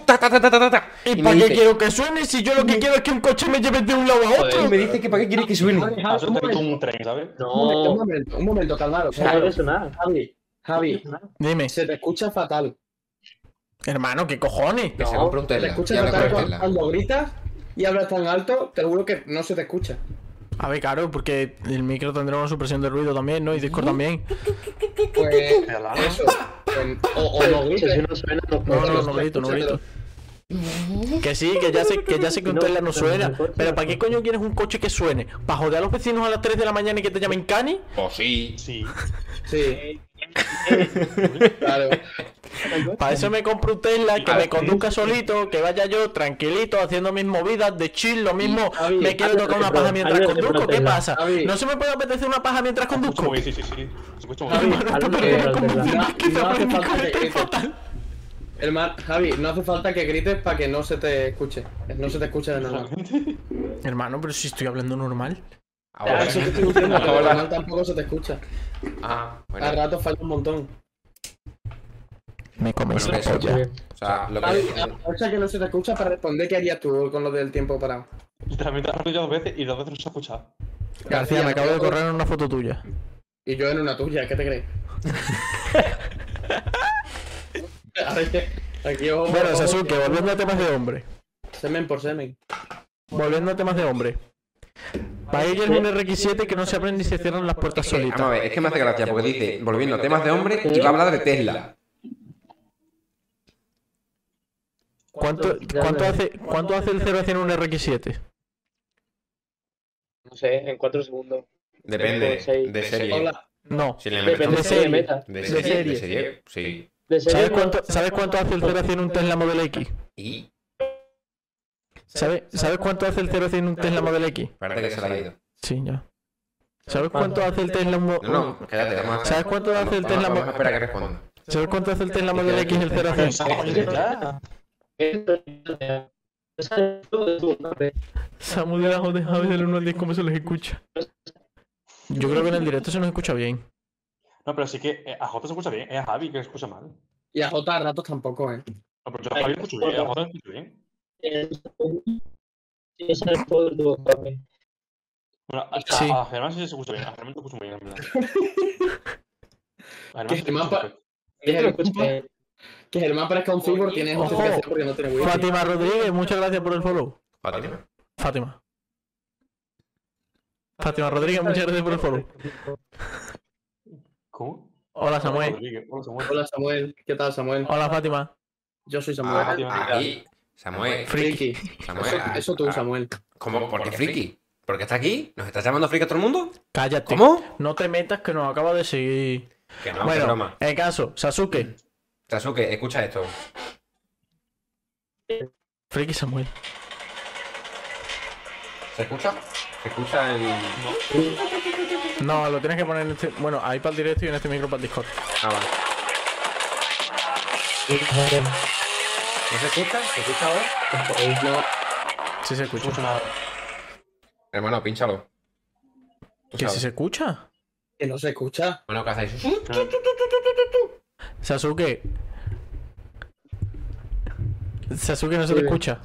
Speaker 3: ta, ta, ta, ta, ta, ta?
Speaker 2: ¿Y,
Speaker 3: me
Speaker 2: para qué
Speaker 3: dice-
Speaker 2: quiero que suene si yo lo que quiero es que un coche me lleve de un lado a
Speaker 3: y
Speaker 2: otro?
Speaker 3: me dice que para qué quiere que suene.
Speaker 6: Has visto un tren, ¿sabes?
Speaker 5: Un
Speaker 4: No,
Speaker 5: momento, un momento, calmaros.
Speaker 4: no puede
Speaker 5: calmaros.
Speaker 4: sonar.
Speaker 5: Javi, Javi,
Speaker 2: Dime,
Speaker 5: se te escucha fatal.
Speaker 2: hermano, ¿qué cojones?
Speaker 3: Que se
Speaker 4: No,
Speaker 3: compra un
Speaker 5: Se te
Speaker 3: Tesla.
Speaker 5: escucha
Speaker 3: Ya me
Speaker 5: fatal
Speaker 3: compro un
Speaker 5: cuando,
Speaker 3: Tesla.
Speaker 5: cuando gritas y hablas tan alto, te juro que no se te escucha.
Speaker 2: A ver, claro, porque el micro tendrá una supresión de ruido también, ¿no? Y Discord también.
Speaker 5: Pues
Speaker 6: Te alaba.
Speaker 5: eso. pues, o, o no
Speaker 4: Si así
Speaker 5: grites.
Speaker 4: no suena, no
Speaker 2: No,
Speaker 4: puede
Speaker 3: Este,
Speaker 2: no,
Speaker 4: sonar.
Speaker 2: no grito, no grito. Que sí, que ya sé que, ya sé que un
Speaker 4: No,
Speaker 2: Tesla no
Speaker 4: pero
Speaker 2: suena.
Speaker 4: mejor
Speaker 2: Pero
Speaker 4: no.
Speaker 2: ¿para qué coño quieres un coche que suene? ¿Para joder a los vecinos a las 3 de la mañana y que te llamen cani?
Speaker 3: Pues sí.
Speaker 6: Sí.
Speaker 5: Sí. Claro.
Speaker 2: Para eso me compro un Tesla que
Speaker 3: A
Speaker 2: me
Speaker 3: ver.
Speaker 2: conduzca solito, que vaya yo tranquilito haciendo mis movidas de chill, lo mismo.
Speaker 5: Javi,
Speaker 2: Me quiero
Speaker 4: hazme
Speaker 2: tocar
Speaker 4: lo
Speaker 2: una paja
Speaker 4: que puedas,
Speaker 2: mientras
Speaker 4: hazme lo que
Speaker 2: conduzco,
Speaker 4: puedas,
Speaker 2: ¿qué
Speaker 4: Tesla.
Speaker 2: pasa?
Speaker 5: Javi.
Speaker 2: No se me puede apetecer una paja mientras
Speaker 6: Escucho
Speaker 2: conduzco.
Speaker 6: muy bien, sí, sí, sí. Escucho muy
Speaker 5: Javi,
Speaker 6: bien.
Speaker 2: Hermano,
Speaker 4: hazme
Speaker 2: esto
Speaker 4: lo que
Speaker 2: parece
Speaker 4: puedas,
Speaker 2: como un
Speaker 4: Tesla.
Speaker 2: tema que
Speaker 5: No hace
Speaker 2: aprendí
Speaker 5: falta
Speaker 2: con
Speaker 5: que
Speaker 2: este
Speaker 5: grites.
Speaker 2: fatal.
Speaker 5: Hermano, Javi, no hace falta que grites para que no se te escuche. No se te escucha de nada.
Speaker 2: Hermano, pero si estoy hablando normal.
Speaker 5: Ah,
Speaker 3: Ahora.
Speaker 5: Eso te estoy diciendo, pero
Speaker 3: Ahora.
Speaker 5: normal tampoco se te escucha.
Speaker 3: Ah, bueno.
Speaker 5: Al rato falla un montón.
Speaker 2: Me comes
Speaker 3: Bueno, eso, o sea, lo
Speaker 5: Javi,
Speaker 3: que...
Speaker 5: aprovecha que no se te escucha para responder qué harías tú con lo del tiempo parado.
Speaker 6: Literalmente has ya dos veces y dos veces no se ha escuchado.
Speaker 2: García, me acabo de correr en una foto tuya.
Speaker 5: Y yo en una tuya, ¿qué te crees? A ver, Aquí ojo,
Speaker 2: Bueno,
Speaker 5: ojo,
Speaker 2: Sasuke,
Speaker 5: que-
Speaker 2: volviendo a temas de hombre.
Speaker 5: Semen por semen.
Speaker 2: Volviendo a temas de hombre. Para ella es un RX7 que no se aprende y se cierran las puertas
Speaker 3: Vamos a
Speaker 2: solitas.
Speaker 3: ver, es que me hace gracia porque dice, volviendo a temas de hombre, y va a hablar de Tesla.
Speaker 2: ¿Cuánto, cuánto, hace, ¿Cuánto hace el 0 a 100 en un RX7?
Speaker 4: No sé, en 4 segundos.
Speaker 3: Depende de serie.
Speaker 5: Hola.
Speaker 2: No.
Speaker 3: Si le
Speaker 4: Depende
Speaker 2: de
Speaker 4: de
Speaker 3: metes
Speaker 4: serie
Speaker 2: serie.
Speaker 4: de meta.
Speaker 3: de
Speaker 2: de
Speaker 3: serie, de
Speaker 2: serie.
Speaker 3: serie, sí.
Speaker 4: De serie
Speaker 2: ¿Sabes
Speaker 4: no.
Speaker 2: cuánto, ¿Sabes cuánto hace el 0 a 100 en un Tesla Model X?
Speaker 3: Y
Speaker 2: ¿Sabes, ¿Sabes cuánto hace el 0 a 100 en un Tesla Model X?
Speaker 3: parece que se la ha ido.
Speaker 2: Sí, ya. ¿Sabes cuánto hace el Tesla Mo-
Speaker 3: No, no, cállate, vamos a
Speaker 2: ¿Sabes cuánto hace el
Speaker 3: vamos-
Speaker 2: Tesla
Speaker 3: Vamos a
Speaker 2: Mo-
Speaker 3: esperar a que responda.
Speaker 2: ¿Sabes cuánto hace el Tesla Model X el 0 a 100? Samu de las de Javi del 1 al 10, ¿cómo se les escucha? Yo creo que en el directo se nos escucha bien.
Speaker 6: No, pero sí que eh, a Jota se escucha bien, es a Javi que se escucha mal. No,
Speaker 5: Y a Jota a ratos tampoco, ¿eh?
Speaker 6: pero yo a Javi lo escucho bien, a Jota lo escucho bien.
Speaker 4: Ese es el pueblo, papi.
Speaker 6: Bueno, a,
Speaker 2: Sí.
Speaker 6: a, a Germán sí se escucha bien, a Germán lo escucho muy bien, en verdad. A Germán
Speaker 5: Que
Speaker 6: sí se
Speaker 5: Germán
Speaker 6: escucha
Speaker 5: pa-
Speaker 6: bien.
Speaker 4: Yo te lo escucho bien.
Speaker 5: Que Germán parezca un cyborg tiene
Speaker 2: Ojo.
Speaker 5: justificación porque no tiene wifi.
Speaker 2: Fátima Rodríguez, muchas gracias por el follow.
Speaker 3: Fátima.
Speaker 2: Fátima. Fátima Rodríguez, muchas gracias por el follow.
Speaker 6: ¿Cómo?
Speaker 2: Hola Samuel.
Speaker 6: Rodríguez. Hola, Samuel.
Speaker 5: Hola Samuel, ¿qué tal Samuel?
Speaker 2: Hola Fátima.
Speaker 5: Yo soy Samuel.
Speaker 3: Ah, ahí. Samuel.
Speaker 5: Friki.
Speaker 3: Samuel.
Speaker 5: Eso- Eso tú,
Speaker 3: ah,
Speaker 5: Samuel.
Speaker 3: ¿Cómo? ¿Por qué friki? ¿Por qué está aquí? ¿Nos estás llamando friki a todo el mundo?
Speaker 2: Cállate.
Speaker 3: ¿Cómo?
Speaker 2: No te metas que nos acaba de seguir.
Speaker 3: Que no,
Speaker 2: bueno,
Speaker 3: que broma.
Speaker 2: el caso, Sasuke.
Speaker 3: Sasuke, escucha esto.
Speaker 2: Friki Samuel.
Speaker 3: ¿Se escucha? Se escucha el.
Speaker 2: No, lo tienes que poner en este. Bueno, ahí para el directo y en este micro para el Discord.
Speaker 3: Ah, vale. ¿No se escucha? ¿Se escucha ahora?
Speaker 5: Pues
Speaker 2: Si se escucha.
Speaker 3: Hermano, pínchalo.
Speaker 2: ¿Que
Speaker 3: Tú
Speaker 2: si
Speaker 3: sabes.
Speaker 2: se escucha?
Speaker 5: Que no se escucha.
Speaker 3: Bueno, ¿qué hacéis?
Speaker 2: Sasuke. Sasuke no se te
Speaker 4: Sí.
Speaker 2: escucha.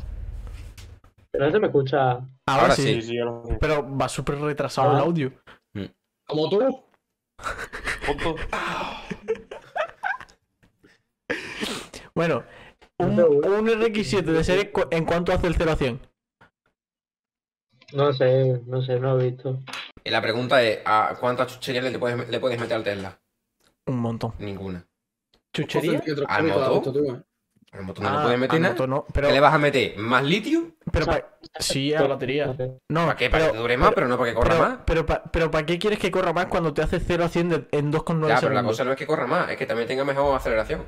Speaker 4: Pero no se me escucha.
Speaker 2: Ahora,
Speaker 3: Ahora
Speaker 2: sí.
Speaker 6: Sí, sí, ahora sí.
Speaker 2: Pero va súper retrasado el audio.
Speaker 5: Como tú.
Speaker 6: Foto.
Speaker 2: Bueno, un,
Speaker 4: No,
Speaker 2: un RX7 de serie cu- en cuánto hace el 0 a 100.
Speaker 4: No sé, no sé, no lo he visto.
Speaker 3: Y la pregunta es: ¿a cuántas chucherías le puedes, le puedes meter al Tesla?
Speaker 2: Un montón.
Speaker 3: Ninguna.
Speaker 2: ¿Chuchería?
Speaker 5: Y otro
Speaker 3: ¿Al
Speaker 5: cómico,
Speaker 3: moto?
Speaker 5: has visto tú, eh.
Speaker 3: Al motor no
Speaker 2: Ah,
Speaker 3: le puedes meter
Speaker 2: al
Speaker 3: nada.
Speaker 2: motor no,
Speaker 3: ¿Qué le
Speaker 2: pero,
Speaker 3: vas a meter? ¿Más litio?
Speaker 2: pero pa- sí, a la batería. No,
Speaker 3: ¿Para qué? Para
Speaker 2: pero-
Speaker 3: que dure más, pero, no para que corra
Speaker 2: pero,
Speaker 3: más.
Speaker 2: Pero, pa- pero ¿para qué quieres que corra más cuando te hace 0 a 100 de- en 2,9
Speaker 3: Ya, pero la
Speaker 2: segundos?
Speaker 3: cosa no es que corra más, es que también tenga mejor aceleración.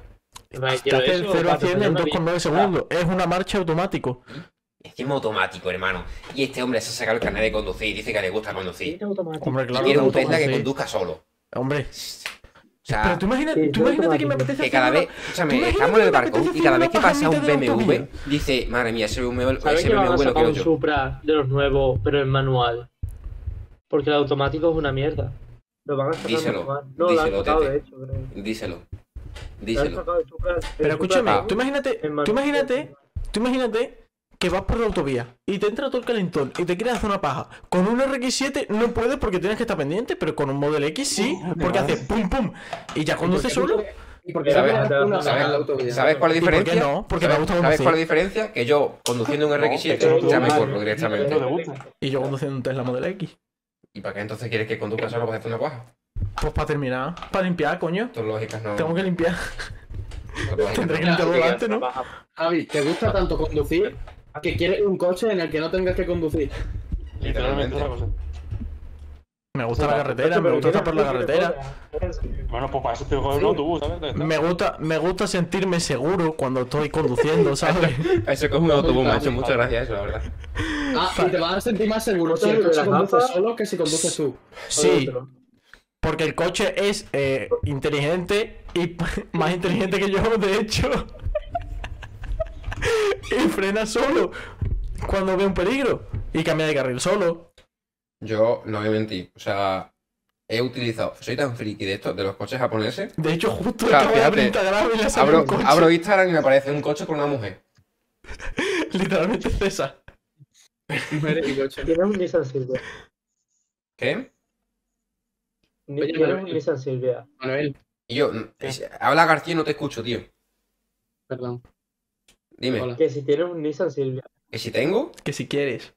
Speaker 2: Te hace el 0 a 100 en 2,9 segundos. Es una marcha automático.
Speaker 3: Encima automático, hermano. Y este hombre se ha sacado el carnet de conducir y dice que le gusta conducir.
Speaker 2: Hombre,
Speaker 3: Y
Speaker 2: claro.
Speaker 3: quiere
Speaker 2: te
Speaker 3: un Tesla que
Speaker 2: autoconducir.
Speaker 3: conduzca solo. O
Speaker 2: Hombre,
Speaker 3: sea,
Speaker 2: pero tú imagínate,
Speaker 4: sí,
Speaker 2: tú
Speaker 4: yo
Speaker 2: imagínate que
Speaker 4: automático.
Speaker 2: me apetece
Speaker 3: que cada
Speaker 2: hacer
Speaker 3: vez,
Speaker 2: ¿Tú
Speaker 3: escúchame,
Speaker 2: imaginas
Speaker 3: estamos en
Speaker 2: que
Speaker 3: el
Speaker 2: te
Speaker 3: barco
Speaker 2: apetece
Speaker 3: y cada
Speaker 2: hacer
Speaker 3: vez que
Speaker 2: una
Speaker 3: pasa un
Speaker 2: pajanita de
Speaker 3: BMW,
Speaker 2: autovía?
Speaker 3: dice, madre mía, ese BMW,
Speaker 4: ¿Sabes
Speaker 3: ese
Speaker 4: que van a
Speaker 3: BMW lo
Speaker 4: sacar
Speaker 3: quiero
Speaker 4: un
Speaker 3: yo.
Speaker 4: Supra de los nuevos, pero en manual? Porque el automático es una mierda. Lo van a sacar en
Speaker 3: Díselo,
Speaker 4: manual. No, lo han
Speaker 3: díselo,
Speaker 4: sacado,
Speaker 3: Tete.
Speaker 4: de hecho. creo.
Speaker 3: Díselo.
Speaker 4: Lo han
Speaker 3: Díselo.
Speaker 4: sacado el Supra- el
Speaker 2: Pero
Speaker 4: Supra
Speaker 2: escúchame,
Speaker 4: Tauro
Speaker 2: tú imagínate,
Speaker 4: en manual.
Speaker 2: tú imagínate, tú imagínate que vas por la autovía y te entra todo el calentón y te quieres hacer una paja. Con un RX7 no puedes porque tienes que estar pendiente, pero con un Model X sí, porque hace pum pum y ya conduce solo.
Speaker 5: ¿Y por qué
Speaker 4: ¿Sabes-
Speaker 5: te pones una
Speaker 3: ¿Sabes,
Speaker 5: en la autovía?
Speaker 3: ¿sabes cuál es
Speaker 2: ¿Y
Speaker 3: la
Speaker 2: por qué
Speaker 3: diferencia?
Speaker 2: no? Porque me
Speaker 3: ¿Sabes,
Speaker 2: gusta
Speaker 3: ¿Sabes cuál es
Speaker 2: conducir.
Speaker 3: la diferencia? Que yo conduciendo un RX7 ya me corro
Speaker 6: No le
Speaker 3: directamente.
Speaker 6: gusta.
Speaker 2: Y yo conduciendo un Tesla Model X.
Speaker 3: ¿Y para qué entonces quieres que conduzca solo para hacer una paja?
Speaker 2: Pues para terminar, para limpiar, coño.
Speaker 3: Tus lógicas no.
Speaker 2: Tengo que limpiar.
Speaker 3: tus lógicas
Speaker 2: Tendré que
Speaker 3: no.
Speaker 2: limpiar el volante, ¿no?
Speaker 5: Javi, ¿te gusta tanto conducir que quieres un coche en el que no tengas que conducir?
Speaker 6: Literalmente esa cosa.
Speaker 2: Me gusta la carretera, me gusta estar por la carretera.
Speaker 6: Bueno, pues para eso te coges un autobús, ¿sabes? Ya está.
Speaker 2: Me gusta, me gusta sentirme seguro cuando estoy conduciendo, ¿sabes?
Speaker 3: Eso es como un autobús, me ha hecho muchas gracias eso, la verdad.
Speaker 5: Ah, y te vas a sentir más seguro si el
Speaker 4: Entonces,
Speaker 5: coche
Speaker 4: ¿la
Speaker 5: conduce
Speaker 4: gafa?
Speaker 5: solo que si conduces tú.
Speaker 2: Sí, Porque el coche es eh, inteligente y más inteligente que yo, de hecho. y frena solo cuando ve un peligro. Y cambia de carril solo.
Speaker 3: Yo no voy a mentir. O sea, he utilizado. Soy tan friki de esto, de los coches japoneses.
Speaker 2: De hecho, justo
Speaker 3: O sea,
Speaker 2: acabo de abrir
Speaker 3: fíjate,
Speaker 2: Instagram y le sale
Speaker 3: Abro,
Speaker 2: un coche.
Speaker 3: abro Instagram y me aparece un coche con una mujer.
Speaker 2: Literalmente César.
Speaker 5: Mujeres y coches.
Speaker 4: Tienes un Nissan Silvia.
Speaker 3: ¿Qué?
Speaker 4: Ni-
Speaker 5: Oye,
Speaker 4: Tienes
Speaker 5: pero-
Speaker 4: un Nissan Silvia.
Speaker 5: Manuel,
Speaker 3: Y yo, es- habla García y no te escucho, tío.
Speaker 5: perdón.
Speaker 3: Dime,
Speaker 5: Hola.
Speaker 4: Que si tienes un Nissan Silvia.
Speaker 3: ¿que si tengo?
Speaker 2: Que si quieres.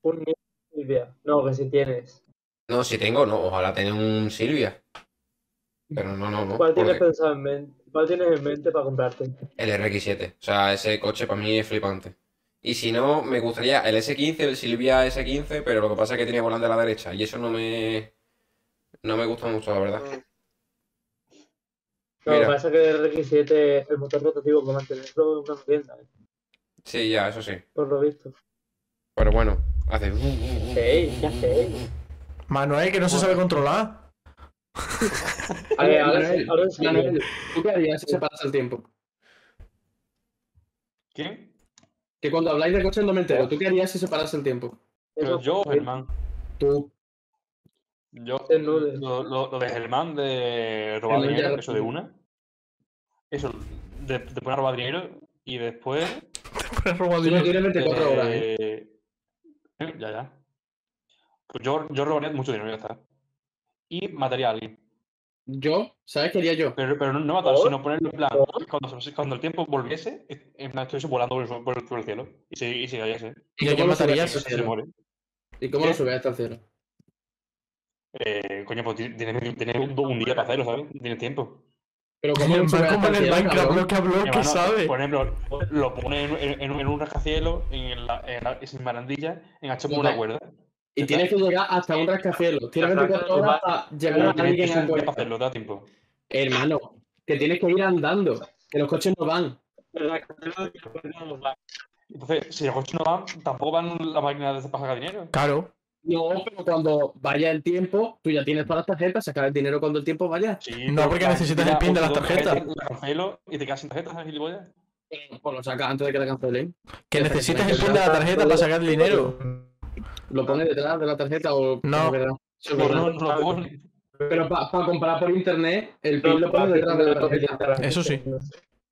Speaker 4: Un Nissan Silvia. No, que si tienes.
Speaker 3: No, si tengo, no. Ojalá tener un Silvia. Pero no, no, no.
Speaker 4: ¿Cuál tienes
Speaker 3: porque
Speaker 4: pensado en mente? ¿Cuál tienes en mente para comprarte?
Speaker 3: El RX7. O sea, ese coche para mí es flipante. Y si no, me gustaría el S15, el Silvia S15, pero lo que pasa es que tiene volante a la derecha. Y eso no me. No me gusta mucho, la verdad.
Speaker 4: Lo que
Speaker 3: Mira.
Speaker 4: pasa es que el RX7, el motor rotativo, para mantenerlo es una tienda,
Speaker 3: Sí, ya, eso sí.
Speaker 4: por lo visto.
Speaker 3: Pero bueno, hace. uh,
Speaker 4: Ey, ¿qué hacéis?
Speaker 2: Manuel, que no se sabe controlar.
Speaker 4: A ver, ahora sí,
Speaker 5: Manuel,
Speaker 4: ahora sí.
Speaker 5: Manuel, ¿tú qué harías si se pasa el tiempo?
Speaker 6: ¿Quién?
Speaker 5: Que cuando habláis de coches no me entero. ¿Tú qué harías si se parase el tiempo?
Speaker 6: Pero
Speaker 4: Eso
Speaker 6: yo, Germán.
Speaker 5: Tú.
Speaker 6: Yo,
Speaker 4: Desnude.
Speaker 6: lo, lo, lo de Germán de robar
Speaker 5: Germán ya
Speaker 6: dinero,
Speaker 5: lo
Speaker 6: eso de
Speaker 5: tiene.
Speaker 6: una. Eso, de, de poner a robar dinero y después.
Speaker 2: Pero roba
Speaker 5: Tú no
Speaker 2: dinero.
Speaker 5: tienes 24 horas, ¿eh?
Speaker 6: eh, eh, Ya, ya. Pues yo, yo robaría mucho dinero, ya está. Y mataría a alguien.
Speaker 5: Yo, ¿sabes qué haría yo?
Speaker 6: Pero, pero no, no matar,
Speaker 4: ¿Por?
Speaker 6: sino ponerlo en plan.
Speaker 4: ¿Por?
Speaker 6: Cuando, cuando el tiempo volviese, en plan, estuviese volando por el, por el- por el cielo. Y se, y se cayese.
Speaker 5: ¿Y
Speaker 2: Yo- yo
Speaker 5: cómo lo
Speaker 2: mataría
Speaker 5: subes
Speaker 2: a
Speaker 5: hasta
Speaker 6: Se
Speaker 5: el cielo?
Speaker 6: muere.
Speaker 5: ¿Y cómo lo
Speaker 6: ¿Qué?
Speaker 5: subes hasta el cielo?
Speaker 6: Eh, coño, pues ti- tienes, tienes un, un día para hacerlo, ¿sabes? Tienes tiempo.
Speaker 5: Pero ¿cómo lo
Speaker 2: En
Speaker 5: subes
Speaker 2: plan, como
Speaker 5: hasta
Speaker 2: en
Speaker 5: el
Speaker 2: el
Speaker 5: cielo,
Speaker 2: Minecraft,
Speaker 5: cabrón?
Speaker 2: bloque a bloque,
Speaker 6: Hermano,
Speaker 2: ¿sabes?
Speaker 6: Por ejemplo, lo pones en, en- en- en un rascacielos, en la, en la, sin barandilla, enganchas por una
Speaker 5: Vale.
Speaker 6: cuerda.
Speaker 5: Y tienes que llegar hasta un rascacielos. Tienes
Speaker 4: Exacto,
Speaker 5: 24 horas para
Speaker 6: Pero
Speaker 5: llegar a
Speaker 6: tienes
Speaker 5: alguien
Speaker 6: tienes
Speaker 5: a
Speaker 6: un día para
Speaker 5: puerta.
Speaker 6: hacerlo, te da tiempo.
Speaker 5: Hermano, que tienes que ir andando. Que los coches no van.
Speaker 6: Entonces, si los coches no van, tampoco van la máquina de pagar dinero.
Speaker 2: Claro.
Speaker 5: No, pero cuando vaya el tiempo, tú ya tienes todas las tarjetas, sacar el dinero cuando el tiempo vaya.
Speaker 6: Sí,
Speaker 2: No,
Speaker 6: pero
Speaker 2: porque
Speaker 6: la-
Speaker 2: necesitas el
Speaker 6: la-
Speaker 2: pin de las
Speaker 6: dos
Speaker 2: tarjetas.
Speaker 6: La cancelo y te quedas sin tarjetas, ¿sabes, gilipollas?
Speaker 5: Eh, Pues lo sacas antes de que la cancelen.
Speaker 2: Que
Speaker 5: Sí,
Speaker 2: necesitas el
Speaker 5: efectivamente.
Speaker 2: pin de la tarjeta para sacar el dinero.
Speaker 5: Lo pones detrás de la tarjeta o.
Speaker 2: No.
Speaker 5: es verdad. Sí, es
Speaker 6: No,
Speaker 5: verdad.
Speaker 6: no, no lo pones.
Speaker 5: Pero para comprar por internet, el PIN lo pones detrás de la tarjeta.
Speaker 2: Eso sí.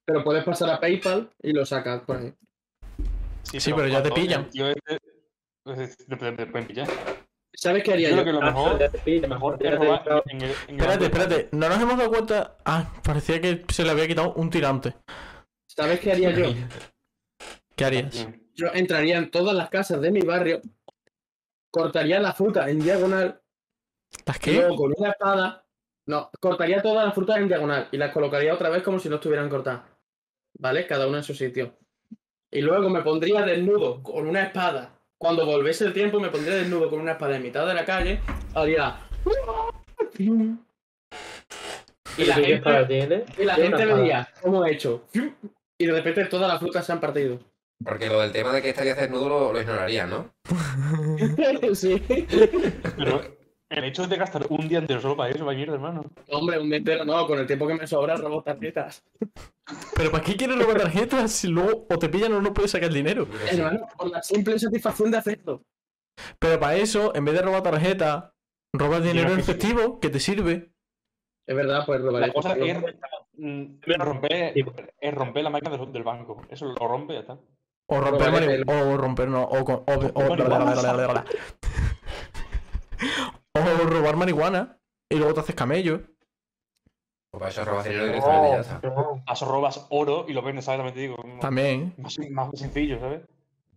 Speaker 5: Pero puedes pasar a PayPal y lo sacas pues. por ahí.
Speaker 2: Sí, pero ya
Speaker 6: cuando
Speaker 2: te
Speaker 6: el
Speaker 2: pillan.
Speaker 6: tío este- pues, Te te- te pueden pillar.
Speaker 5: ¿Sabes qué
Speaker 6: Yo
Speaker 5: haría
Speaker 6: creo
Speaker 5: yo?
Speaker 6: que lo mejor, lo mejor es robar en el. en el
Speaker 2: Espérate,
Speaker 6: banco.
Speaker 2: espérate. No nos hemos dado cuenta. Ah, parecía que se le había quitado un tirante.
Speaker 5: ¿Sabes qué haría yo?
Speaker 2: ¿Qué harías?
Speaker 5: Yo entraría en todas las casas de mi barrio, cortaría la fruta en diagonal,
Speaker 2: ¿Las
Speaker 5: y
Speaker 2: qué?
Speaker 5: luego con una espada. No, cortaría todas las frutas en diagonal y las colocaría otra vez como si no estuvieran cortadas. ¿Vale? Cada una en su sitio. Y luego me pondría desnudo con una espada. Cuando volviese el tiempo, me pondría desnudo con una espada en mitad de la calle. Haría. Y la gente Y la gente veía cómo he hecho. Y de repente todas las frutas se han partido.
Speaker 3: Porque lo del tema de que estarías desnudo lo, lo ignorarías, ¿no?
Speaker 5: sí.
Speaker 6: Pero el hecho de gastar un día entero solo para eso, va a mierda, hermano.
Speaker 5: Hombre, un día entero no, con el tiempo que me sobra robo tarjetas.
Speaker 2: ¿Pero para qué quieres robar tarjetas si luego o te pillan o no puedes sacar el dinero?
Speaker 5: Hermano, por la simple satisfacción de hacerlo.
Speaker 2: Pero para eso, en vez de robar tarjeta, robas dinero
Speaker 6: Dinero
Speaker 2: en
Speaker 6: físico.
Speaker 2: efectivo que te sirve.
Speaker 5: Es verdad, pues robaré.
Speaker 6: La cosa es, mm, romper, es romper la máquina del, del banco. Eso lo rompe y ya está.
Speaker 2: O romper
Speaker 5: Robaré
Speaker 2: mari- O romper, no. O, con- o, o-
Speaker 6: marihuana.
Speaker 2: o robar marihuana y luego te haces camello.
Speaker 3: O pues para eso robas dinero directamente y ya está.
Speaker 6: A eso robas oro y lo vendes, ¿sabes? También te digo.
Speaker 2: También.
Speaker 6: Más, más sencillo, ¿sabes?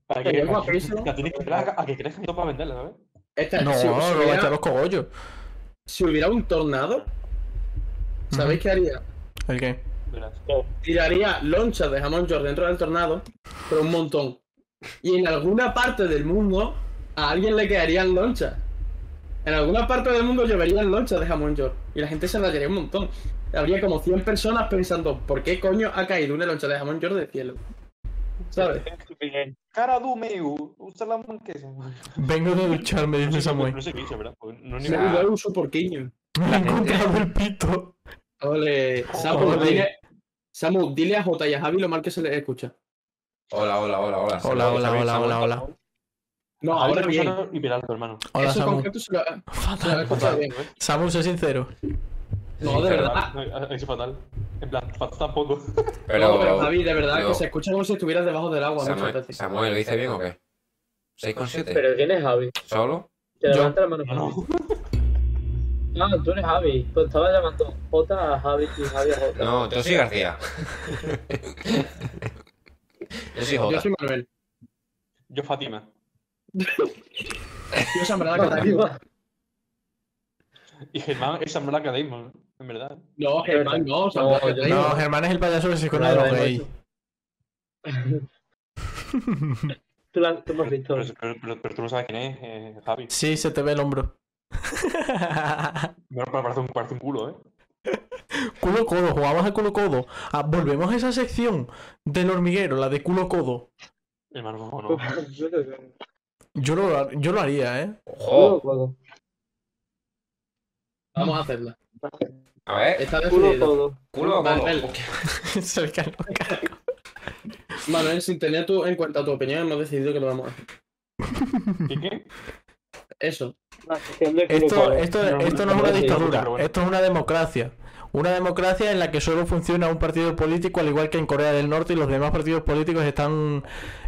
Speaker 6: Para
Speaker 5: Pero
Speaker 6: que,
Speaker 5: es guapísimo.
Speaker 6: la tienes que esperar a, a que crezca y todo para venderla, ¿sabes?
Speaker 5: Esta-
Speaker 2: No,
Speaker 5: si, si
Speaker 2: robaste
Speaker 5: hubiera,
Speaker 2: los cogollos.
Speaker 5: si hubiera un tornado, ¿sabéis qué haría?
Speaker 2: ¿El qué?
Speaker 6: Verás.
Speaker 5: Tiraría lonchas de jamón york dentro del tornado, pero un montón. Y en alguna parte del mundo, a alguien le quedarían lonchas. En alguna parte del mundo lloverían lonchas de jamón york. Y la gente se rayaría un montón. Habría como 100 personas pensando, ¿por qué coño ha caído una loncha de jamón york del cielo? ¿Sabes?
Speaker 6: este Cara du meu, usa la manquesa.
Speaker 2: Vengo de ducharme, dice
Speaker 6: No
Speaker 2: Samuel.
Speaker 6: sé qué dice, ¿verdad? Pues No,
Speaker 5: Sí,
Speaker 6: ni
Speaker 3: Nah.
Speaker 5: lo uso por quiño.
Speaker 2: Me he encontrado el pito.
Speaker 5: Ole, Samu,
Speaker 2: Ole.
Speaker 5: dile, Samu, dile a Jota y a Javi lo mal que se les escucha.
Speaker 3: Hola, hola, hola, hola.
Speaker 2: Hola, hola, hola, hola, hola.
Speaker 5: No, ahora bien.
Speaker 6: Y Peralta, hermano.
Speaker 2: Hola,
Speaker 5: Eso
Speaker 2: Samu.
Speaker 5: concreto se lo, se lo
Speaker 2: Fatal.
Speaker 5: he escuchado bien.
Speaker 2: Samu, sé sincero.
Speaker 5: No, de
Speaker 6: ah,
Speaker 5: verdad.
Speaker 6: Es fatal. En plan, fatal tampoco.
Speaker 3: Pero,
Speaker 5: no, pero Javi, de verdad,
Speaker 3: pero-
Speaker 5: que se escucha como si estuvieras debajo del agua muchas
Speaker 3: Samuel,
Speaker 5: veces.
Speaker 3: Samuel, ¿lo hice bien o qué? 6,7.
Speaker 4: Pero ¿quién es Javi?
Speaker 3: ¿Solo?
Speaker 4: Te
Speaker 2: Yo.
Speaker 4: levanta la mano.
Speaker 6: No, no.
Speaker 4: Ah, tú eres Javi. Pues estaba llamando J a Javi y Javi a J.
Speaker 3: No, yo soy García. yo soy
Speaker 5: Yo
Speaker 3: Jota.
Speaker 5: soy Manuel.
Speaker 6: Yo Fátima.
Speaker 5: Yo soy verdad que está
Speaker 6: Y Germán es San Blanca Damon, en verdad.
Speaker 5: No, Germán, no, San Blas,
Speaker 4: No,
Speaker 5: te
Speaker 4: yo
Speaker 5: digo.
Speaker 2: No, Germán es el payaso que se esconde de
Speaker 4: Claro,
Speaker 2: los
Speaker 4: de
Speaker 2: gays.
Speaker 4: Tú, la- tú me has visto.
Speaker 6: Pero, pero- pero- pero tú no sabes quién es, eh, Javi.
Speaker 2: Sí, se te ve el hombro.
Speaker 6: Me parece un, parece un culo, ¿eh?
Speaker 2: culo codo, jugamos a culo codo. Ah, volvemos a esa sección del hormiguero, la de culo codo.
Speaker 6: Hermano, no, no.
Speaker 2: Yo lo, yo lo haría, ¿eh?
Speaker 3: Ojo.
Speaker 4: Juego.
Speaker 5: Vamos a hacerla.
Speaker 3: A ver,
Speaker 5: Está
Speaker 4: Culo
Speaker 5: decidido.
Speaker 4: todo.
Speaker 3: culo o
Speaker 5: Manuel.
Speaker 3: codo.
Speaker 2: se ve que no cae.
Speaker 5: Manuel, sin tener tu, en cuenta tu opinión, hemos decidido que lo vamos a hacer.
Speaker 6: ¿Y qué?
Speaker 5: Eso.
Speaker 4: La sección de culo
Speaker 2: Esto,
Speaker 4: todo.
Speaker 2: esto,
Speaker 6: No,
Speaker 2: esto no es
Speaker 6: no,
Speaker 2: una
Speaker 6: no,
Speaker 2: dictadura,
Speaker 6: pero bueno.
Speaker 2: esto es una democracia. Una democracia en la que solo funciona un partido político, al igual que en Corea del Norte, y los demás partidos políticos están,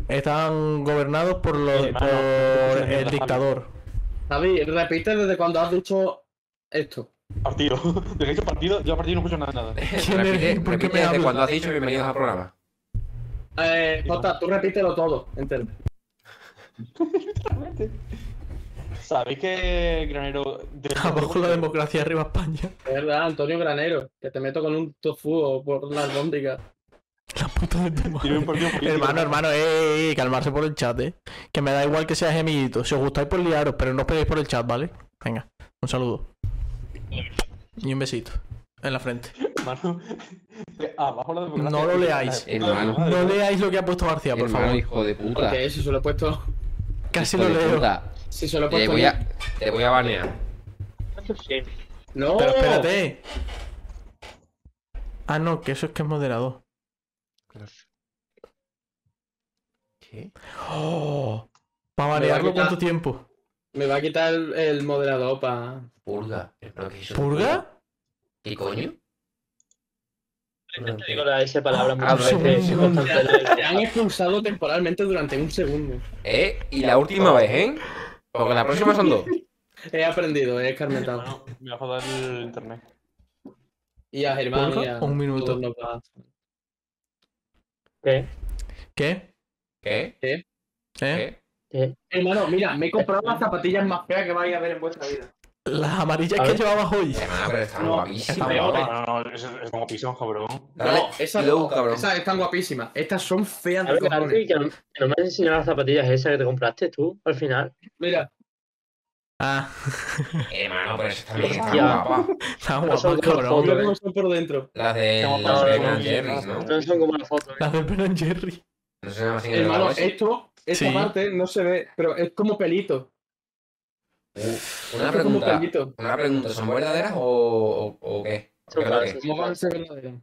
Speaker 2: están gobernados por, los,
Speaker 6: Hermano,
Speaker 2: por
Speaker 6: escúchame,
Speaker 2: el
Speaker 6: Javi.
Speaker 2: dictador.
Speaker 5: Javi, repite desde cuando has dicho esto.
Speaker 6: Partido. De que he dicho partido, yo a partido no escucho nada. nada.
Speaker 2: ¿Quién
Speaker 3: eh, Repite-
Speaker 2: eres? ¿Por qué
Speaker 3: repite
Speaker 2: me
Speaker 3: desde
Speaker 2: hablas?
Speaker 3: cuando has dicho bienvenidos al programa.
Speaker 5: Eh, Jota, tú repítelo todo, entero.
Speaker 6: Literalmente. ¿Sabéis que Granero. de-
Speaker 2: Abajo la democracia, arriba España.
Speaker 5: Es verdad, Antonio Granero, que te meto con un tofu por la albóndiga.
Speaker 2: La puta de tu
Speaker 6: Tiene un
Speaker 2: madre.
Speaker 6: partido político.
Speaker 2: Hermano, hermano, eh, eh, calmarse por el chat, eh. Que me da igual que seas gemidito. Si os gustáis, por liaros, pero no os peguéis por el chat, ¿vale? Venga, un saludo. Y un besito. En la frente.
Speaker 6: Hermano. Abajo la democracia.
Speaker 2: No lo leáis.
Speaker 3: Hermano.
Speaker 6: Ah,
Speaker 2: No leáis lo que ha puesto García, por
Speaker 3: Hermano,
Speaker 2: favor.
Speaker 3: hijo de puta.
Speaker 5: Porque si se lo he puesto.
Speaker 2: Casi
Speaker 3: hijo
Speaker 2: lo
Speaker 3: de
Speaker 2: leo.
Speaker 3: puta.
Speaker 5: Si se lo he
Speaker 3: Te
Speaker 5: puesto.
Speaker 3: Eh, voy
Speaker 5: yo.
Speaker 3: a, te voy a banear.
Speaker 5: No, Oh.
Speaker 2: Pero espérate. Ah, no, que eso es que es moderador.
Speaker 3: ¿Qué?
Speaker 2: Oh, ¿Para
Speaker 5: Me va a
Speaker 2: marearlo
Speaker 5: quitar-
Speaker 2: cuánto tiempo?
Speaker 5: Me va a quitar el, el moderador para.
Speaker 3: Purga. Hermano, ¿qué es eso?
Speaker 2: ¿Purga?
Speaker 3: ¿Qué coño?
Speaker 4: Te digo la S palabra
Speaker 3: Ah,
Speaker 4: muchas
Speaker 2: un
Speaker 4: veces.
Speaker 2: segundo.
Speaker 5: Te han expulsado temporalmente durante un segundo.
Speaker 3: Eh, y la última vez, ¿eh? Porque la próxima son dos.
Speaker 5: He aprendido, eh, he escarmentado.
Speaker 6: Hermano, me va a joder el internet.
Speaker 5: Y a Germán.
Speaker 2: ¿Porfa?
Speaker 5: y a
Speaker 2: Un minuto.
Speaker 5: todos nos va-
Speaker 2: ¿Qué?
Speaker 3: ¿Qué?
Speaker 2: ¿Eh?
Speaker 3: ¿Qué?
Speaker 5: Hermano, mira, me he comprado las zapatillas más feas que vais a ver en vuestra vida.
Speaker 2: Las amarillas que llevabas hoy.
Speaker 3: Hermano, pero están
Speaker 5: No,
Speaker 2: Ah,
Speaker 3: guapísimas.
Speaker 5: peor.
Speaker 3: guapas.
Speaker 6: No, no, no, es, es como pisón, cabrón.
Speaker 3: Dale,
Speaker 5: esas-
Speaker 3: luego, cabrón.
Speaker 5: Esas están guapísimas. Estas son feas
Speaker 4: A
Speaker 5: de
Speaker 4: ver,
Speaker 5: cojones.
Speaker 4: Arti, que no, que no me has enseñado las zapatillas esas que te compraste tú al final.
Speaker 5: Mira,
Speaker 2: Ah,
Speaker 3: Hermano, pero esas también
Speaker 4: Hostia.
Speaker 3: están guapas.
Speaker 2: está
Speaker 4: son
Speaker 2: guapas,
Speaker 4: de
Speaker 2: cabrón.
Speaker 4: fondo.
Speaker 5: mira cómo son por dentro.
Speaker 3: Las de
Speaker 6: No,
Speaker 3: los
Speaker 6: no,
Speaker 3: Ben
Speaker 6: no,
Speaker 3: and
Speaker 6: no,
Speaker 3: Jerry's, ¿no?
Speaker 6: no.
Speaker 4: No son como las fotos. ¿eh?
Speaker 2: Las de Ben Jerry.
Speaker 3: No se llama así en el
Speaker 5: Hermano,
Speaker 3: Bangladesh.
Speaker 5: esto, esta
Speaker 2: Sí.
Speaker 5: parte no se ve, pero es como pelito.
Speaker 3: Una
Speaker 5: es como
Speaker 3: pregunta.
Speaker 5: pelito.
Speaker 3: Una pregunta, ¿son verdaderas o, o, o qué?
Speaker 4: Son
Speaker 3: Creo que-
Speaker 4: falsas.
Speaker 5: ¿Cómo van a ser verdaderas?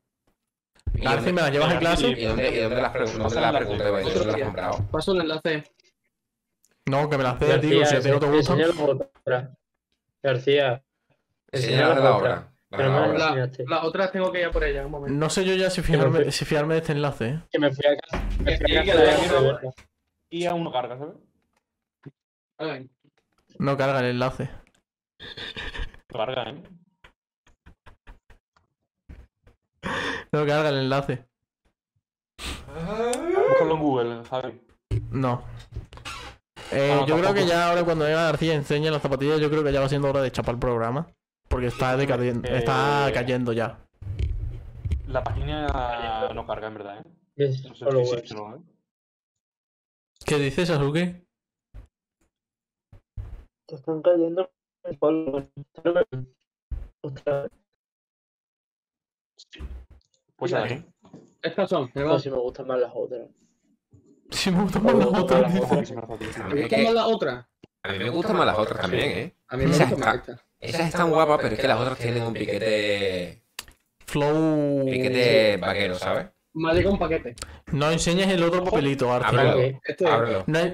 Speaker 3: ¿Y
Speaker 2: García, ¿me
Speaker 3: dónde,
Speaker 2: las llevas en clase?
Speaker 3: y dónde, y dónde las preguntas? ¿Dónde las preguntas? ¿Dónde las has comprado?
Speaker 5: Paso el enlace.
Speaker 2: No, que me las dé a ti, que si a ti no te gustan.
Speaker 4: Enseñanos otra. García,
Speaker 3: Enseñalas la obra. Las de
Speaker 4: pero
Speaker 3: la
Speaker 4: no
Speaker 3: obra.
Speaker 4: la-
Speaker 5: La- Las otras tengo que ir a por ellas, un momento.
Speaker 2: No sé yo ya si fiarme, si fiarme de este enlace, eh.
Speaker 4: que me fui a casa. Me fui a
Speaker 6: Sí, que
Speaker 4: casa
Speaker 6: la
Speaker 4: de
Speaker 6: quiero
Speaker 4: García.
Speaker 6: ver. Y aún no carga, ¿sabes?
Speaker 5: A ver,
Speaker 2: No carga el enlace.
Speaker 6: Carga, ¿eh?
Speaker 2: No carga el enlace.
Speaker 6: Búscalo en Google, Javi.
Speaker 2: No. Eh,
Speaker 6: No,
Speaker 2: yo creo
Speaker 6: tampoco.
Speaker 2: que ya ahora cuando Eva García enseña las zapatillas, yo creo que ya va siendo hora de chapar el programa. Porque está decayendo,
Speaker 6: Eh,
Speaker 2: está cayendo ya.
Speaker 6: La página no carga, en verdad, ¿eh?
Speaker 4: Es
Speaker 6: No sé
Speaker 4: solo
Speaker 6: si
Speaker 4: webs.
Speaker 6: no, ¿eh?
Speaker 2: ¿Qué dices, Sasuke?
Speaker 4: Te están cayendo el polvo. Ostras,
Speaker 6: Pues
Speaker 5: Mira, eh.
Speaker 6: ahí.
Speaker 5: Estas son, me
Speaker 4: no, si me gustan más las otras.
Speaker 2: Si me gustan más las otras, dice.
Speaker 3: A
Speaker 5: ¿Te
Speaker 3: mí,
Speaker 5: gustan
Speaker 3: que-
Speaker 5: más las otras?
Speaker 3: a mí me gustan más las otras también, ¿eh?
Speaker 5: A mí me
Speaker 3: Sí.
Speaker 5: gustan más estas.
Speaker 3: Esas están guapas, pero es que las otras tienen un piquete...
Speaker 2: Flow.
Speaker 3: Piquete vaquero, ¿sabes?
Speaker 5: Me ha llegado un paquete.
Speaker 2: No enseñes el otro papelito, García.
Speaker 3: Ábrelo,
Speaker 4: Ok.
Speaker 5: Este,
Speaker 3: ábrelo,
Speaker 2: No hay-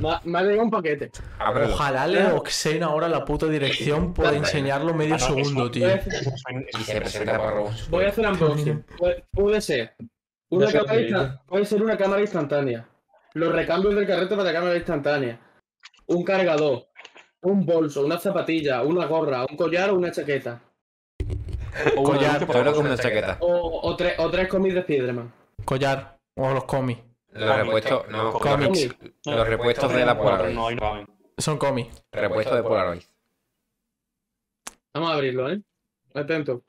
Speaker 5: me ha- me ha llegado un paquete.
Speaker 3: ábrelo.
Speaker 2: Ojalá le oxen ahora la puta dirección por enseñarlo medio segundo, tío.
Speaker 5: Voy a hacer-
Speaker 3: Y se presenta para Robinson.
Speaker 5: Voy a hacer unboxing. Puede- Puede ser. Una
Speaker 6: Ya se lo
Speaker 5: cámara
Speaker 6: diré.
Speaker 5: instan- puede ser una cámara instantánea. Los recambios del carrete para cámara instantánea. Un cargador. Un bolso, una zapatilla, una gorra, un collar o una chaqueta.
Speaker 3: Collar, te abro con una chaqueta.
Speaker 5: O, o tres, o tres cómics de Spiderman.
Speaker 2: Collar. O los cómics.
Speaker 3: Los repuestos, no,
Speaker 2: Cómics.
Speaker 3: los repuestos de la Polaroid.
Speaker 6: No, ahí no caben.
Speaker 2: Son cómics.
Speaker 3: Repuesto de Polaroid.
Speaker 5: Vamos a abrirlo, ¿eh? Atento.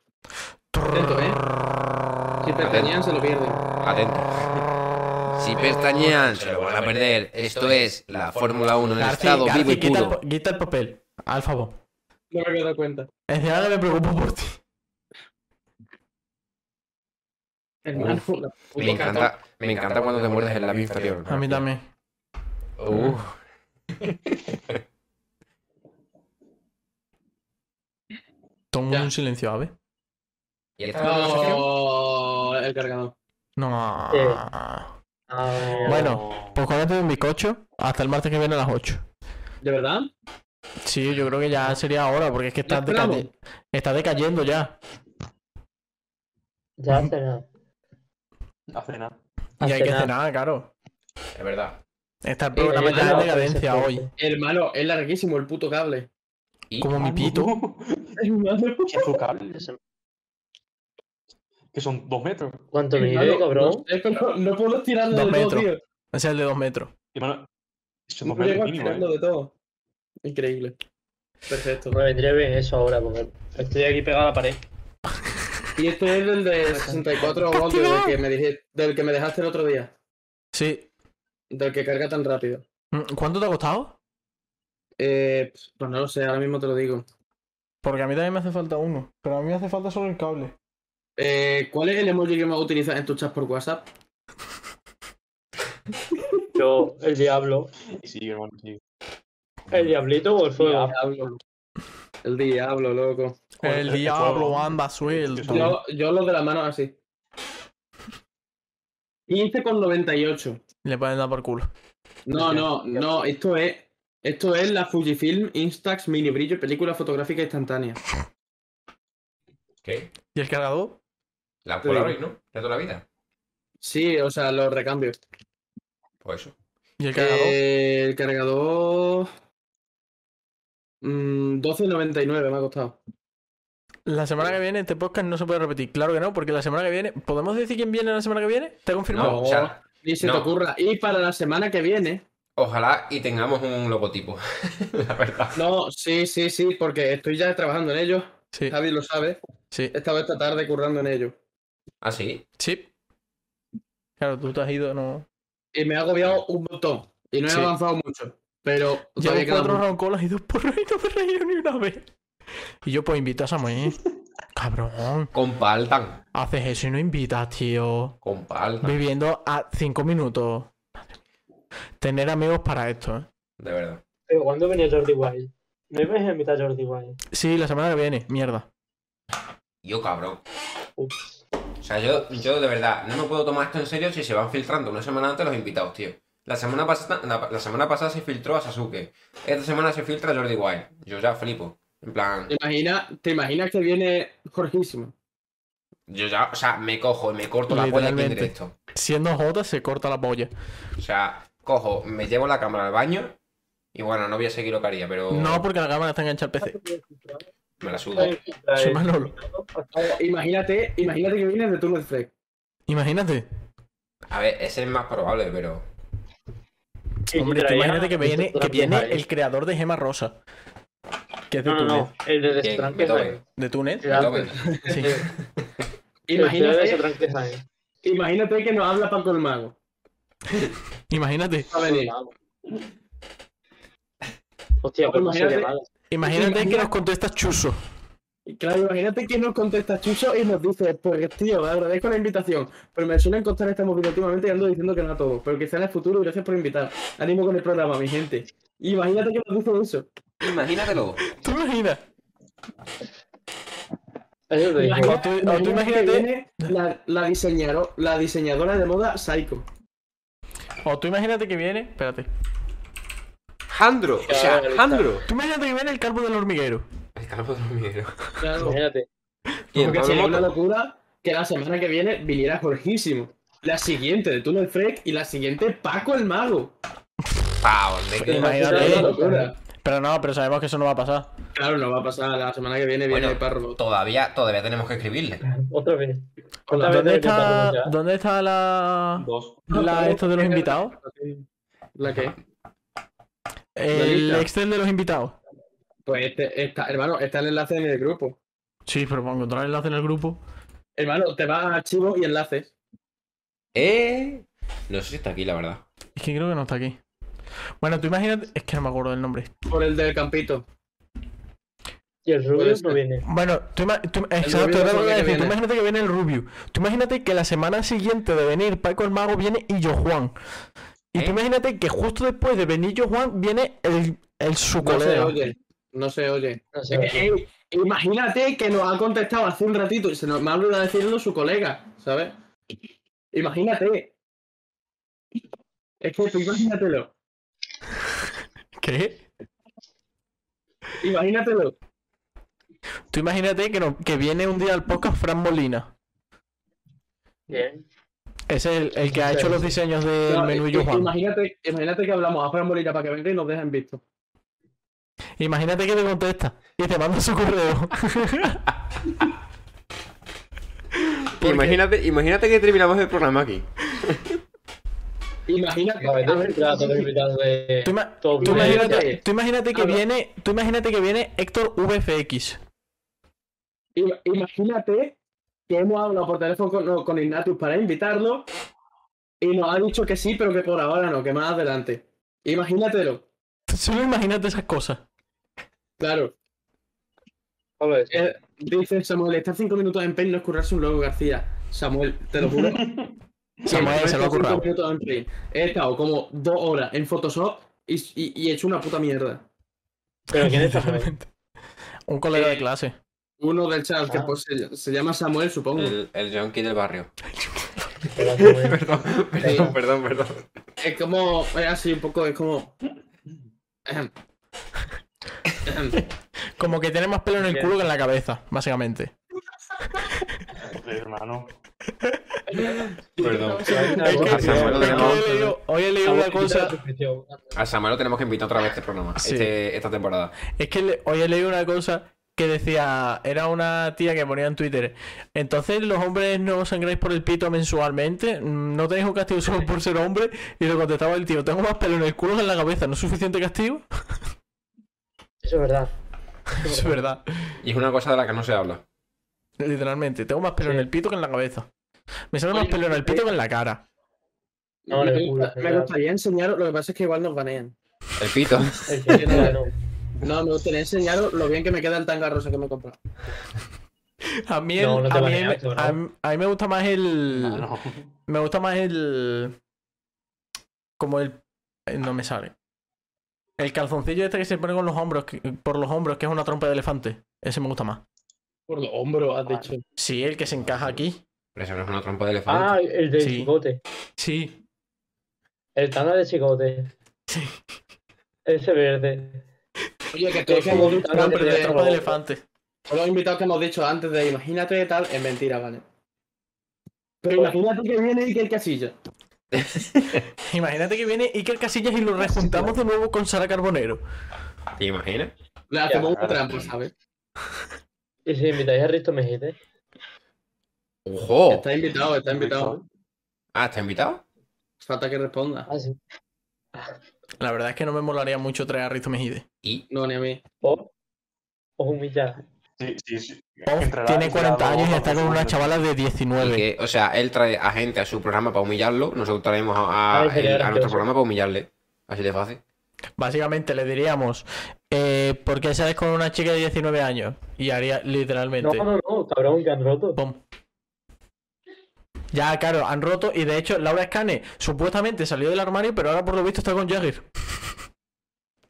Speaker 5: Atento, ¿eh?
Speaker 2: Trrr,
Speaker 5: Si pestañean se lo pierden.
Speaker 3: Atento. Si pestañean, se lo van a perder. Esto es la Fórmula 1 en
Speaker 2: Garci,
Speaker 3: estado
Speaker 2: Garci,
Speaker 3: vivo y
Speaker 2: quita, el,
Speaker 3: puro.
Speaker 2: pa- quita el papel. Al favor.
Speaker 5: No me he dado cuenta.
Speaker 2: Es de ahora me preocupo por ti.
Speaker 5: Hermano, la puta
Speaker 3: Me encanta, me encanta cuando te muerdes el labio inferior.
Speaker 2: A mí también.
Speaker 3: Uh,
Speaker 2: Todo el
Speaker 5: Ya.
Speaker 2: mundo en silencio, ¿ave?
Speaker 3: y esta es la conversación.
Speaker 5: No, el cargador.
Speaker 2: No.
Speaker 4: Sí. Ah,
Speaker 2: Bueno, pues cómete un bizcocho hasta el martes que viene a las 8.
Speaker 5: ¿De verdad?
Speaker 2: Sí, yo creo que ya sería ahora, porque es que está,
Speaker 5: ¿Ya esperamos?
Speaker 2: decay- está decayendo ya.
Speaker 4: Ya hace nada.
Speaker 6: Hace nada.
Speaker 2: Y
Speaker 4: Hace
Speaker 2: hay que
Speaker 4: nada.
Speaker 2: cenar, claro.
Speaker 3: Es verdad.
Speaker 2: Está el
Speaker 5: Eh,
Speaker 2: programa ya
Speaker 5: eh,
Speaker 2: de decadencia hoy.
Speaker 5: Hermano, es larguísimo el puto cable.
Speaker 3: Y-
Speaker 2: Como mi pito.
Speaker 6: Ah, No.
Speaker 5: Es humano.
Speaker 6: Sus cables. Que son dos metros.
Speaker 4: ¿Cuánto me
Speaker 5: Claro,
Speaker 4: mide, cabrón?
Speaker 5: No, sé, pero no puedo tirarlo
Speaker 2: Dos
Speaker 5: de todo,
Speaker 2: metros.
Speaker 5: tío.
Speaker 2: Ese es el de dos metros.
Speaker 6: Y bueno, son
Speaker 5: No
Speaker 6: dos
Speaker 5: puedo
Speaker 6: metros
Speaker 5: llegar
Speaker 6: mínimo,
Speaker 5: tirarlo
Speaker 6: ¿eh?
Speaker 5: de todo. Increíble. Perfecto.
Speaker 4: Me vendría bien eso ahora, porque estoy aquí pegado a la pared.
Speaker 5: Y este es el de 64 voltios del que, me dijiste- del que me dejaste el otro día.
Speaker 2: Sí.
Speaker 5: Del que carga tan rápido.
Speaker 2: Mm, ¿Cuánto te ha costado?
Speaker 5: Eh, pues no lo sé, ahora mismo te lo digo.
Speaker 2: Porque a mí también me hace falta uno. Pero a mí me hace falta solo el cable.
Speaker 5: Eh, ¿Cuál es el emoji que más utilizas en tus chats por WhatsApp?
Speaker 4: Yo, el diablo.
Speaker 6: Y sí, hermano, sí.
Speaker 4: ¿El diablito o el fuego?
Speaker 5: diablo. El diablo, loco.
Speaker 2: El
Speaker 6: el
Speaker 2: diablo
Speaker 6: fuego.
Speaker 2: anda suelto.
Speaker 6: Yo-
Speaker 5: Yo, yo los de la mano así. 15,98.
Speaker 2: Le pueden dar por culo.
Speaker 5: No, no, no, esto es. Esto es la Fujifilm Instax Mini Brillo, película fotográfica instantánea.
Speaker 3: ¿Qué?
Speaker 2: ¿Y el cargador?
Speaker 3: La Polaroid, ¿no? De toda la vida.
Speaker 5: Sí, o sea, los recambios.
Speaker 3: Pues eso.
Speaker 2: ¿Y el cargador?
Speaker 5: Eh, el cargador. mm, 12,99 me ha costado.
Speaker 2: La semana que viene este podcast no se puede repetir. Claro que no, porque la semana que viene. ¿Podemos decir quién viene la semana que viene? ¿Te confirmado?
Speaker 3: No, o sea,
Speaker 5: Ni se
Speaker 3: No.
Speaker 5: te ocurra. Y para la semana que viene.
Speaker 3: ojalá y tengamos un logotipo. la verdad.
Speaker 5: No, sí, sí, sí, porque estoy ya trabajando en ello.
Speaker 2: Sí,
Speaker 5: Javi lo sabe.
Speaker 2: sí,
Speaker 5: He estado esta tarde currando en ello.
Speaker 3: Ah, sí.
Speaker 2: sí. Claro, tú te has ido, no.
Speaker 5: Y me ha agobiado un montón. Y no he
Speaker 2: Sí.
Speaker 5: avanzado mucho. Pero
Speaker 2: Llevo
Speaker 5: todavía queda
Speaker 2: cuatro
Speaker 5: mucho.
Speaker 2: roncolas y dos porros y no me he reído ni una vez. Y yo, pues invito a Samuel. Cabrón,
Speaker 3: Compartan.
Speaker 2: haces eso y no invitas, tío.
Speaker 3: Compartan.
Speaker 2: Viviendo a cinco minutos. Madre mía. Tener amigos para esto, ¿eh?
Speaker 3: De verdad.
Speaker 4: Pero ¿cuándo venía Jordi Wild? ¿No ibas a invitar a Jordi Wild?
Speaker 2: Sí, la semana que viene, mierda.
Speaker 3: Yo, cabrón.
Speaker 4: Ups.
Speaker 3: O sea, yo, yo de verdad no me puedo tomar esto en serio si se van filtrando una semana antes los invitados, tío. La semana, pasada, la, la semana pasada se filtró a Sasuke. Esta semana se filtra Jordi Wild. Yo ya flipo. En plan,
Speaker 5: ¿Te imaginas, ¿Te imaginas que viene Jorgísimo?
Speaker 3: yo ya, o sea, me cojo y me corto la polla aquí en
Speaker 2: Literalmente.
Speaker 3: directo.
Speaker 2: Siendo Jota se corta la polla.
Speaker 3: O sea, cojo, me llevo la cámara al baño y bueno, no voy a seguir lo que haría, pero
Speaker 2: No, porque la cámara está enganchada al PC.
Speaker 3: me la subo.
Speaker 2: Soy Manolo.
Speaker 5: O imagínate, imagínate que viene de turno de Freck.
Speaker 2: Imagínate.
Speaker 3: A ver, ese es más probable, pero
Speaker 2: Hombre, tú imagínate que viene, que viene el creador de Gema Rosa. Que es de
Speaker 4: No, no,
Speaker 2: Túnez.
Speaker 4: no. El de
Speaker 3: que
Speaker 4: Strange
Speaker 3: me toque.
Speaker 2: ¿De Túnez?
Speaker 3: Me toque.
Speaker 2: Sí.
Speaker 5: Imagínate,
Speaker 4: Imagínate.
Speaker 2: ¿eh?
Speaker 5: imagínate que nos habla Paco el Mago.
Speaker 2: Imagínate.
Speaker 5: Va a venir.
Speaker 4: Hostia, pero no
Speaker 5: Imagínate-
Speaker 4: sería malo.
Speaker 2: Imagínate que nos contestas Chuso.
Speaker 5: Y Claro, imagínate que nos contesta Chuso y nos dice, pues tío, agradezco la invitación, pero me suelen contar esta movida últimamente y ando diciendo que no a todos, pero quizá en el futuro, gracias por invitar. Animo con el programa, mi gente. Imagínate que nos dice eso.
Speaker 3: Imagínatelo.
Speaker 2: ¿Tú imaginas?
Speaker 4: Eso te digo.
Speaker 2: O tú- o tú imagínate-
Speaker 5: que viene la, la, diseñaro- la diseñadora de moda Psycho.
Speaker 2: O tú imagínate que viene. Espérate.
Speaker 3: Jandro, o sea, Jandro.
Speaker 2: Tú imagínate que viene el calvo del hormiguero.
Speaker 3: El calvo de los mineros.
Speaker 4: Imagínate.
Speaker 3: Y el
Speaker 5: Porque
Speaker 3: Pablo
Speaker 5: sería una
Speaker 3: Moto.
Speaker 5: locura que la semana que viene viniera Jorgísimo. La siguiente de Tunnel Freak y la siguiente Paco el Mago.
Speaker 3: Pau, de que-
Speaker 2: Imagínate.
Speaker 5: Sería una locura.
Speaker 2: Pero no, pero sabemos que eso no va a pasar.
Speaker 5: Claro, no va a pasar. La semana que viene viene
Speaker 3: Bueno,
Speaker 5: el Parro.
Speaker 3: todavía, todavía tenemos que escribirle.
Speaker 4: Otra vez. Otra vez
Speaker 2: ¿Dónde
Speaker 4: te voy a
Speaker 2: está,
Speaker 4: contar,
Speaker 2: ¿dónde está la,
Speaker 6: Dos.
Speaker 2: la esto de los invitados?
Speaker 5: ¿La qué?
Speaker 2: El Excel de los invitados.
Speaker 5: Pues este, está, hermano, está el enlace en el grupo.
Speaker 2: Sí, pero para encontrar el enlace en el grupo.
Speaker 5: Hermano, te vas a archivos y enlaces.
Speaker 3: Eh. No sé si está aquí, la verdad.
Speaker 2: Es que creo que no está aquí. Bueno, tú imagínate. Es que no me acuerdo del nombre.
Speaker 5: Por el del campito.
Speaker 4: Y el
Speaker 5: Puede
Speaker 4: rubio
Speaker 5: ser.
Speaker 4: no viene.
Speaker 2: Bueno, tú, ima- tú- exacto,
Speaker 5: Rubio
Speaker 2: era
Speaker 5: la
Speaker 2: lo que iba a
Speaker 5: semana que
Speaker 2: decir. Tú
Speaker 5: viene.
Speaker 2: imagínate que viene el Rubio. Tú imagínate que la semana siguiente de venir Paco el Mago viene Illo Juan. Y tú
Speaker 3: ¿Eh?
Speaker 2: imagínate que justo después de venir Illo Juan viene el, el su
Speaker 5: No se
Speaker 2: colega.
Speaker 5: oye. No se oye.
Speaker 4: No sé.
Speaker 5: Es que, ey, imagínate que nos ha contestado hace un ratito y se nos me ha olvidado decirlo su colega, ¿sabes? Imagínate. Es que tú imagínatelo.
Speaker 2: ¿Qué?
Speaker 5: Imagínatelo.
Speaker 2: Tú imagínate que, no- que viene un día al podcast Fran Molina.
Speaker 4: Bien.
Speaker 2: Ese es el, el que ha hecho los diseños del
Speaker 5: No,
Speaker 2: menú
Speaker 5: i-
Speaker 2: Illo
Speaker 5: i-
Speaker 2: Juan.
Speaker 5: imagínate, imagínate que hablamos a Fran Molina para que venga y nos dejen visto.
Speaker 2: Imagínate que te contesta y te manda su correo.
Speaker 3: Imagínate, imagínate que terminamos el programa aquí.
Speaker 5: Imagínate.
Speaker 4: Vale, tengo un trato de invitados de-
Speaker 2: Tú, ima-
Speaker 4: todo
Speaker 2: tú
Speaker 4: bien.
Speaker 2: imagínate, tú imagínate que
Speaker 5: Habla.
Speaker 2: viene, tú imagínate que viene Héctor VFX.
Speaker 5: Ima- Imagínate que hemos hablado por teléfono con, con Ignatus para invitarlo y nos ha dicho que sí, pero que por ahora no, que más adelante. Imagínatelo.
Speaker 2: Solo imagínate esas cosas.
Speaker 5: Claro.
Speaker 4: Solo eso.
Speaker 5: Eh, dice Samuel, estar cinco minutos en Paint no es currarse un logo, García. Samuel, te lo juro.
Speaker 2: Samuel se lo ha
Speaker 5: Cinco
Speaker 2: currado.
Speaker 5: minutos en Paint. He estado como dos horas en Photoshop y, y- y he hecho una puta mierda.
Speaker 4: Pero ¿quién es Samuel?
Speaker 2: Literalmente. Un colega de clase.
Speaker 5: Uno del chat, que pues, se, se llama Samuel, supongo.
Speaker 3: El, el junkie del barrio.
Speaker 4: Pero Samuel.
Speaker 3: Perdón, perdón, perdón, perdón.
Speaker 5: Es como, es así un poco, es como... Ejem. Ejem.
Speaker 2: Como que tiene más pelo en el culo que en la cabeza, básicamente.
Speaker 6: hermano.
Speaker 3: Perdón.
Speaker 5: Ah,
Speaker 2: Es que,
Speaker 3: a Samuel lo
Speaker 2: es que
Speaker 3: tenemos.
Speaker 2: hoy he leído- hoy he leído una cosa.
Speaker 3: A Samuel lo tenemos que invitar otra vez a este programa,
Speaker 2: Sí.
Speaker 3: este- esta temporada.
Speaker 2: Es que le- hoy he leído una cosa que decía, era una tía que ponía en Twitter, entonces los hombres no os sangráis por el pito mensualmente, Mm, no tenéis un castigo solo por ser hombre, y le contestaba el tío, tengo más pelo en el culo que en la cabeza, ¿no es suficiente castigo?
Speaker 4: Eso es verdad.
Speaker 2: es verdad,
Speaker 3: Y es una cosa de la que no se habla.
Speaker 2: literalmente, tengo más pelo en el pito que en la cabeza. Me sale más
Speaker 5: Oye,
Speaker 2: pelo en el pito que en la cara.
Speaker 4: No,
Speaker 5: me,
Speaker 4: le
Speaker 5: gusta-
Speaker 4: gusta,
Speaker 5: me
Speaker 4: claro.
Speaker 5: gustaría enseñaros, lo que pasa es que igual nos banean.
Speaker 3: El pito.
Speaker 4: El que tiene la no.
Speaker 5: No, me gustaría enseñaros lo bien que me queda el tanga rosa que me he comprado.
Speaker 2: A mí, el-
Speaker 4: No, no te
Speaker 2: a, mí
Speaker 4: baneas,
Speaker 2: el-
Speaker 4: tú, ¿no?
Speaker 2: a mí- a mí me gusta más el...
Speaker 6: Hermano.
Speaker 2: Me gusta más el... Como el... eh, No me sale. El calzoncillo este que se pone con los hombros, que- por los hombros, que es una trompa de elefante. Ese me gusta más.
Speaker 5: Por los hombros, has dicho.
Speaker 2: Sí, el que se encaja aquí.
Speaker 3: Pero eso no es una trompa de elefante.
Speaker 4: Ah, el de
Speaker 2: Sí.
Speaker 4: Chicote.
Speaker 2: Sí.
Speaker 4: El tanga de Chicote.
Speaker 2: Sí.
Speaker 4: Ese verde.
Speaker 5: Oye, que todos
Speaker 4: Sí,
Speaker 5: hemos
Speaker 4: sí,
Speaker 5: dicho
Speaker 4: Ah, no,
Speaker 5: antes
Speaker 4: pero
Speaker 5: de
Speaker 4: ya
Speaker 2: Trompa de elefante.
Speaker 5: todos los invitados que hemos dicho antes de imagínate tal, es mentira, ¿vale? Pero imagínate que viene Iker Casilla.
Speaker 2: Imagínate que viene Iker Casillas y lo rejuntamos de nuevo con Sara Carbonero.
Speaker 3: ¿Te imaginas?
Speaker 5: Le hacemos una trampa, ¿sabes?
Speaker 4: Y si invitáis a Risto Mejide.
Speaker 3: ¡Ojo! Oh.
Speaker 5: Está invitado, está invitado.
Speaker 3: Ah, ¿está invitado?
Speaker 5: Falta que responda.
Speaker 4: Ah, sí.
Speaker 2: La verdad es que no me molaría mucho traer a Risto Mejide.
Speaker 3: Y
Speaker 5: No, ni a mí.
Speaker 4: O, os humilláis.
Speaker 6: Sí, sí, sí.
Speaker 2: Pof
Speaker 6: Entrará-
Speaker 2: tiene
Speaker 6: entrará
Speaker 2: 40 años y
Speaker 6: dos,
Speaker 2: está con
Speaker 6: dos,
Speaker 2: una
Speaker 6: dos.
Speaker 2: chavala de
Speaker 3: y
Speaker 2: 19.
Speaker 3: que, o sea, él trae a gente a su programa para humillarlo, nosotros traemos a, a-
Speaker 4: Ay, sería
Speaker 3: el- a nuestro
Speaker 4: gracioso.
Speaker 3: programa para humillarle. Así de fácil.
Speaker 2: Básicamente le diríamos, eh, ¿por qué sales con una chica de 19 años? Y haría
Speaker 4: No,
Speaker 2: literalmente.
Speaker 4: no, no, cabrón, que han roto.
Speaker 2: Pum. Ya, claro, han roto y de hecho Laura Scane supuestamente salió del armario, pero ahora por lo visto está con Jagger.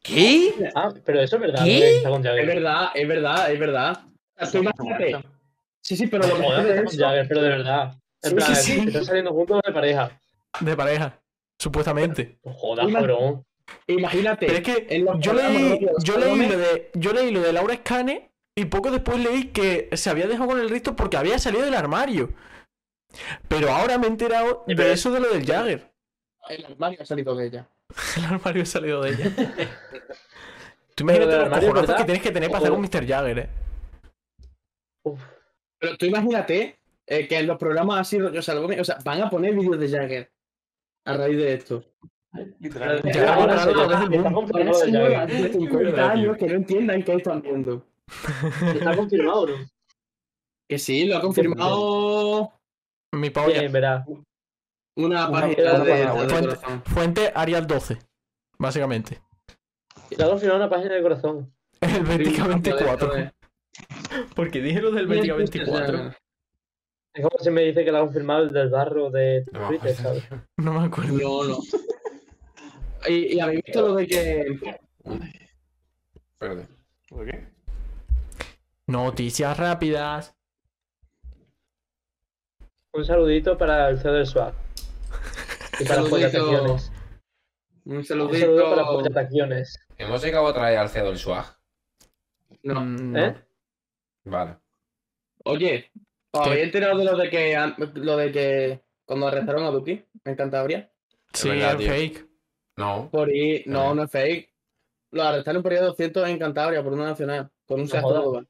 Speaker 3: ¿Qué?
Speaker 4: Ah, pero eso es verdad.
Speaker 3: ¿Qué?
Speaker 4: lo que está con Jagger.
Speaker 5: Es verdad, es verdad, es verdad. O sea, tú imagínate. Sí, sí, pero lo
Speaker 4: Pero
Speaker 5: mejor
Speaker 4: joder,
Speaker 5: de
Speaker 4: está con
Speaker 5: eso
Speaker 4: Jagger, pero de verdad. En
Speaker 2: Sí,
Speaker 4: plan,
Speaker 2: sí, sí.
Speaker 4: están saliendo juntos de pareja.
Speaker 2: De pareja, supuestamente.
Speaker 4: No jodas,
Speaker 5: Ima-
Speaker 4: cabrón.
Speaker 5: Imagínate.
Speaker 2: Pero es que
Speaker 5: en los
Speaker 2: yo leí,
Speaker 5: programas de los
Speaker 2: yo, leí
Speaker 5: salones-
Speaker 2: lo de, yo leí lo de Laura Scane y poco después leí que se había dejado con el Risto porque había salido del armario. Pero ahora me he enterado
Speaker 4: Sí,
Speaker 2: de
Speaker 4: pero-
Speaker 2: eso de lo del Jagger.
Speaker 5: El armario ha salido de ella.
Speaker 2: El armario ha salido de ella. Tú
Speaker 4: Pero
Speaker 2: imagínate
Speaker 4: del
Speaker 2: los
Speaker 4: armario,
Speaker 2: cojonazos
Speaker 4: ¿verdad?
Speaker 2: que tienes que tener para hacer un Mr. Jagger, eh.
Speaker 5: Pero tú imagínate eh, que en los programas así, rollo Salomé, o sea, van a poner vídeos de Jagger a raíz de esto.
Speaker 6: Literalmente.
Speaker 2: Ya, ahora
Speaker 4: Ahora se
Speaker 2: otra
Speaker 4: ve
Speaker 2: vez el
Speaker 4: que está
Speaker 2: boom.
Speaker 5: Para
Speaker 4: confirmado
Speaker 5: esas
Speaker 4: de Jagger.
Speaker 5: nuevas de 50 años que no entiendan qué están viendo.
Speaker 4: Está confirmado, ¿no?
Speaker 5: Que sí, lo ha confirmado
Speaker 2: Mi
Speaker 4: Bien,
Speaker 2: polla.
Speaker 4: verá.
Speaker 5: una
Speaker 6: Una-
Speaker 5: página
Speaker 4: una
Speaker 5: de,
Speaker 6: página
Speaker 5: de
Speaker 6: web.
Speaker 5: corazón.
Speaker 2: Fuente Arial 12, básicamente.
Speaker 4: Está confirmado una página de corazón.
Speaker 2: El
Speaker 5: Sí,
Speaker 2: 2024. Porque dije lo del
Speaker 5: o
Speaker 2: 2024.
Speaker 5: sea,
Speaker 4: Es como si me dice que la ha confirmado el del barro de
Speaker 3: No me
Speaker 4: Twitter,
Speaker 3: acuerdo.
Speaker 4: ¿sabes?
Speaker 2: No me acuerdo.
Speaker 5: No, no. Y, y habéis visto lo de que.
Speaker 3: Perdón.
Speaker 6: ¿Por qué?
Speaker 2: Noticias rápidas.
Speaker 4: Un saludito para el CEO del SWAT. Y para las
Speaker 5: Saludito.
Speaker 4: pollataciones.
Speaker 5: Un
Speaker 4: Un saludo para las
Speaker 5: saludito.
Speaker 4: pollataciones.
Speaker 3: Hemos llegado a traer al CEO del swag.
Speaker 5: No.
Speaker 2: Mm, no.
Speaker 4: ¿Eh?
Speaker 3: Vale.
Speaker 5: Oye, ¿os
Speaker 2: ¿Qué?
Speaker 5: habéis enterado de lo de que an- lo de que cuando arrestaron a Duki en Cantabria?
Speaker 2: Sí,
Speaker 3: verdad,
Speaker 2: es
Speaker 3: tío.
Speaker 2: fake.
Speaker 3: No.
Speaker 5: Por ir. No,
Speaker 3: Ah.
Speaker 5: no es fake. Lo arrestaron por ir a 200 en Cantabria por una nacional, con un saco de
Speaker 4: jodas.
Speaker 5: Córdoba.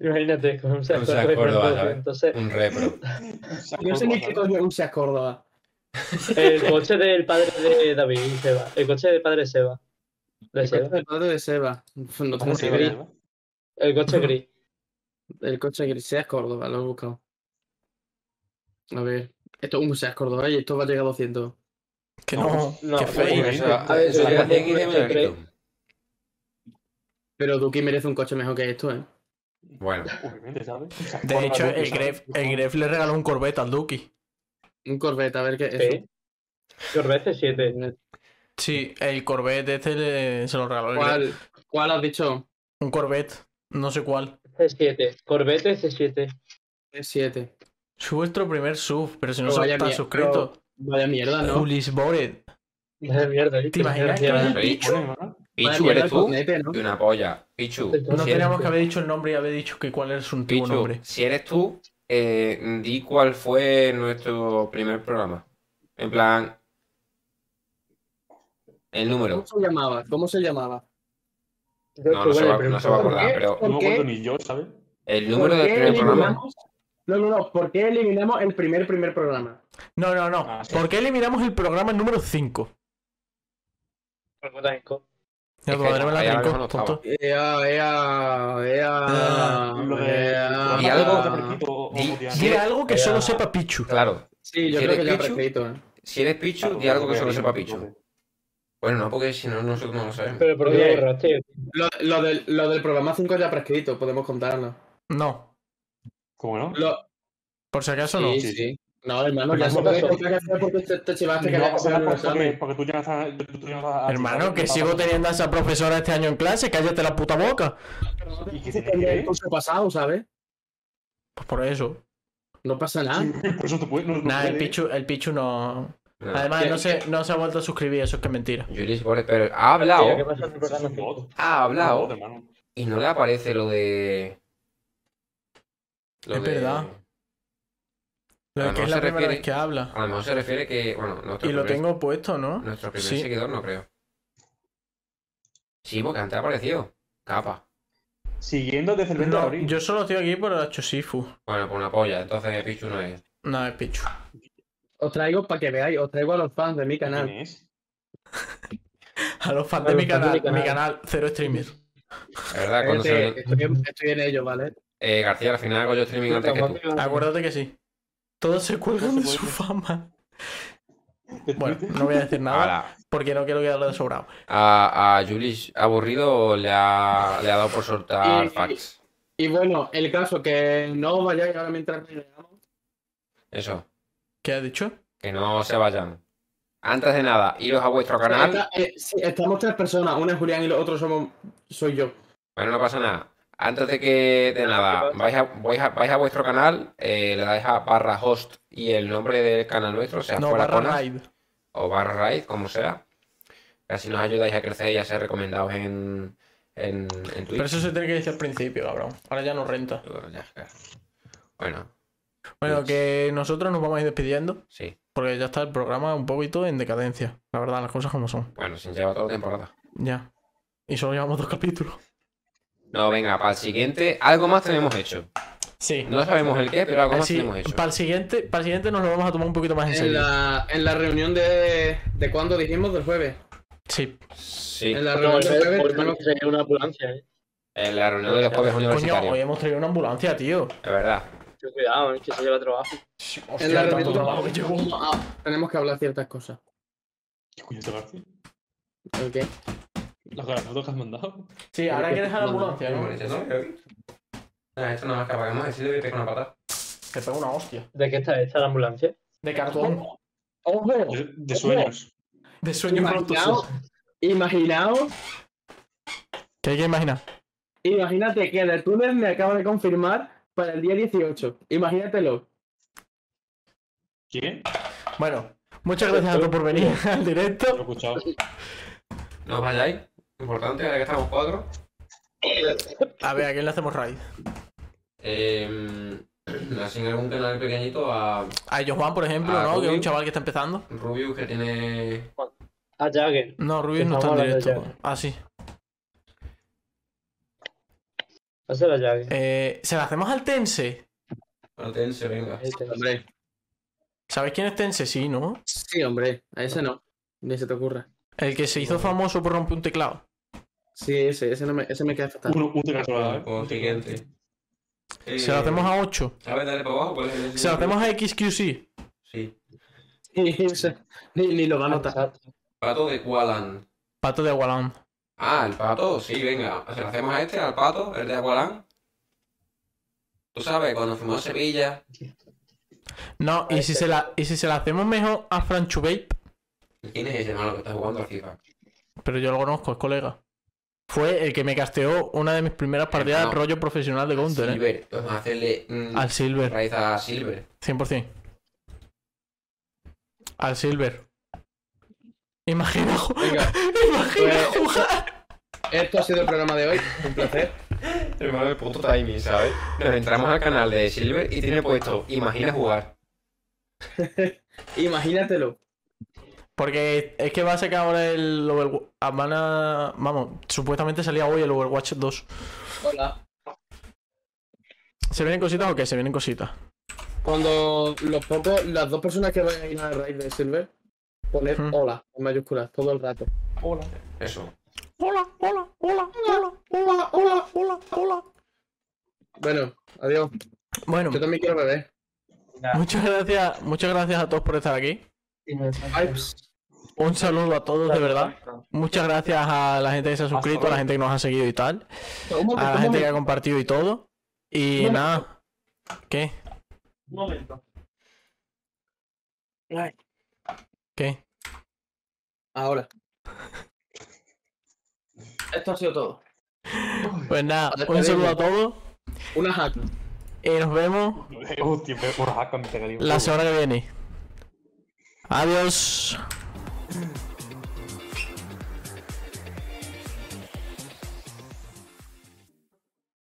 Speaker 4: Imagínate, con un saco
Speaker 3: saco
Speaker 4: de
Speaker 3: Córdoba,
Speaker 4: recuerdos,
Speaker 3: ¿sabes?
Speaker 4: Entonces,
Speaker 3: Un repro.
Speaker 5: No sé ni qué coño es un saco de Córdoba.
Speaker 4: el coche del padre de David, Seba. El coche del padre de Seba. De
Speaker 5: El
Speaker 4: Seba.
Speaker 5: coche del padre de Seba. Uf,
Speaker 3: Ah,
Speaker 5: No tengo
Speaker 6: ¿Cómo
Speaker 5: ni
Speaker 6: se
Speaker 5: idea.
Speaker 6: llama?
Speaker 4: El coche gris.
Speaker 5: El coche gris, Seas Córdoba, lo he buscado. A ver. Esto uh, es un Seas Córdoba y esto va a llegar a 200.
Speaker 2: Que
Speaker 6: pues,
Speaker 2: no,
Speaker 4: No,
Speaker 2: que feo.
Speaker 4: no,
Speaker 3: Eso,
Speaker 4: A ver,
Speaker 3: eso
Speaker 4: yo
Speaker 3: es
Speaker 4: ya
Speaker 3: la de
Speaker 4: tengo
Speaker 3: Guille
Speaker 4: un coche
Speaker 3: Melito.
Speaker 5: Pero Duki merece un coche mejor que esto, ¿eh?
Speaker 3: Bueno,
Speaker 6: Obviamente, ¿sabes?
Speaker 2: De hecho, el Gref, el Gref le regaló un Corvette al Duki.
Speaker 5: Un Corvette, a ver qué es eso.
Speaker 4: Sí. Corvette 7.
Speaker 2: Sí, el Corvette este le- se lo regaló el Gref.
Speaker 5: ¿Cuál, ¿Cuál has dicho?
Speaker 2: Un Corvette, no sé cuál.
Speaker 4: C7. Corvette C7.
Speaker 5: E7.
Speaker 2: Es vuestro primer sub, pero si no
Speaker 5: Pero
Speaker 2: se
Speaker 5: vaya
Speaker 2: está
Speaker 5: mierda.
Speaker 2: suscrito.
Speaker 5: Vaya mierda, ¿no?
Speaker 2: Julis Bored.
Speaker 4: Madre mierda, ¿viste?
Speaker 2: ¿Te imaginas que
Speaker 4: Gracias.
Speaker 2: el bicho?
Speaker 5: Vaya
Speaker 3: Pichu,
Speaker 5: mierda
Speaker 3: ¿eres
Speaker 5: el
Speaker 3: tú?
Speaker 5: cognete, ¿no?
Speaker 3: Y una polla. Pichu,
Speaker 2: No
Speaker 3: si eres,
Speaker 2: teníamos que haber dicho el nombre y haber dicho que cuál es su antiguo
Speaker 3: Pichu,
Speaker 2: nombre.
Speaker 3: si eres tú, eh, di cuál fue nuestro primer programa. En plan, el número.
Speaker 5: ¿Cómo se llamaba? ¿Cómo se llamaba?
Speaker 4: Yo
Speaker 3: No, no
Speaker 4: estuve
Speaker 3: se
Speaker 4: en el
Speaker 3: va,
Speaker 4: primer
Speaker 3: no se va a
Speaker 5: ¿Por
Speaker 3: acordar,
Speaker 5: qué?
Speaker 3: pero
Speaker 6: No me
Speaker 5: ¿Por qué?
Speaker 6: acuerdo ni yo, ¿sabes?
Speaker 3: el número del primer programa.
Speaker 5: eliminamos- No, no, no. ¿Por qué eliminamos el primer primer programa?
Speaker 2: No, no, no.
Speaker 6: Ah, sí.
Speaker 2: ¿Por qué eliminamos el programa número 5?
Speaker 4: programa.
Speaker 2: Ya
Speaker 3: Es
Speaker 2: tu
Speaker 3: que
Speaker 2: madre me la
Speaker 3: ahí ahora
Speaker 2: trincó,
Speaker 3: mismo no estaba.
Speaker 2: tonto.
Speaker 5: Ea, ea, ea.
Speaker 6: Lo de-
Speaker 5: ea.
Speaker 3: Y algo-
Speaker 6: Ah, Marquito o- o
Speaker 3: Di-
Speaker 6: Diana.
Speaker 3: Sí,
Speaker 2: Dile algo que
Speaker 4: era-
Speaker 2: solo sepa Pichu.
Speaker 3: Claro,
Speaker 5: Sí, yo
Speaker 3: ¿Quieres
Speaker 5: creo que ya
Speaker 3: Pichu?
Speaker 5: prescrito, ¿eh?
Speaker 3: si eres Pichu, di algo que solo sepa Pichu. Bueno, no, porque si no, nosotros no lo sabemos.
Speaker 4: Pero ¿por qué
Speaker 5: Oye.
Speaker 4: lo borraste?
Speaker 5: Lo, lo del, lo del programa 5 ya prescrito, podemos contarlo.
Speaker 2: No,
Speaker 6: ¿Cómo no?
Speaker 5: Lo,
Speaker 2: por si acaso no.
Speaker 5: sí, sí,
Speaker 6: sí.
Speaker 5: No, hermano, ya
Speaker 6: Pero
Speaker 5: se
Speaker 6: no
Speaker 5: puede
Speaker 6: pasó.
Speaker 5: contar que fue porque te, te chivaste que
Speaker 6: No,
Speaker 5: había pasado en el
Speaker 6: porque- porque,
Speaker 5: examen.
Speaker 6: porque tú ya no estás. tú- tú ya no ah, estás-
Speaker 2: Hermano, que
Speaker 6: estás-
Speaker 2: sigo teniendo a esa profesora este año en clase, cállate la puta boca.
Speaker 6: ¿Y qué
Speaker 5: Sí,
Speaker 6: tiene que
Speaker 5: también
Speaker 6: ver?
Speaker 5: el curso pasado, ¿sabes?
Speaker 2: Pues por eso.
Speaker 5: No pasa nada.
Speaker 6: Por eso tú puedes. No, no
Speaker 2: Nah, Ah. el
Speaker 6: puedes.
Speaker 2: Pichu, el Pichu no.
Speaker 3: No.
Speaker 2: Además,
Speaker 5: Ya-
Speaker 2: no se, no se ha vuelto a suscribir, eso es que es mentira.
Speaker 3: Julius Boris, pero ha
Speaker 4: Tío, ¿Qué
Speaker 3: hablado,
Speaker 4: pasa en el programa?
Speaker 6: Es un bot. Es
Speaker 3: ha
Speaker 6: un bot,
Speaker 3: hablado
Speaker 6: hermano.
Speaker 3: y no le aparece lo de.
Speaker 2: Es verdad. Lo
Speaker 3: Ah,
Speaker 2: que
Speaker 3: no
Speaker 2: es
Speaker 3: se
Speaker 2: la primera
Speaker 3: refiere-
Speaker 2: vez que habla.
Speaker 3: A lo mejor se refiere que, bueno, nuestro
Speaker 2: Y lo
Speaker 3: primer,
Speaker 2: tengo puesto, ¿no?
Speaker 3: nuestro primer
Speaker 2: sí.
Speaker 3: seguidor no creo. Sí, porque antes ha aparecido. Capa.
Speaker 6: Siguiendo desde el 20 de
Speaker 2: No,
Speaker 6: abril.
Speaker 2: yo solo estoy aquí por Hacho Sifu.
Speaker 3: Bueno, por una polla, entonces Pichu no es.
Speaker 2: No, es Pichu.
Speaker 5: Os traigo para que veáis, os traigo a los fans de mi
Speaker 6: ¿Quién
Speaker 5: canal.
Speaker 6: es?
Speaker 2: A los fans de
Speaker 4: A los
Speaker 2: mi
Speaker 4: fans
Speaker 2: canal,
Speaker 4: de mi
Speaker 2: mi
Speaker 4: canal.
Speaker 2: canal, cero streamer.
Speaker 3: Es verdad, cuando
Speaker 2: Este-
Speaker 5: Cállate,
Speaker 3: se-
Speaker 5: estoy, en- estoy en ello, ¿vale?
Speaker 3: eh, García, al final hago yo streaming antes que tú.
Speaker 2: Acuérdate que sí. Todos se cuelgan de su fama. Bueno, no voy a decir nada
Speaker 3: Ahora,
Speaker 2: porque no quiero quedarle de sobrado.
Speaker 3: a, a Julius aburrido le ha, le ha dado por soltar
Speaker 5: Y-
Speaker 3: fax.
Speaker 5: Y bueno, el caso que no os vayáis ahora mientras rellenamos.
Speaker 3: Eso,
Speaker 2: ¿Qué has dicho?
Speaker 3: que no se vayan. Antes de nada, iros a vuestro canal.
Speaker 5: Esta- eh, sí, estamos tres personas, una es Julián y los otros somos soy yo.
Speaker 3: Bueno, no pasa nada. Antes de que, de nada, vais a, vais a, vais a vuestro canal, eh, le dais a barra host y el nombre del canal nuestro, sea
Speaker 2: No,
Speaker 3: fuera
Speaker 2: barra
Speaker 3: Conas,
Speaker 2: raid.
Speaker 3: o barra raid, como sea. Así nos ayudáis a crecer y a ser recomendados en, en, en Twitch.
Speaker 2: Pero eso se tiene que decir al principio, cabrón. Ahora ya no renta.
Speaker 3: Bueno, ya está. Bueno,
Speaker 2: Bueno,
Speaker 3: Twitch.
Speaker 2: que nosotros nos vamos a ir despidiendo
Speaker 3: sí.
Speaker 2: porque ya está el programa un poquito en decadencia. La verdad, las cosas como son.
Speaker 3: Bueno, sin llevar toda la temporada.
Speaker 2: Ya. Y solo llevamos dos capítulos.
Speaker 3: No, venga, para el siguiente, algo más tenemos hecho.
Speaker 2: Sí.
Speaker 3: No sabemos el qué, pero algo más
Speaker 2: Así,
Speaker 3: tenemos hecho.
Speaker 2: para el siguiente, para el siguiente nos lo vamos a tomar un poquito más en
Speaker 5: En
Speaker 2: serio.
Speaker 5: la, en la reunión de. ¿De cuándo dijimos? Del jueves.
Speaker 2: Sí.
Speaker 3: Sí,
Speaker 5: En la
Speaker 4: No,
Speaker 5: reunión
Speaker 4: el
Speaker 5: del jueves
Speaker 4: jueves
Speaker 5: tenemos-
Speaker 4: tenemos que salir una ambulancia, eh.
Speaker 3: en la reunión de los jueves
Speaker 2: Coño, hoy
Speaker 3: universitarios.
Speaker 2: hemos traído una ambulancia, tío.
Speaker 3: Es verdad.
Speaker 4: Ten Cuidado, eh, que se lleva trabajo.
Speaker 5: en la
Speaker 2: Hostia, tanto
Speaker 5: reunión
Speaker 2: trabajo que llevo.
Speaker 5: tenemos que hablar ciertas cosas.
Speaker 6: ¿Qué coño te parece?
Speaker 5: ¿ok?
Speaker 6: Las garabatos que has mandado.
Speaker 2: Sí, ahora hay que dejar la ambulancia, ¿no?
Speaker 3: Esto no más que más decirle que con una patada.
Speaker 2: Te pego una hostia.
Speaker 4: ¿De qué está hecha la ambulancia?
Speaker 2: De cartón.
Speaker 5: Ojo,
Speaker 6: De, de sueños.
Speaker 2: De sueño
Speaker 5: imaginaos, imaginaos,
Speaker 2: ¿Qué hay que imaginar?
Speaker 5: imagínate que el túnel me acaba de confirmar para el día 18. Imagínatelo.
Speaker 6: ¿Quién?
Speaker 2: Bueno, muchas gracias a todos por venir al
Speaker 6: Lo he
Speaker 2: directo.
Speaker 6: escuchado.
Speaker 3: No os vayáis. Importante, ahora que estamos cuatro.
Speaker 2: A ver, ¿a quién le hacemos raid?
Speaker 3: Eh, así en algún canal pequeñito a
Speaker 2: A Johan, por ejemplo,
Speaker 3: A
Speaker 2: ¿no? Que es
Speaker 3: Rubio.
Speaker 2: un chaval que está empezando.
Speaker 3: Rubius que tiene.
Speaker 4: a Jagger.
Speaker 2: No, Rubius no
Speaker 4: Estamos
Speaker 2: está en
Speaker 4: hablando
Speaker 2: directo. Ah, sí.
Speaker 4: Hazlo a Jagger.
Speaker 2: Eh, ¿Se la hacemos al Tense?
Speaker 3: Al Tense, venga.
Speaker 4: Este.
Speaker 5: Hombre,
Speaker 2: ¿Sabéis quién es Tense? Sí, ¿no?
Speaker 5: sí, hombre, a ese no. Ni se te ocurra.
Speaker 2: El que se hizo famoso por romper un teclado.
Speaker 5: Sí, ese, ese, no me, ese me queda fatal.
Speaker 6: Uno, un teclado solo, ¿eh?
Speaker 3: Con siguiente. Eh,
Speaker 2: ¿Se la hacemos a 8?
Speaker 3: A ver, dale para abajo. ¿cuál es el
Speaker 2: ¿Se la
Speaker 3: siguiente?
Speaker 2: hacemos a XQC?
Speaker 3: Sí.
Speaker 5: Ese- ni, ni lo va a notar.
Speaker 3: Pato de Kualan.
Speaker 2: Pato de Agualán.
Speaker 3: Ah, el pato, sí, venga. Se lo hacemos a este, al pato, el de Agualán. Tú sabes, cuando fuimos a Sevilla.
Speaker 2: No, y si, se la, y si se la hacemos mejor a Franchu Vape,
Speaker 3: ¿Quién es ese malo que está jugando al FIFA?
Speaker 2: pero yo lo conozco, es colega. Fue el que me casteó una de mis primeras partidas
Speaker 3: no.
Speaker 2: de rollo profesional de Counter, ¿eh?
Speaker 3: Silver. Vamos a hacerle mm,
Speaker 2: Al Silver,
Speaker 3: raíz a Silver.
Speaker 2: 100%. Al Silver. Imagina, ju-
Speaker 5: Venga,
Speaker 2: imagina
Speaker 5: pues-
Speaker 2: jugar.
Speaker 5: esto ha sido el programa de hoy. Un placer.
Speaker 3: Hermano de puto timing, ¿sabes? Nos entramos al canal de Silver y tiene puesto Imagina jugar.
Speaker 5: Imagínatelo.
Speaker 2: Porque es que va a sacar ahora el Overwatch. Van a- Vamos, supuestamente salía hoy el Overwatch 2.
Speaker 5: Hola.
Speaker 2: ¿Se vienen cositas o qué? Se vienen cositas.
Speaker 5: Cuando los pocos, las dos personas que vayan a ir a raíz de Silver, poned
Speaker 2: Ujú.
Speaker 5: hola en mayúsculas todo el rato.
Speaker 6: Hola.
Speaker 3: Eso.
Speaker 2: Hola, hola, hola, hola, hola, hola, hola, hola.
Speaker 5: Bueno, adiós.
Speaker 2: Bueno,
Speaker 5: Yo también quiero beber.
Speaker 2: muchas gracias, muchas gracias a todos por estar aquí.
Speaker 5: Vibes.
Speaker 2: Un saludo a todos, de verdad. Muchas gracias a la gente que se ha suscrito, a la gente que nos ha seguido y tal,
Speaker 5: Un momento,
Speaker 2: a
Speaker 5: un
Speaker 2: la gente que
Speaker 5: momento.
Speaker 2: ha compartido y todo. Y
Speaker 5: No.
Speaker 2: nada. ¿Qué?
Speaker 4: Un momento.
Speaker 2: ¿Qué?
Speaker 5: Ahora. Esto ha sido todo.
Speaker 2: Pues nada,
Speaker 5: Hasta
Speaker 2: un saludo
Speaker 5: luego.
Speaker 2: a todos
Speaker 5: Una hack.
Speaker 2: y nos vemos
Speaker 6: Hostia, me- una jaca me pegaría un
Speaker 2: la
Speaker 6: huevo.
Speaker 2: semana que viene. Adiós.